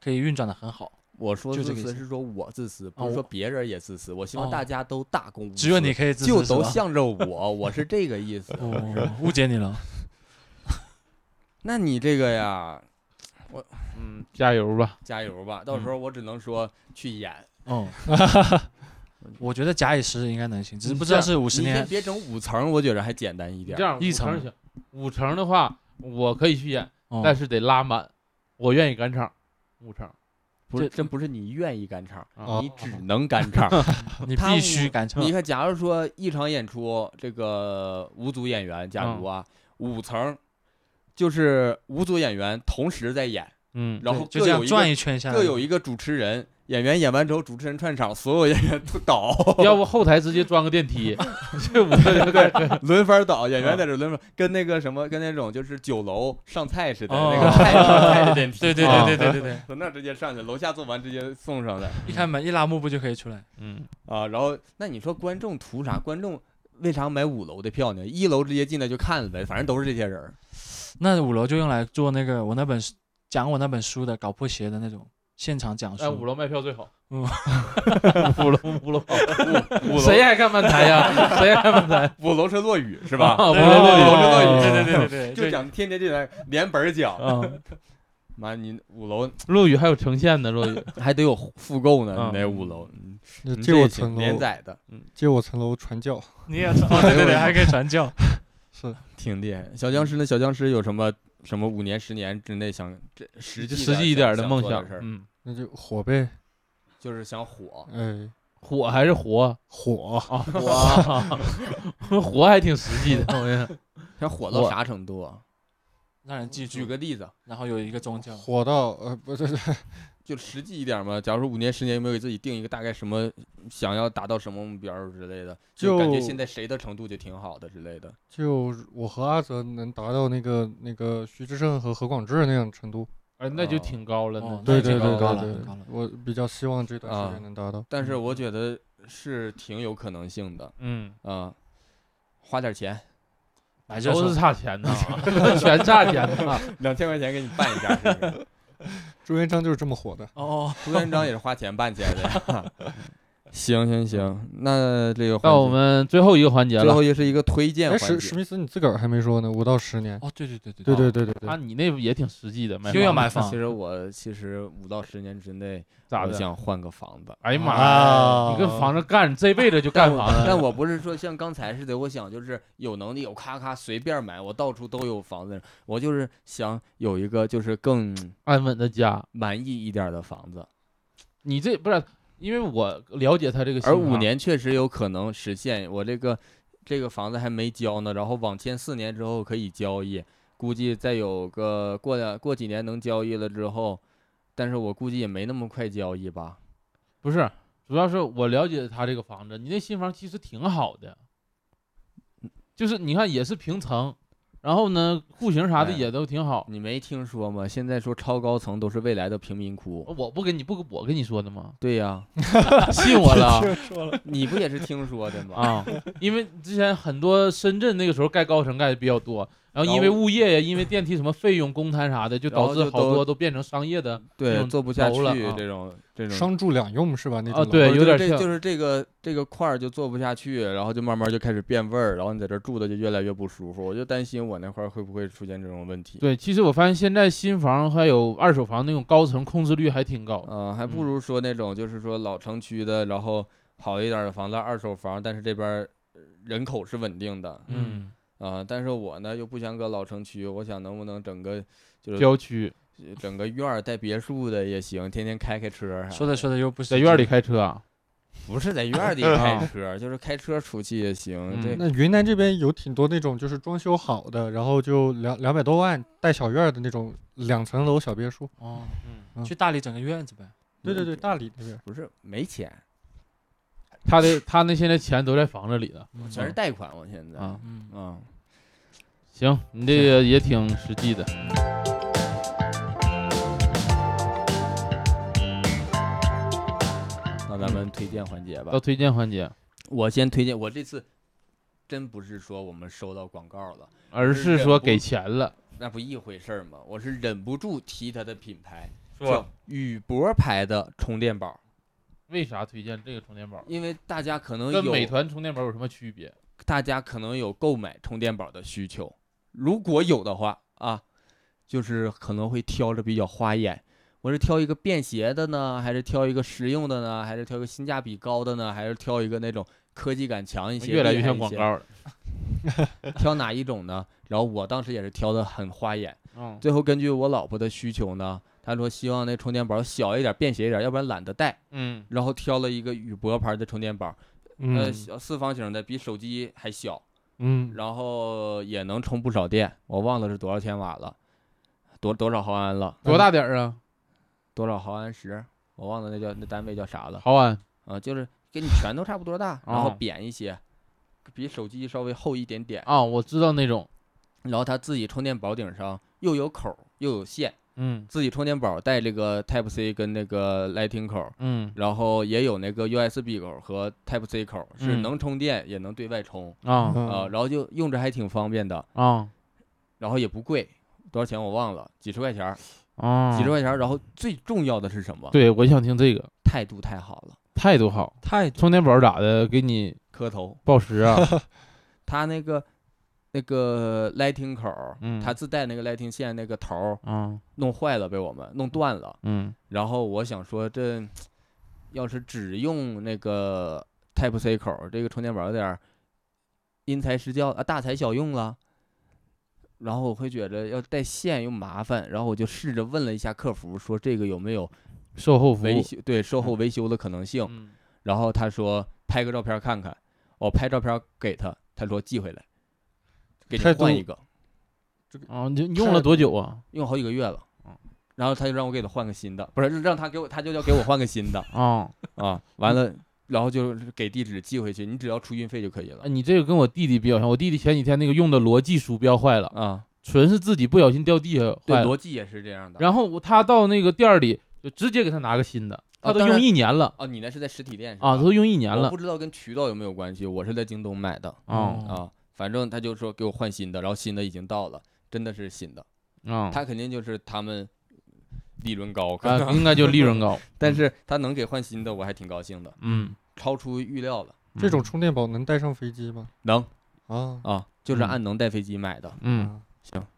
Speaker 5: 可以运转的很好，
Speaker 1: 我说
Speaker 5: 就
Speaker 1: 自
Speaker 5: 这个意
Speaker 1: 私
Speaker 5: 思
Speaker 1: 是说我自私，
Speaker 5: 哦
Speaker 1: 不是说别人也自私。我希望
Speaker 5: 哦
Speaker 1: 大家都大公无私，
Speaker 5: 只有你可以自私，
Speaker 1: 就是都
Speaker 5: 吧
Speaker 1: 向着 我，我是这个意思。
Speaker 5: 哦，误解你了。
Speaker 1: 那你这个呀，我嗯，
Speaker 2: 加油吧！
Speaker 1: 加油吧！到
Speaker 5: 嗯
Speaker 1: 时候我只能说去演，
Speaker 5: 哦，我觉得假以时日应该能行，只是不知道
Speaker 2: 你这
Speaker 5: 是五十
Speaker 1: 你先
Speaker 5: 年。
Speaker 1: 别整五层，我觉着还简单一
Speaker 2: 你
Speaker 1: 点
Speaker 2: 这。样
Speaker 5: 一
Speaker 2: 五
Speaker 5: 层
Speaker 2: 成行，五成的话我可以去演，
Speaker 5: 哦
Speaker 2: 但是得拉满，我愿意赶场，五成。
Speaker 1: 不是，
Speaker 5: 这哦
Speaker 1: 真不是你愿意赶场，
Speaker 2: 啊
Speaker 1: 你只能赶场。
Speaker 5: 你
Speaker 1: 他
Speaker 5: 必
Speaker 1: 五
Speaker 5: 须赶场
Speaker 1: 你，看，假如说一场演出，这个五组演员，假
Speaker 5: 嗯
Speaker 1: 如啊，五层就是五组演员同时在演，
Speaker 2: 嗯，
Speaker 1: 然
Speaker 5: 对
Speaker 1: 后
Speaker 5: 就
Speaker 1: 各
Speaker 5: 这样
Speaker 1: 有一个
Speaker 5: 转一圈下来，
Speaker 1: 各有一个主持人，演员演完之后，主持人串场，所有演员都倒，
Speaker 2: 要不后台直接装个电梯，这五个人在这
Speaker 1: 轮番倒，演
Speaker 5: 嗯
Speaker 1: 员在这轮番，跟那个什么，跟那种就是酒楼上菜似的，
Speaker 5: 哦
Speaker 1: 那个菜上菜的电梯，
Speaker 5: 对对
Speaker 2: 啊
Speaker 5: 对对对对对，
Speaker 1: 从那儿直接上去，楼下做完直接送上来
Speaker 5: 一开门一拉幕布就可以出来。
Speaker 2: 嗯，
Speaker 1: 啊。然后那你说观众图啥？观众为啥买五楼的票呢？一楼直接进来就看了呗，反正都是这些人儿。
Speaker 5: 那五楼就用来做那个我那本讲我那本书的搞破鞋的那种现场讲
Speaker 2: 哎，五
Speaker 5: 述。
Speaker 2: 楼卖票最好。
Speaker 5: 嗯
Speaker 2: 五楼五楼五楼，谁还看漫才呀？ 谁还看漫才
Speaker 1: 五楼是落雨是
Speaker 2: 是
Speaker 1: 吧？
Speaker 2: 五楼嗯
Speaker 1: 五楼
Speaker 2: 落
Speaker 1: 是落雨，
Speaker 5: 对对对对对，
Speaker 1: 就讲天天就在连本儿讲。
Speaker 5: 嗯，
Speaker 1: 妈，你五 楼
Speaker 2: 雨，落雨还有呈现呢，落雨。
Speaker 1: 还得有复购呢，
Speaker 2: 嗯
Speaker 1: 你那五楼，嗯
Speaker 4: 那
Speaker 1: 你
Speaker 4: 借
Speaker 1: 这
Speaker 4: 我
Speaker 1: 也
Speaker 4: 层
Speaker 1: 行
Speaker 4: 楼，
Speaker 1: 连载的。
Speaker 4: 借我层楼传教。
Speaker 5: 你也哦对对对，还可以传教。
Speaker 1: 挺厉害。小僵尸呢？小僵尸有什么什么五年、十年之内想这实际
Speaker 2: 实际一点的梦
Speaker 1: 想
Speaker 2: 想
Speaker 1: 做事，儿，
Speaker 2: 嗯，
Speaker 4: 那就火呗，。
Speaker 1: 就是想火
Speaker 4: 哎，
Speaker 2: 火还是活，
Speaker 4: 火，
Speaker 1: 火
Speaker 2: 活啊还挺实际的。我呀，
Speaker 1: 想火到
Speaker 2: 火
Speaker 1: 啥程度啊？嗯
Speaker 5: 让人记
Speaker 1: 举
Speaker 5: 住，
Speaker 1: 个例子，
Speaker 5: 然后有一个宗教，
Speaker 4: 火到呃，不是，
Speaker 1: 就实际一点嘛。假如说五年、十年，有没有给自己定一个大概什么想要达到什么目标儿之类的？就感觉
Speaker 4: 就
Speaker 1: 现在谁的程度就挺好的之类的。
Speaker 4: 就我和阿泽能达到那个那个徐志胜和何广智那样的程度。
Speaker 2: 哎，那就
Speaker 1: 哦
Speaker 2: 挺高了
Speaker 5: 哦
Speaker 2: 呢。
Speaker 5: 那
Speaker 4: 对
Speaker 5: 已经
Speaker 4: 对对
Speaker 5: 高
Speaker 4: 对
Speaker 5: 了
Speaker 4: 对
Speaker 5: 高了，
Speaker 4: 我比较希望这段
Speaker 1: 啊
Speaker 4: 时间能达到。
Speaker 1: 但是我觉得是挺有可能性的
Speaker 2: 嗯，
Speaker 1: 啊。花点钱，
Speaker 5: 买这
Speaker 2: 都是
Speaker 5: 说
Speaker 2: 差钱呐， 全差钱呐。
Speaker 1: 两千块钱给你办一下是不 是，
Speaker 4: 朱元璋就是这么火的。
Speaker 5: 哦，
Speaker 1: 朱元璋也是花钱办起来的呀。 行行行，那这个环
Speaker 2: 到
Speaker 1: 节
Speaker 2: 我们最后一个环节
Speaker 1: 最后
Speaker 2: 了，
Speaker 1: 也是一个推荐
Speaker 4: 哎，
Speaker 1: 环
Speaker 4: 史
Speaker 1: 节
Speaker 4: 史。密斯，你自个儿还没说呢，五到十年。
Speaker 5: 哦，对对对对
Speaker 4: 对对对对
Speaker 2: 啊，
Speaker 4: 对，
Speaker 2: 你那也挺实际的，
Speaker 5: 又要
Speaker 2: 房
Speaker 5: 买
Speaker 1: 那
Speaker 5: 房
Speaker 1: 其，实我其实五到十年之内，
Speaker 2: 咋
Speaker 1: 我
Speaker 2: 的？
Speaker 1: 想换个房子。
Speaker 2: 哎呀妈
Speaker 4: 啊
Speaker 2: 呀！你跟房子干，这辈子就干
Speaker 1: 但我
Speaker 2: 房子。
Speaker 1: 但我不是说像刚才似的，我想就是有能力，我咔咔随便买，我到处都有房子。我就是想有一个就是更
Speaker 2: 安稳的家，
Speaker 1: 满意一点的房子，
Speaker 2: 你这不是因为我了解他这个心
Speaker 1: 而
Speaker 2: 肠，
Speaker 1: 五年确实有可能实现。我这个这个房子还没交呢，然后往前四年之后可以交易，估计再有个过两过几年能交易了之后，但是我估计也没那么快交易吧。
Speaker 2: 不是，主要是我了解他这个房子，你那新房其实挺好的，就是你看也是平层，然后呢户型啥的
Speaker 1: 哎
Speaker 2: 也都挺好。
Speaker 1: 你没听说吗？现在说超高层都是未来的贫民窟。
Speaker 2: 我不跟你不我跟你说的吗？
Speaker 1: 对呀、
Speaker 2: 信 我了
Speaker 1: 你不也是听说的吗？
Speaker 2: 啊，因为之前很多深圳那个时候盖高层盖的比较多，然后因为
Speaker 1: 然后
Speaker 2: 物业呀，因为电梯什么费用、公摊啥的，就
Speaker 1: 然后
Speaker 2: 导致
Speaker 1: 就
Speaker 2: 好
Speaker 1: 都
Speaker 2: 多都变成商业的。那
Speaker 1: 对，
Speaker 2: 种
Speaker 1: 做不下去
Speaker 2: 楼了啊
Speaker 1: 这种这种。
Speaker 4: 商住两用是吧？那种
Speaker 2: 啊
Speaker 4: 楼
Speaker 2: 对
Speaker 1: 不是
Speaker 2: 有点
Speaker 1: 就是这
Speaker 2: 像
Speaker 1: 就是这个这个块儿就做不下去，然后就慢慢就开始变味儿，然后你在这儿住的就越来越不舒服。我就担心我那块儿会不会出现这种问题。
Speaker 2: 对，其实我发现现在新房还有二手房那种高层空置率还挺高的。
Speaker 1: 嗯、还不如说那种就是说老城区的，然后好一点儿的房子，二手房，但是这边儿呃人口是稳定的
Speaker 2: 嗯，
Speaker 1: 啊、但是我呢又不想搁老城区，我想能不能整个就是
Speaker 2: 嗯郊区
Speaker 1: 整个院儿带别墅的也行，天天开开车啥的。
Speaker 5: 说着说着又不是
Speaker 2: 在院里开车啊，
Speaker 1: 不是在院儿里开车，就是开车出去也行。
Speaker 7: 嗯
Speaker 1: 这
Speaker 4: 那云南这边有挺多那种就是装修好的，然后就两两百多万带小院儿的那种两层楼小别墅。
Speaker 5: 哦，
Speaker 4: 嗯
Speaker 5: 去大理整个院子呗。
Speaker 4: 对对对，大理那边。
Speaker 1: 不是没钱，
Speaker 2: 他的他那现在钱都在房子里了
Speaker 5: 嗯
Speaker 1: 全是贷款。我现在
Speaker 2: 啊。
Speaker 5: 嗯，
Speaker 1: 啊，
Speaker 2: 行，你这个也挺实际的。
Speaker 1: 那咱们推荐环节吧
Speaker 2: 到。推荐环节，
Speaker 1: 我先推荐，我这次真不是说我们收到广告了，
Speaker 2: 而是说给钱了，
Speaker 1: 那不一回事儿吗？我是忍不住提它的品牌，叫宇舶牌的充电宝，
Speaker 2: 为啥推荐这个充电宝？
Speaker 1: 因为大家可能
Speaker 2: 跟
Speaker 1: 有
Speaker 2: 美团充电宝有什么区别？
Speaker 1: 大家可能有购买充电宝的需求，如果有的话啊，就是可能会挑着比较花眼。我是挑一个便携的呢，还是挑一个实用的呢，还是挑一个性价比高的呢，还是挑一个那种科技感强一些？
Speaker 2: 越来
Speaker 1: 厉
Speaker 2: 越
Speaker 1: 害
Speaker 2: 像
Speaker 1: 一
Speaker 2: 广
Speaker 1: 些
Speaker 2: 告，了。
Speaker 1: 挑哪一种呢？然后我当时也是挑的很花眼，
Speaker 2: 嗯，
Speaker 1: 最后根据我老婆的需求呢，她说希望那充电宝小一点、便携一点，要不然懒得带。
Speaker 2: 嗯，
Speaker 1: 然后挑了一个宇舶牌的充电宝，呃，
Speaker 4: 嗯
Speaker 1: 小四方形的，比手机还小，
Speaker 4: 嗯，
Speaker 1: 然后也能充不少电，我忘了是多少千瓦了，多多少毫安了，
Speaker 2: 多大点儿啊？
Speaker 1: 多少毫安时，我忘了那叫那单位叫啥了
Speaker 2: 毫安，
Speaker 1: 啊，就是跟你拳头差不多大，然后
Speaker 2: 哦
Speaker 1: 扁一些，比手机稍微厚一点点，
Speaker 2: 啊，我知道那种，
Speaker 1: 然后它自己充电宝顶上又有口儿又有线，
Speaker 2: 嗯
Speaker 1: 自己充电宝带这个 Type C 跟那个 Lightning 口儿，
Speaker 2: 嗯
Speaker 1: 然后也有那个 USB 口儿和 Type C 口儿，是
Speaker 2: 嗯
Speaker 1: 能充电也能对外充
Speaker 2: 啊
Speaker 1: 啊、
Speaker 4: 啊
Speaker 1: 然后就用着还挺方便的，
Speaker 2: 啊
Speaker 1: 然后也不贵，多少钱我忘了，几十块钱儿，
Speaker 2: 啊！
Speaker 1: 几十块钱儿。然后最重要的是什么？
Speaker 2: 对，我想听这个，
Speaker 1: 态度太好了，
Speaker 2: 态度好，
Speaker 5: 态度
Speaker 2: 充电宝咋的？给你
Speaker 1: 磕头。
Speaker 2: 报时啊？
Speaker 1: 他那个那个 Lightning 口儿，
Speaker 2: 嗯
Speaker 1: 他自带那个 Lightning 线那个头儿
Speaker 2: 啊
Speaker 1: 弄坏了，被我们弄断了。
Speaker 2: 嗯
Speaker 1: 然后我想说这，要是只用那个 Type C 口儿，这个充电宝有点儿因材施教啊，大材小用了。然后我会觉得要带线又麻烦，然后我就试着问了一下客服，说这个有没有
Speaker 2: 售后服
Speaker 1: 维
Speaker 2: 务，
Speaker 1: 修对售后维修的可能性。
Speaker 2: 嗯
Speaker 1: 然后他说拍个照片看看，我拍照片给他，他说寄回来，给你
Speaker 4: 态度
Speaker 1: 换一个，
Speaker 2: 啊，你你用了多久啊？
Speaker 1: 用好几个月了
Speaker 2: 嗯。
Speaker 1: 然后他就让我给他换个新的，不是让他给我，他就要给我换个新的。
Speaker 2: 啊，
Speaker 1: 啊，完了，然后就是给地址寄回去，你只要出运费就可以了
Speaker 2: 哎你这个跟我弟弟比较像，我弟弟前几天那个用的罗技鼠标坏了，
Speaker 1: 啊。
Speaker 2: 纯是自己不小心掉地下
Speaker 1: 对，
Speaker 2: 哎坏了，
Speaker 1: 逻辑也是这样的。
Speaker 2: 然后我他到那个店儿里就直接给他拿个新的，他都
Speaker 1: 当
Speaker 2: 用
Speaker 1: 然
Speaker 2: 一年了
Speaker 1: 哦，你那是在实体店是吧
Speaker 2: 啊，都用一年
Speaker 1: 我
Speaker 2: 了
Speaker 1: 不知道跟渠道有没有关系，我是在京东买的
Speaker 5: 哦
Speaker 2: 啊
Speaker 1: 啊。反正他就说给我换新的，然后新的已经到了，真的是新的。
Speaker 2: 啊，
Speaker 1: 他肯定就是他们利润高，可
Speaker 2: 啊
Speaker 1: 能，
Speaker 2: 应该就利润高，
Speaker 1: 但是他能给换新的，我还挺高兴的，
Speaker 2: 嗯，
Speaker 1: 超出预料了。
Speaker 4: 这种充电宝能带上飞机吗？
Speaker 1: 能
Speaker 4: 啊，
Speaker 1: 啊，就是
Speaker 2: 嗯
Speaker 1: 按能带飞机买的。
Speaker 2: 嗯。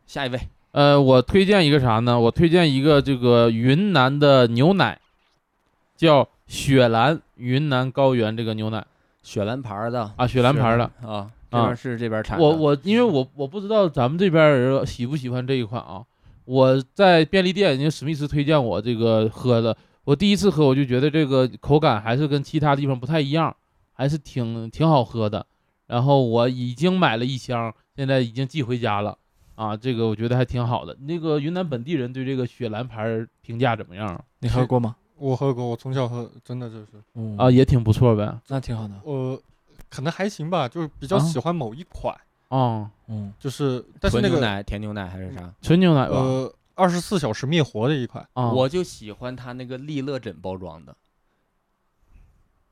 Speaker 1: 下一位，
Speaker 2: 呃，我推荐一个啥呢？我推荐一个这个云南的牛奶，叫雪兰云南高原这个牛奶
Speaker 1: 雪兰牌儿的
Speaker 2: 啊，雪兰牌的。
Speaker 1: 啊，这边是这边产的。
Speaker 2: 我我因为我我不知道咱们这边人喜不喜欢这一款啊。我在便利店，因为史密斯推荐我这个喝的，我第一次喝我就觉得这个口感还是跟其他地方不太一样，还是挺挺好喝的。然后我已经买了一箱，现在已经寄回家了。啊，这个我觉得还挺好的。那个云南本地人对这个雪兰牌儿评价怎么样啊
Speaker 5: 你喝过吗？
Speaker 4: 我喝过，我从小喝，真的就是，
Speaker 5: 嗯
Speaker 2: 啊？，也挺不错呗。
Speaker 5: 那挺好的。
Speaker 4: 呃，可能还行吧，就是比较
Speaker 2: 啊
Speaker 4: 喜欢某一款，
Speaker 2: 啊，
Speaker 5: 嗯，
Speaker 4: 就是但是
Speaker 1: 纯
Speaker 4: 那
Speaker 1: 牛
Speaker 4: 个
Speaker 1: 奶、甜牛奶还是啥？
Speaker 2: 纯牛奶吧。
Speaker 4: 呃二十四小时灭活的一款，
Speaker 2: 啊，
Speaker 1: 我就喜欢它那个利乐枕包装的。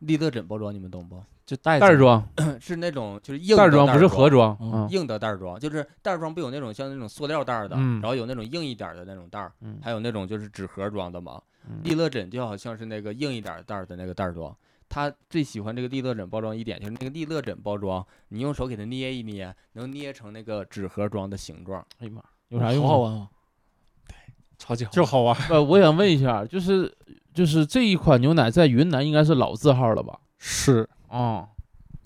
Speaker 1: 利乐枕包装你们懂不？
Speaker 5: 就袋
Speaker 2: 袋儿
Speaker 5: 子
Speaker 2: 装，
Speaker 1: 是那种就是硬的
Speaker 2: 袋
Speaker 1: 袋
Speaker 2: 儿装不是盒
Speaker 1: 装，
Speaker 2: 装
Speaker 5: 嗯
Speaker 2: 啊。
Speaker 1: 硬的袋儿装，就是袋儿装不有那种像那种塑料袋儿的，
Speaker 2: 嗯
Speaker 1: 然后有那种硬一点儿的那种袋儿，
Speaker 2: 嗯
Speaker 1: 还有那种就是纸盒装的嘛。
Speaker 2: 嗯
Speaker 1: 利乐枕就好像是那个硬一点儿袋儿的那个袋儿装。他最喜欢这个利乐枕包装一点就是那个利乐枕包装，你用手给它捏一捏，能捏成那个纸盒装的形状。
Speaker 2: 哎呀妈，有啥用啊？
Speaker 5: 好好玩吗？对，超级好玩。
Speaker 4: 就好玩。
Speaker 2: 呃，我想问一下，就是就是这一款牛奶在云南应该是老字号了吧？
Speaker 4: 是
Speaker 2: 哦，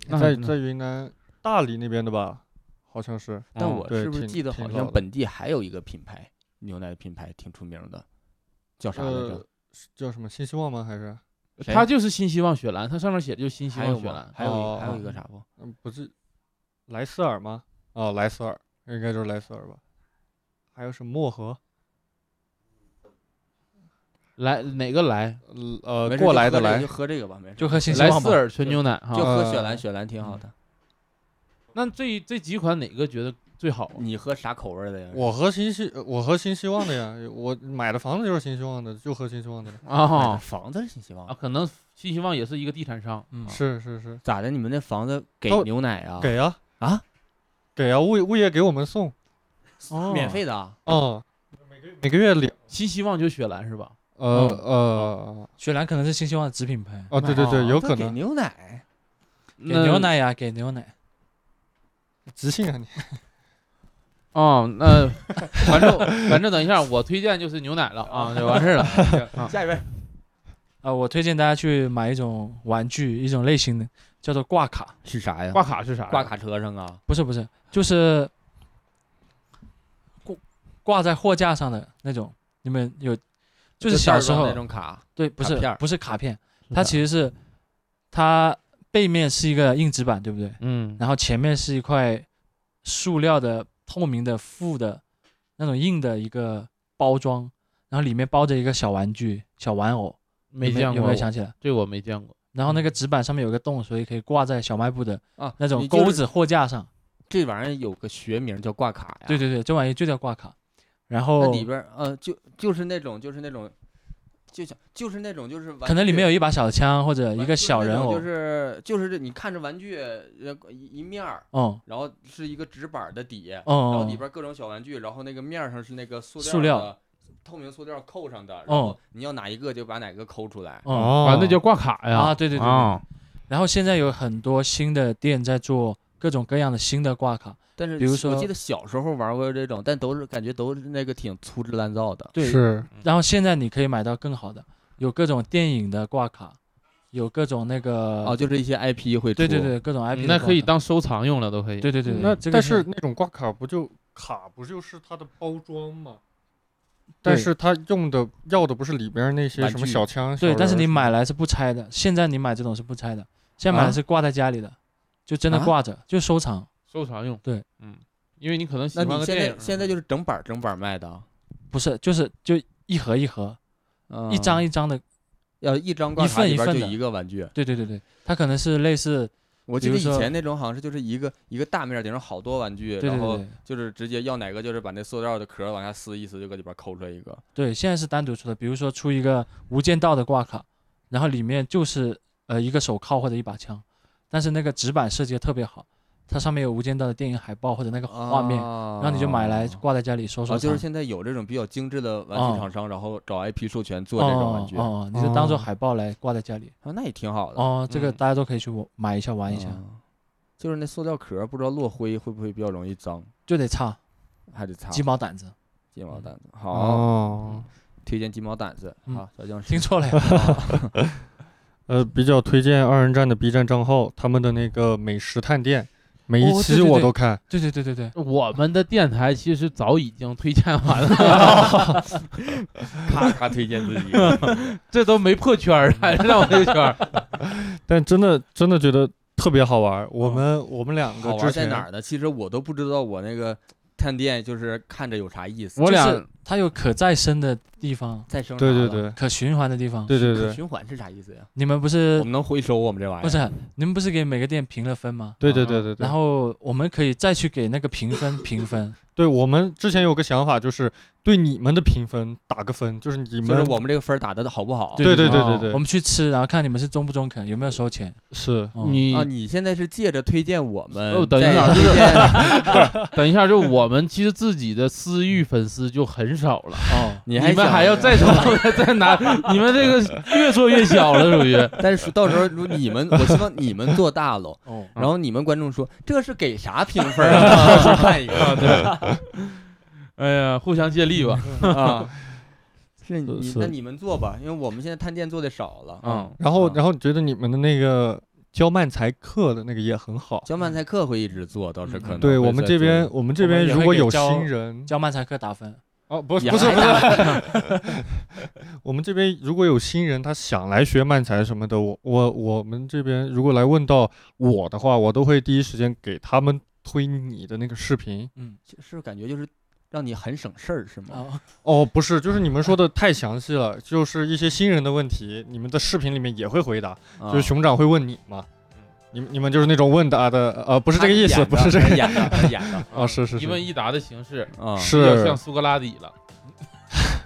Speaker 2: 那
Speaker 4: 在
Speaker 2: 还真的
Speaker 4: 在云南大理那边的吧？好像是，嗯
Speaker 1: 但
Speaker 2: 哦
Speaker 1: 我
Speaker 4: 对
Speaker 1: 是不是
Speaker 4: 挺
Speaker 1: 记得
Speaker 4: 挺
Speaker 1: 好
Speaker 4: 老
Speaker 1: 像
Speaker 4: 的
Speaker 1: 本地还有一个品牌牛奶的品牌挺出名的，叫啥来着
Speaker 4: 呃呃？，是叫什么新希望吗？还是
Speaker 1: 谁
Speaker 2: 他就是新希望雪兰，他上面写的就是新希
Speaker 1: 还
Speaker 2: 望
Speaker 1: 有
Speaker 2: 雪
Speaker 1: 吗
Speaker 2: 兰？。
Speaker 1: 还有一还有一
Speaker 4: 哦
Speaker 1: 个啥不？
Speaker 4: 嗯，不是莱斯尔吗？哦，莱斯尔应该就是莱斯尔吧？还有什么漠河？
Speaker 2: 来哪个来？
Speaker 4: 呃
Speaker 1: 没，事就
Speaker 4: 过来
Speaker 1: 喝
Speaker 4: 的
Speaker 1: 这个
Speaker 4: 来
Speaker 1: 就，喝这个吧，没事。
Speaker 5: 就喝新希
Speaker 2: 莱
Speaker 5: 望
Speaker 2: 斯
Speaker 5: 吧。
Speaker 2: 尔纯牛奶
Speaker 1: 就
Speaker 2: 哈。
Speaker 1: 喝
Speaker 4: 呃
Speaker 1: 雪兰，雪兰挺好的。
Speaker 2: 那这这几款哪个觉得最好啊？
Speaker 1: 你喝啥口味儿的呀？
Speaker 4: 我和新希，呃我和新希望的呀，我买的房子就是新希望的，就喝新希望 的了。
Speaker 1: 买的
Speaker 2: 啊
Speaker 1: 房子是新希望
Speaker 2: 啊，可能新希望也是一个地产商。
Speaker 5: 嗯，
Speaker 4: 是是是，
Speaker 1: 咋的？你们那房子给
Speaker 4: 都
Speaker 1: 牛奶啊？
Speaker 4: 给呀
Speaker 1: 啊，
Speaker 4: 给呀，物业物业给我们送，
Speaker 2: 哦
Speaker 1: 免费的啊？
Speaker 4: 嗯，每个月领，
Speaker 2: 新希望就是雪兰是吧？
Speaker 4: 呃
Speaker 2: 嗯
Speaker 4: 呃，
Speaker 5: 雪兰可能是新希望的子品牌，
Speaker 4: 哦，对对对，
Speaker 1: 啊
Speaker 4: 有
Speaker 1: 他
Speaker 4: 可
Speaker 1: 给
Speaker 4: 能
Speaker 1: 牛奶。
Speaker 5: 给
Speaker 2: 那
Speaker 5: 牛奶呀，给牛奶。
Speaker 4: 直信啊你，
Speaker 2: 哦，那反正反正等一下，我推荐就是牛奶了啊，就完事儿了。
Speaker 1: 下一位，
Speaker 5: 啊，我推荐大家去买一种玩具，一种类型的，叫做挂卡。
Speaker 1: 是啥呀？
Speaker 2: 挂卡是啥？
Speaker 1: 挂。卡车上啊？
Speaker 5: 不是不是，就是挂挂在货架上的那种。你们有，就是
Speaker 1: 袋
Speaker 5: 小
Speaker 1: 儿
Speaker 5: 时
Speaker 1: 装
Speaker 5: 候啊
Speaker 1: 那种卡，
Speaker 5: 对，不
Speaker 1: 卡
Speaker 5: 是
Speaker 1: 片儿
Speaker 5: 不是卡片，
Speaker 1: 是啥
Speaker 5: 它其实是它背面是一个硬纸板，对不对？
Speaker 2: 嗯，
Speaker 5: 然后前面是一块塑料的透明的附的那种硬的一个包装，然后里面包着一个小玩具、小玩偶，
Speaker 2: 没
Speaker 5: 有
Speaker 2: 见过我，
Speaker 5: 有没有想起来？
Speaker 2: 这我没见过。
Speaker 1: 嗯
Speaker 5: 然后那个纸板上面有个洞，所以可以挂在小卖部的
Speaker 1: 啊
Speaker 5: 那种
Speaker 1: 你就是
Speaker 5: 钩子货架上。
Speaker 1: 这玩意儿有个学名叫挂卡呀。
Speaker 5: 对，对对，这玩意就叫挂卡。然
Speaker 1: 那
Speaker 5: 后
Speaker 1: 里边儿呃，就就是那种就是那种，就像就是那种就是玩
Speaker 5: 可能里
Speaker 1: 具
Speaker 5: 面有一把小枪或者
Speaker 1: 玩
Speaker 5: 一个
Speaker 1: 就是
Speaker 5: 小
Speaker 1: 那
Speaker 5: 人
Speaker 1: 种
Speaker 5: 偶
Speaker 1: 就。是就是这你看着玩具呃一一面儿，
Speaker 5: 嗯
Speaker 1: 然后是一个纸板儿的底，然后里
Speaker 5: 嗯，
Speaker 1: 边儿各种小玩具，然后那个面儿上是那个塑料
Speaker 5: 塑料
Speaker 1: 的透明塑料扣上的，然
Speaker 5: 哦
Speaker 1: 后你要哪一个就把哪个抠出来。
Speaker 5: 嗯。
Speaker 2: 啊，那叫挂卡呀。
Speaker 5: 啊对对对
Speaker 4: 哦
Speaker 2: 啊
Speaker 5: 然后现在有很多新的店在做各种各样的新的挂卡。
Speaker 1: 但是
Speaker 5: 比如
Speaker 1: 我
Speaker 5: 说
Speaker 1: 记得小时候玩过这种，但都是感觉都是那个挺粗制滥造的。
Speaker 5: 对，
Speaker 4: 是
Speaker 5: 然后现在你可以买到更好的，有各种电影的挂卡，有各种那个
Speaker 1: 哦，就是一些 IP 会出。
Speaker 5: 对对对，各种 IP
Speaker 2: 嗯
Speaker 5: 的
Speaker 2: 那
Speaker 5: 挂
Speaker 2: 可以
Speaker 5: 卡
Speaker 2: 当收藏用了，都可以。
Speaker 5: 对对对，对
Speaker 4: 那
Speaker 5: 这个
Speaker 4: 但是那种挂卡不就卡不就是它的包装吗？但
Speaker 5: 对
Speaker 4: 是它用的要的不是里边儿那些
Speaker 1: 玩
Speaker 4: 什么
Speaker 1: 具
Speaker 4: 小枪，小
Speaker 5: 对，但
Speaker 4: 人
Speaker 5: 是
Speaker 4: 儿
Speaker 5: 你
Speaker 4: 什么
Speaker 5: 买来是不拆的，现在你买这种是不拆的，现在买
Speaker 1: 啊
Speaker 5: 的是挂在家里的，就真的
Speaker 1: 啊
Speaker 5: 挂着，就收藏。
Speaker 2: 收藏用。
Speaker 5: 对，
Speaker 2: 嗯，因为你可能喜
Speaker 1: 那
Speaker 2: 欢个
Speaker 1: 你现
Speaker 2: 电影
Speaker 1: 在
Speaker 2: 儿。
Speaker 1: 现在就是整板儿整板儿卖的啊，
Speaker 5: 不是，就是就一盒一盒，一张
Speaker 1: 嗯
Speaker 5: 一张的，
Speaker 1: 要一张挂
Speaker 5: 一
Speaker 1: 卡
Speaker 5: 份
Speaker 1: 里
Speaker 5: 一
Speaker 1: 边儿
Speaker 5: 份
Speaker 1: 就
Speaker 5: 的
Speaker 1: 一个玩具。
Speaker 5: 对对对对，它可能是类似，
Speaker 1: 我
Speaker 5: 比
Speaker 1: 记得
Speaker 5: 如
Speaker 1: 以
Speaker 5: 说
Speaker 1: 前那种好像是就是一个一个大面儿顶上好多玩具，
Speaker 5: 对对
Speaker 1: 然
Speaker 5: 对
Speaker 1: 后
Speaker 5: 对
Speaker 1: 就是直接要哪个就是把那塑料的壳儿往下撕一撕，就搁里边儿抠出来一个。
Speaker 5: 对，现在是单独出的，比如说出一个《无间道》的挂卡，然后里面就是呃一个手铐或者一把枪，但是那个纸板设计的特别好，它上面有《无间道》的电影海报或者那个画面，然后你就买来
Speaker 1: 啊
Speaker 5: 挂在家里收收
Speaker 1: 啊，
Speaker 5: 藏。
Speaker 1: 就是现在有这种比较精致的玩具
Speaker 5: 哦
Speaker 1: 厂商，然后找 IP 授权做这种玩
Speaker 5: 哦
Speaker 1: 具，
Speaker 5: 哦哦，你就当做
Speaker 4: 哦
Speaker 5: 海报来挂在家里。
Speaker 1: 啊，那也挺好的。
Speaker 5: 哦，这个
Speaker 2: 嗯
Speaker 5: 大家都可以去我买一下玩一下，
Speaker 1: 嗯就是那塑料壳儿不知道落灰会不会比较容易脏，
Speaker 5: 就得擦
Speaker 1: 还得擦
Speaker 5: 鸡毛掸子。
Speaker 1: 鸡毛掸子。好，
Speaker 4: 哦，
Speaker 1: 推荐鸡毛掸子。
Speaker 5: 嗯
Speaker 1: 好，小僵尸
Speaker 5: 听错了呀，
Speaker 4: 呃，比较推荐二人转的 B 站账号，他们的那个美食探店，每
Speaker 5: 哦
Speaker 4: 一
Speaker 5: 对
Speaker 4: 期
Speaker 5: 对
Speaker 4: 我
Speaker 5: 对
Speaker 4: 都看。
Speaker 5: 对对对对对，
Speaker 2: 我们的电台其实早已经推荐完了，
Speaker 1: 咔咔推荐自己。
Speaker 2: 这都没破圈儿，还是让我这个圈儿。
Speaker 4: 但真的真的觉得特别好玩儿。我们、我们两个
Speaker 1: 好
Speaker 4: 之
Speaker 1: 玩在
Speaker 4: 前
Speaker 1: 哪儿呢？其实我都不知道我那个探店就是看着有啥意思。
Speaker 2: 我
Speaker 5: 就
Speaker 2: 俩
Speaker 5: 是它有可再生的地方，
Speaker 1: 再生
Speaker 4: 对
Speaker 1: 啥
Speaker 4: 对
Speaker 1: 了，
Speaker 4: 对
Speaker 5: 可循环的地方。
Speaker 4: 对对
Speaker 1: 可
Speaker 4: 对
Speaker 1: 循环是啥意思呀？
Speaker 5: 你们不
Speaker 1: 我
Speaker 5: 是
Speaker 1: 们能回收我们这玩意
Speaker 5: 不
Speaker 1: 儿？
Speaker 5: 是你们不是给每个店评了分吗？
Speaker 4: 对对对对对。
Speaker 5: 然后我们可以再去给那个评分评分，
Speaker 4: 对我们之前有个想法，就是对你们的评分打个分，就是你
Speaker 1: 就
Speaker 4: 们
Speaker 1: 是我们这个分儿打的好不好？
Speaker 4: 对
Speaker 2: 对
Speaker 4: 对对
Speaker 2: 对
Speaker 4: 对
Speaker 5: 我
Speaker 4: 对
Speaker 5: 们去吃，然后看你们是中不中肯，有没有收钱。
Speaker 4: 是
Speaker 5: 哦
Speaker 2: 你
Speaker 1: 啊，你现在是借着推荐我们，
Speaker 2: 哦等一
Speaker 1: 再
Speaker 2: 下
Speaker 1: 推荐
Speaker 2: 等一下，就我们其实自己的私域粉丝就很少了，
Speaker 5: 哦，
Speaker 1: 你
Speaker 2: 你
Speaker 1: 还
Speaker 2: 们
Speaker 1: 想
Speaker 2: 还哎要再从再 拿，你们这个越做越小了，属于。
Speaker 1: 但是到时候如你们，我希望你们做大喽。
Speaker 5: 哦，
Speaker 1: 然后你们观众说这是给啥评分儿啊？到时候看一
Speaker 2: 啊，
Speaker 1: 个
Speaker 2: 对。哎呀，互相借力吧。
Speaker 1: 啊。是你
Speaker 4: 是
Speaker 1: 那你们做吧，因为我们现在探店做的少了。
Speaker 2: 嗯，
Speaker 4: 然后
Speaker 1: 啊
Speaker 4: 然后你觉得你们的那个教曼才课的那个也很好。
Speaker 1: 小曼菜课会一直做，倒是可能会再做一
Speaker 4: 对
Speaker 1: 个。
Speaker 4: 我们这边，我们这
Speaker 5: 我们
Speaker 4: 边
Speaker 5: 也
Speaker 4: 如
Speaker 5: 会
Speaker 4: 果
Speaker 5: 给
Speaker 4: 有
Speaker 5: 教
Speaker 4: 新人，
Speaker 5: 教曼才克打分，
Speaker 4: 哦，不是
Speaker 8: 呀
Speaker 4: 不是不是，我们这边如果有新人他想来学慢才什么的，我我我们这边如果来问到我的话，我都会第一时间给他们推你的那个视频。
Speaker 8: 是感觉就是让你很省事儿是吗？
Speaker 5: 啊，
Speaker 4: 哦，不是，就是你们说的太详细了，就是一些新人的问题，你们在视频里面也会回答，
Speaker 8: 啊
Speaker 4: 就是熊掌会问你嘛。你们你们就是那种问答的，呃，不是这个意思，不是这个
Speaker 8: 他演的，他演的
Speaker 4: 啊，是是
Speaker 2: 一
Speaker 4: 是，
Speaker 2: 问一答的形式，
Speaker 8: 啊，
Speaker 2: 比较
Speaker 4: 是
Speaker 2: 像苏格拉底了。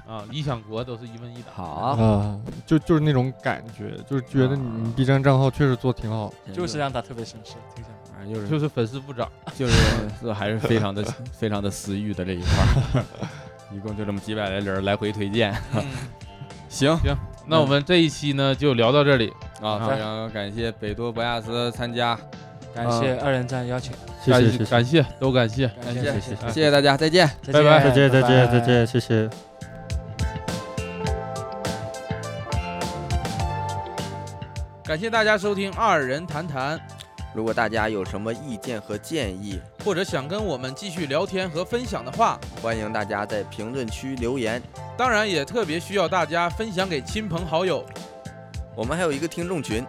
Speaker 2: 啊，理想国都是一问一答。
Speaker 8: 好
Speaker 4: 啊、
Speaker 8: 啊，
Speaker 4: 就就是那种感觉，就是觉得你们 B 站账号确实做挺好。
Speaker 5: 就是
Speaker 4: 啊
Speaker 5: 让他特别省事，听起来
Speaker 8: 反正就是
Speaker 2: 就是粉丝部长，
Speaker 8: 就是这还是非 常的非常的私欲的这一块儿， 一共就这么几百来人儿来回推荐。 行
Speaker 4: 嗯
Speaker 2: 那我们这一期呢就聊到这里，
Speaker 8: 啊，非常感谢北多博亚斯 参加，
Speaker 5: 感谢二人站邀请，
Speaker 4: 谢
Speaker 2: 感
Speaker 4: 谢谢谢，
Speaker 2: 感谢都感谢。
Speaker 5: 感
Speaker 8: 感
Speaker 5: 谢谢
Speaker 8: 谢谢大家，再见。
Speaker 5: 再
Speaker 2: 拜
Speaker 5: 见
Speaker 2: 拜
Speaker 4: 再见再见再
Speaker 5: 拜
Speaker 4: 见，谢谢。
Speaker 2: 感谢大家收听《二人谈谈》，
Speaker 8: 如果大家有什么意见和建议，
Speaker 2: 或者想跟我们继续聊天和分享的话，
Speaker 8: 欢迎大家在评论区留言。
Speaker 2: 当然也特别需要大家分享给亲朋好友。
Speaker 8: 我们还有一个听众群，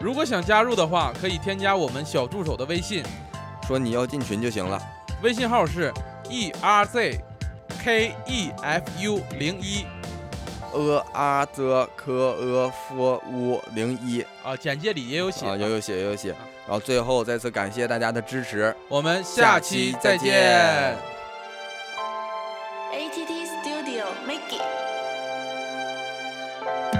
Speaker 2: 如果想加入的话，可以添加我们小助手的微信，
Speaker 8: 说你要进群就行了。
Speaker 2: 微信号是 e r z k e f u 零一
Speaker 8: a r z k e f u 零一
Speaker 2: 啊，简介里也有写。
Speaker 8: 啊，有有写有写。然后最后再次感谢大家的支持。
Speaker 2: 我们
Speaker 8: 下
Speaker 2: 下
Speaker 8: 期
Speaker 2: 期再
Speaker 8: 再见
Speaker 2: 见。
Speaker 3: ATT Studio Make It。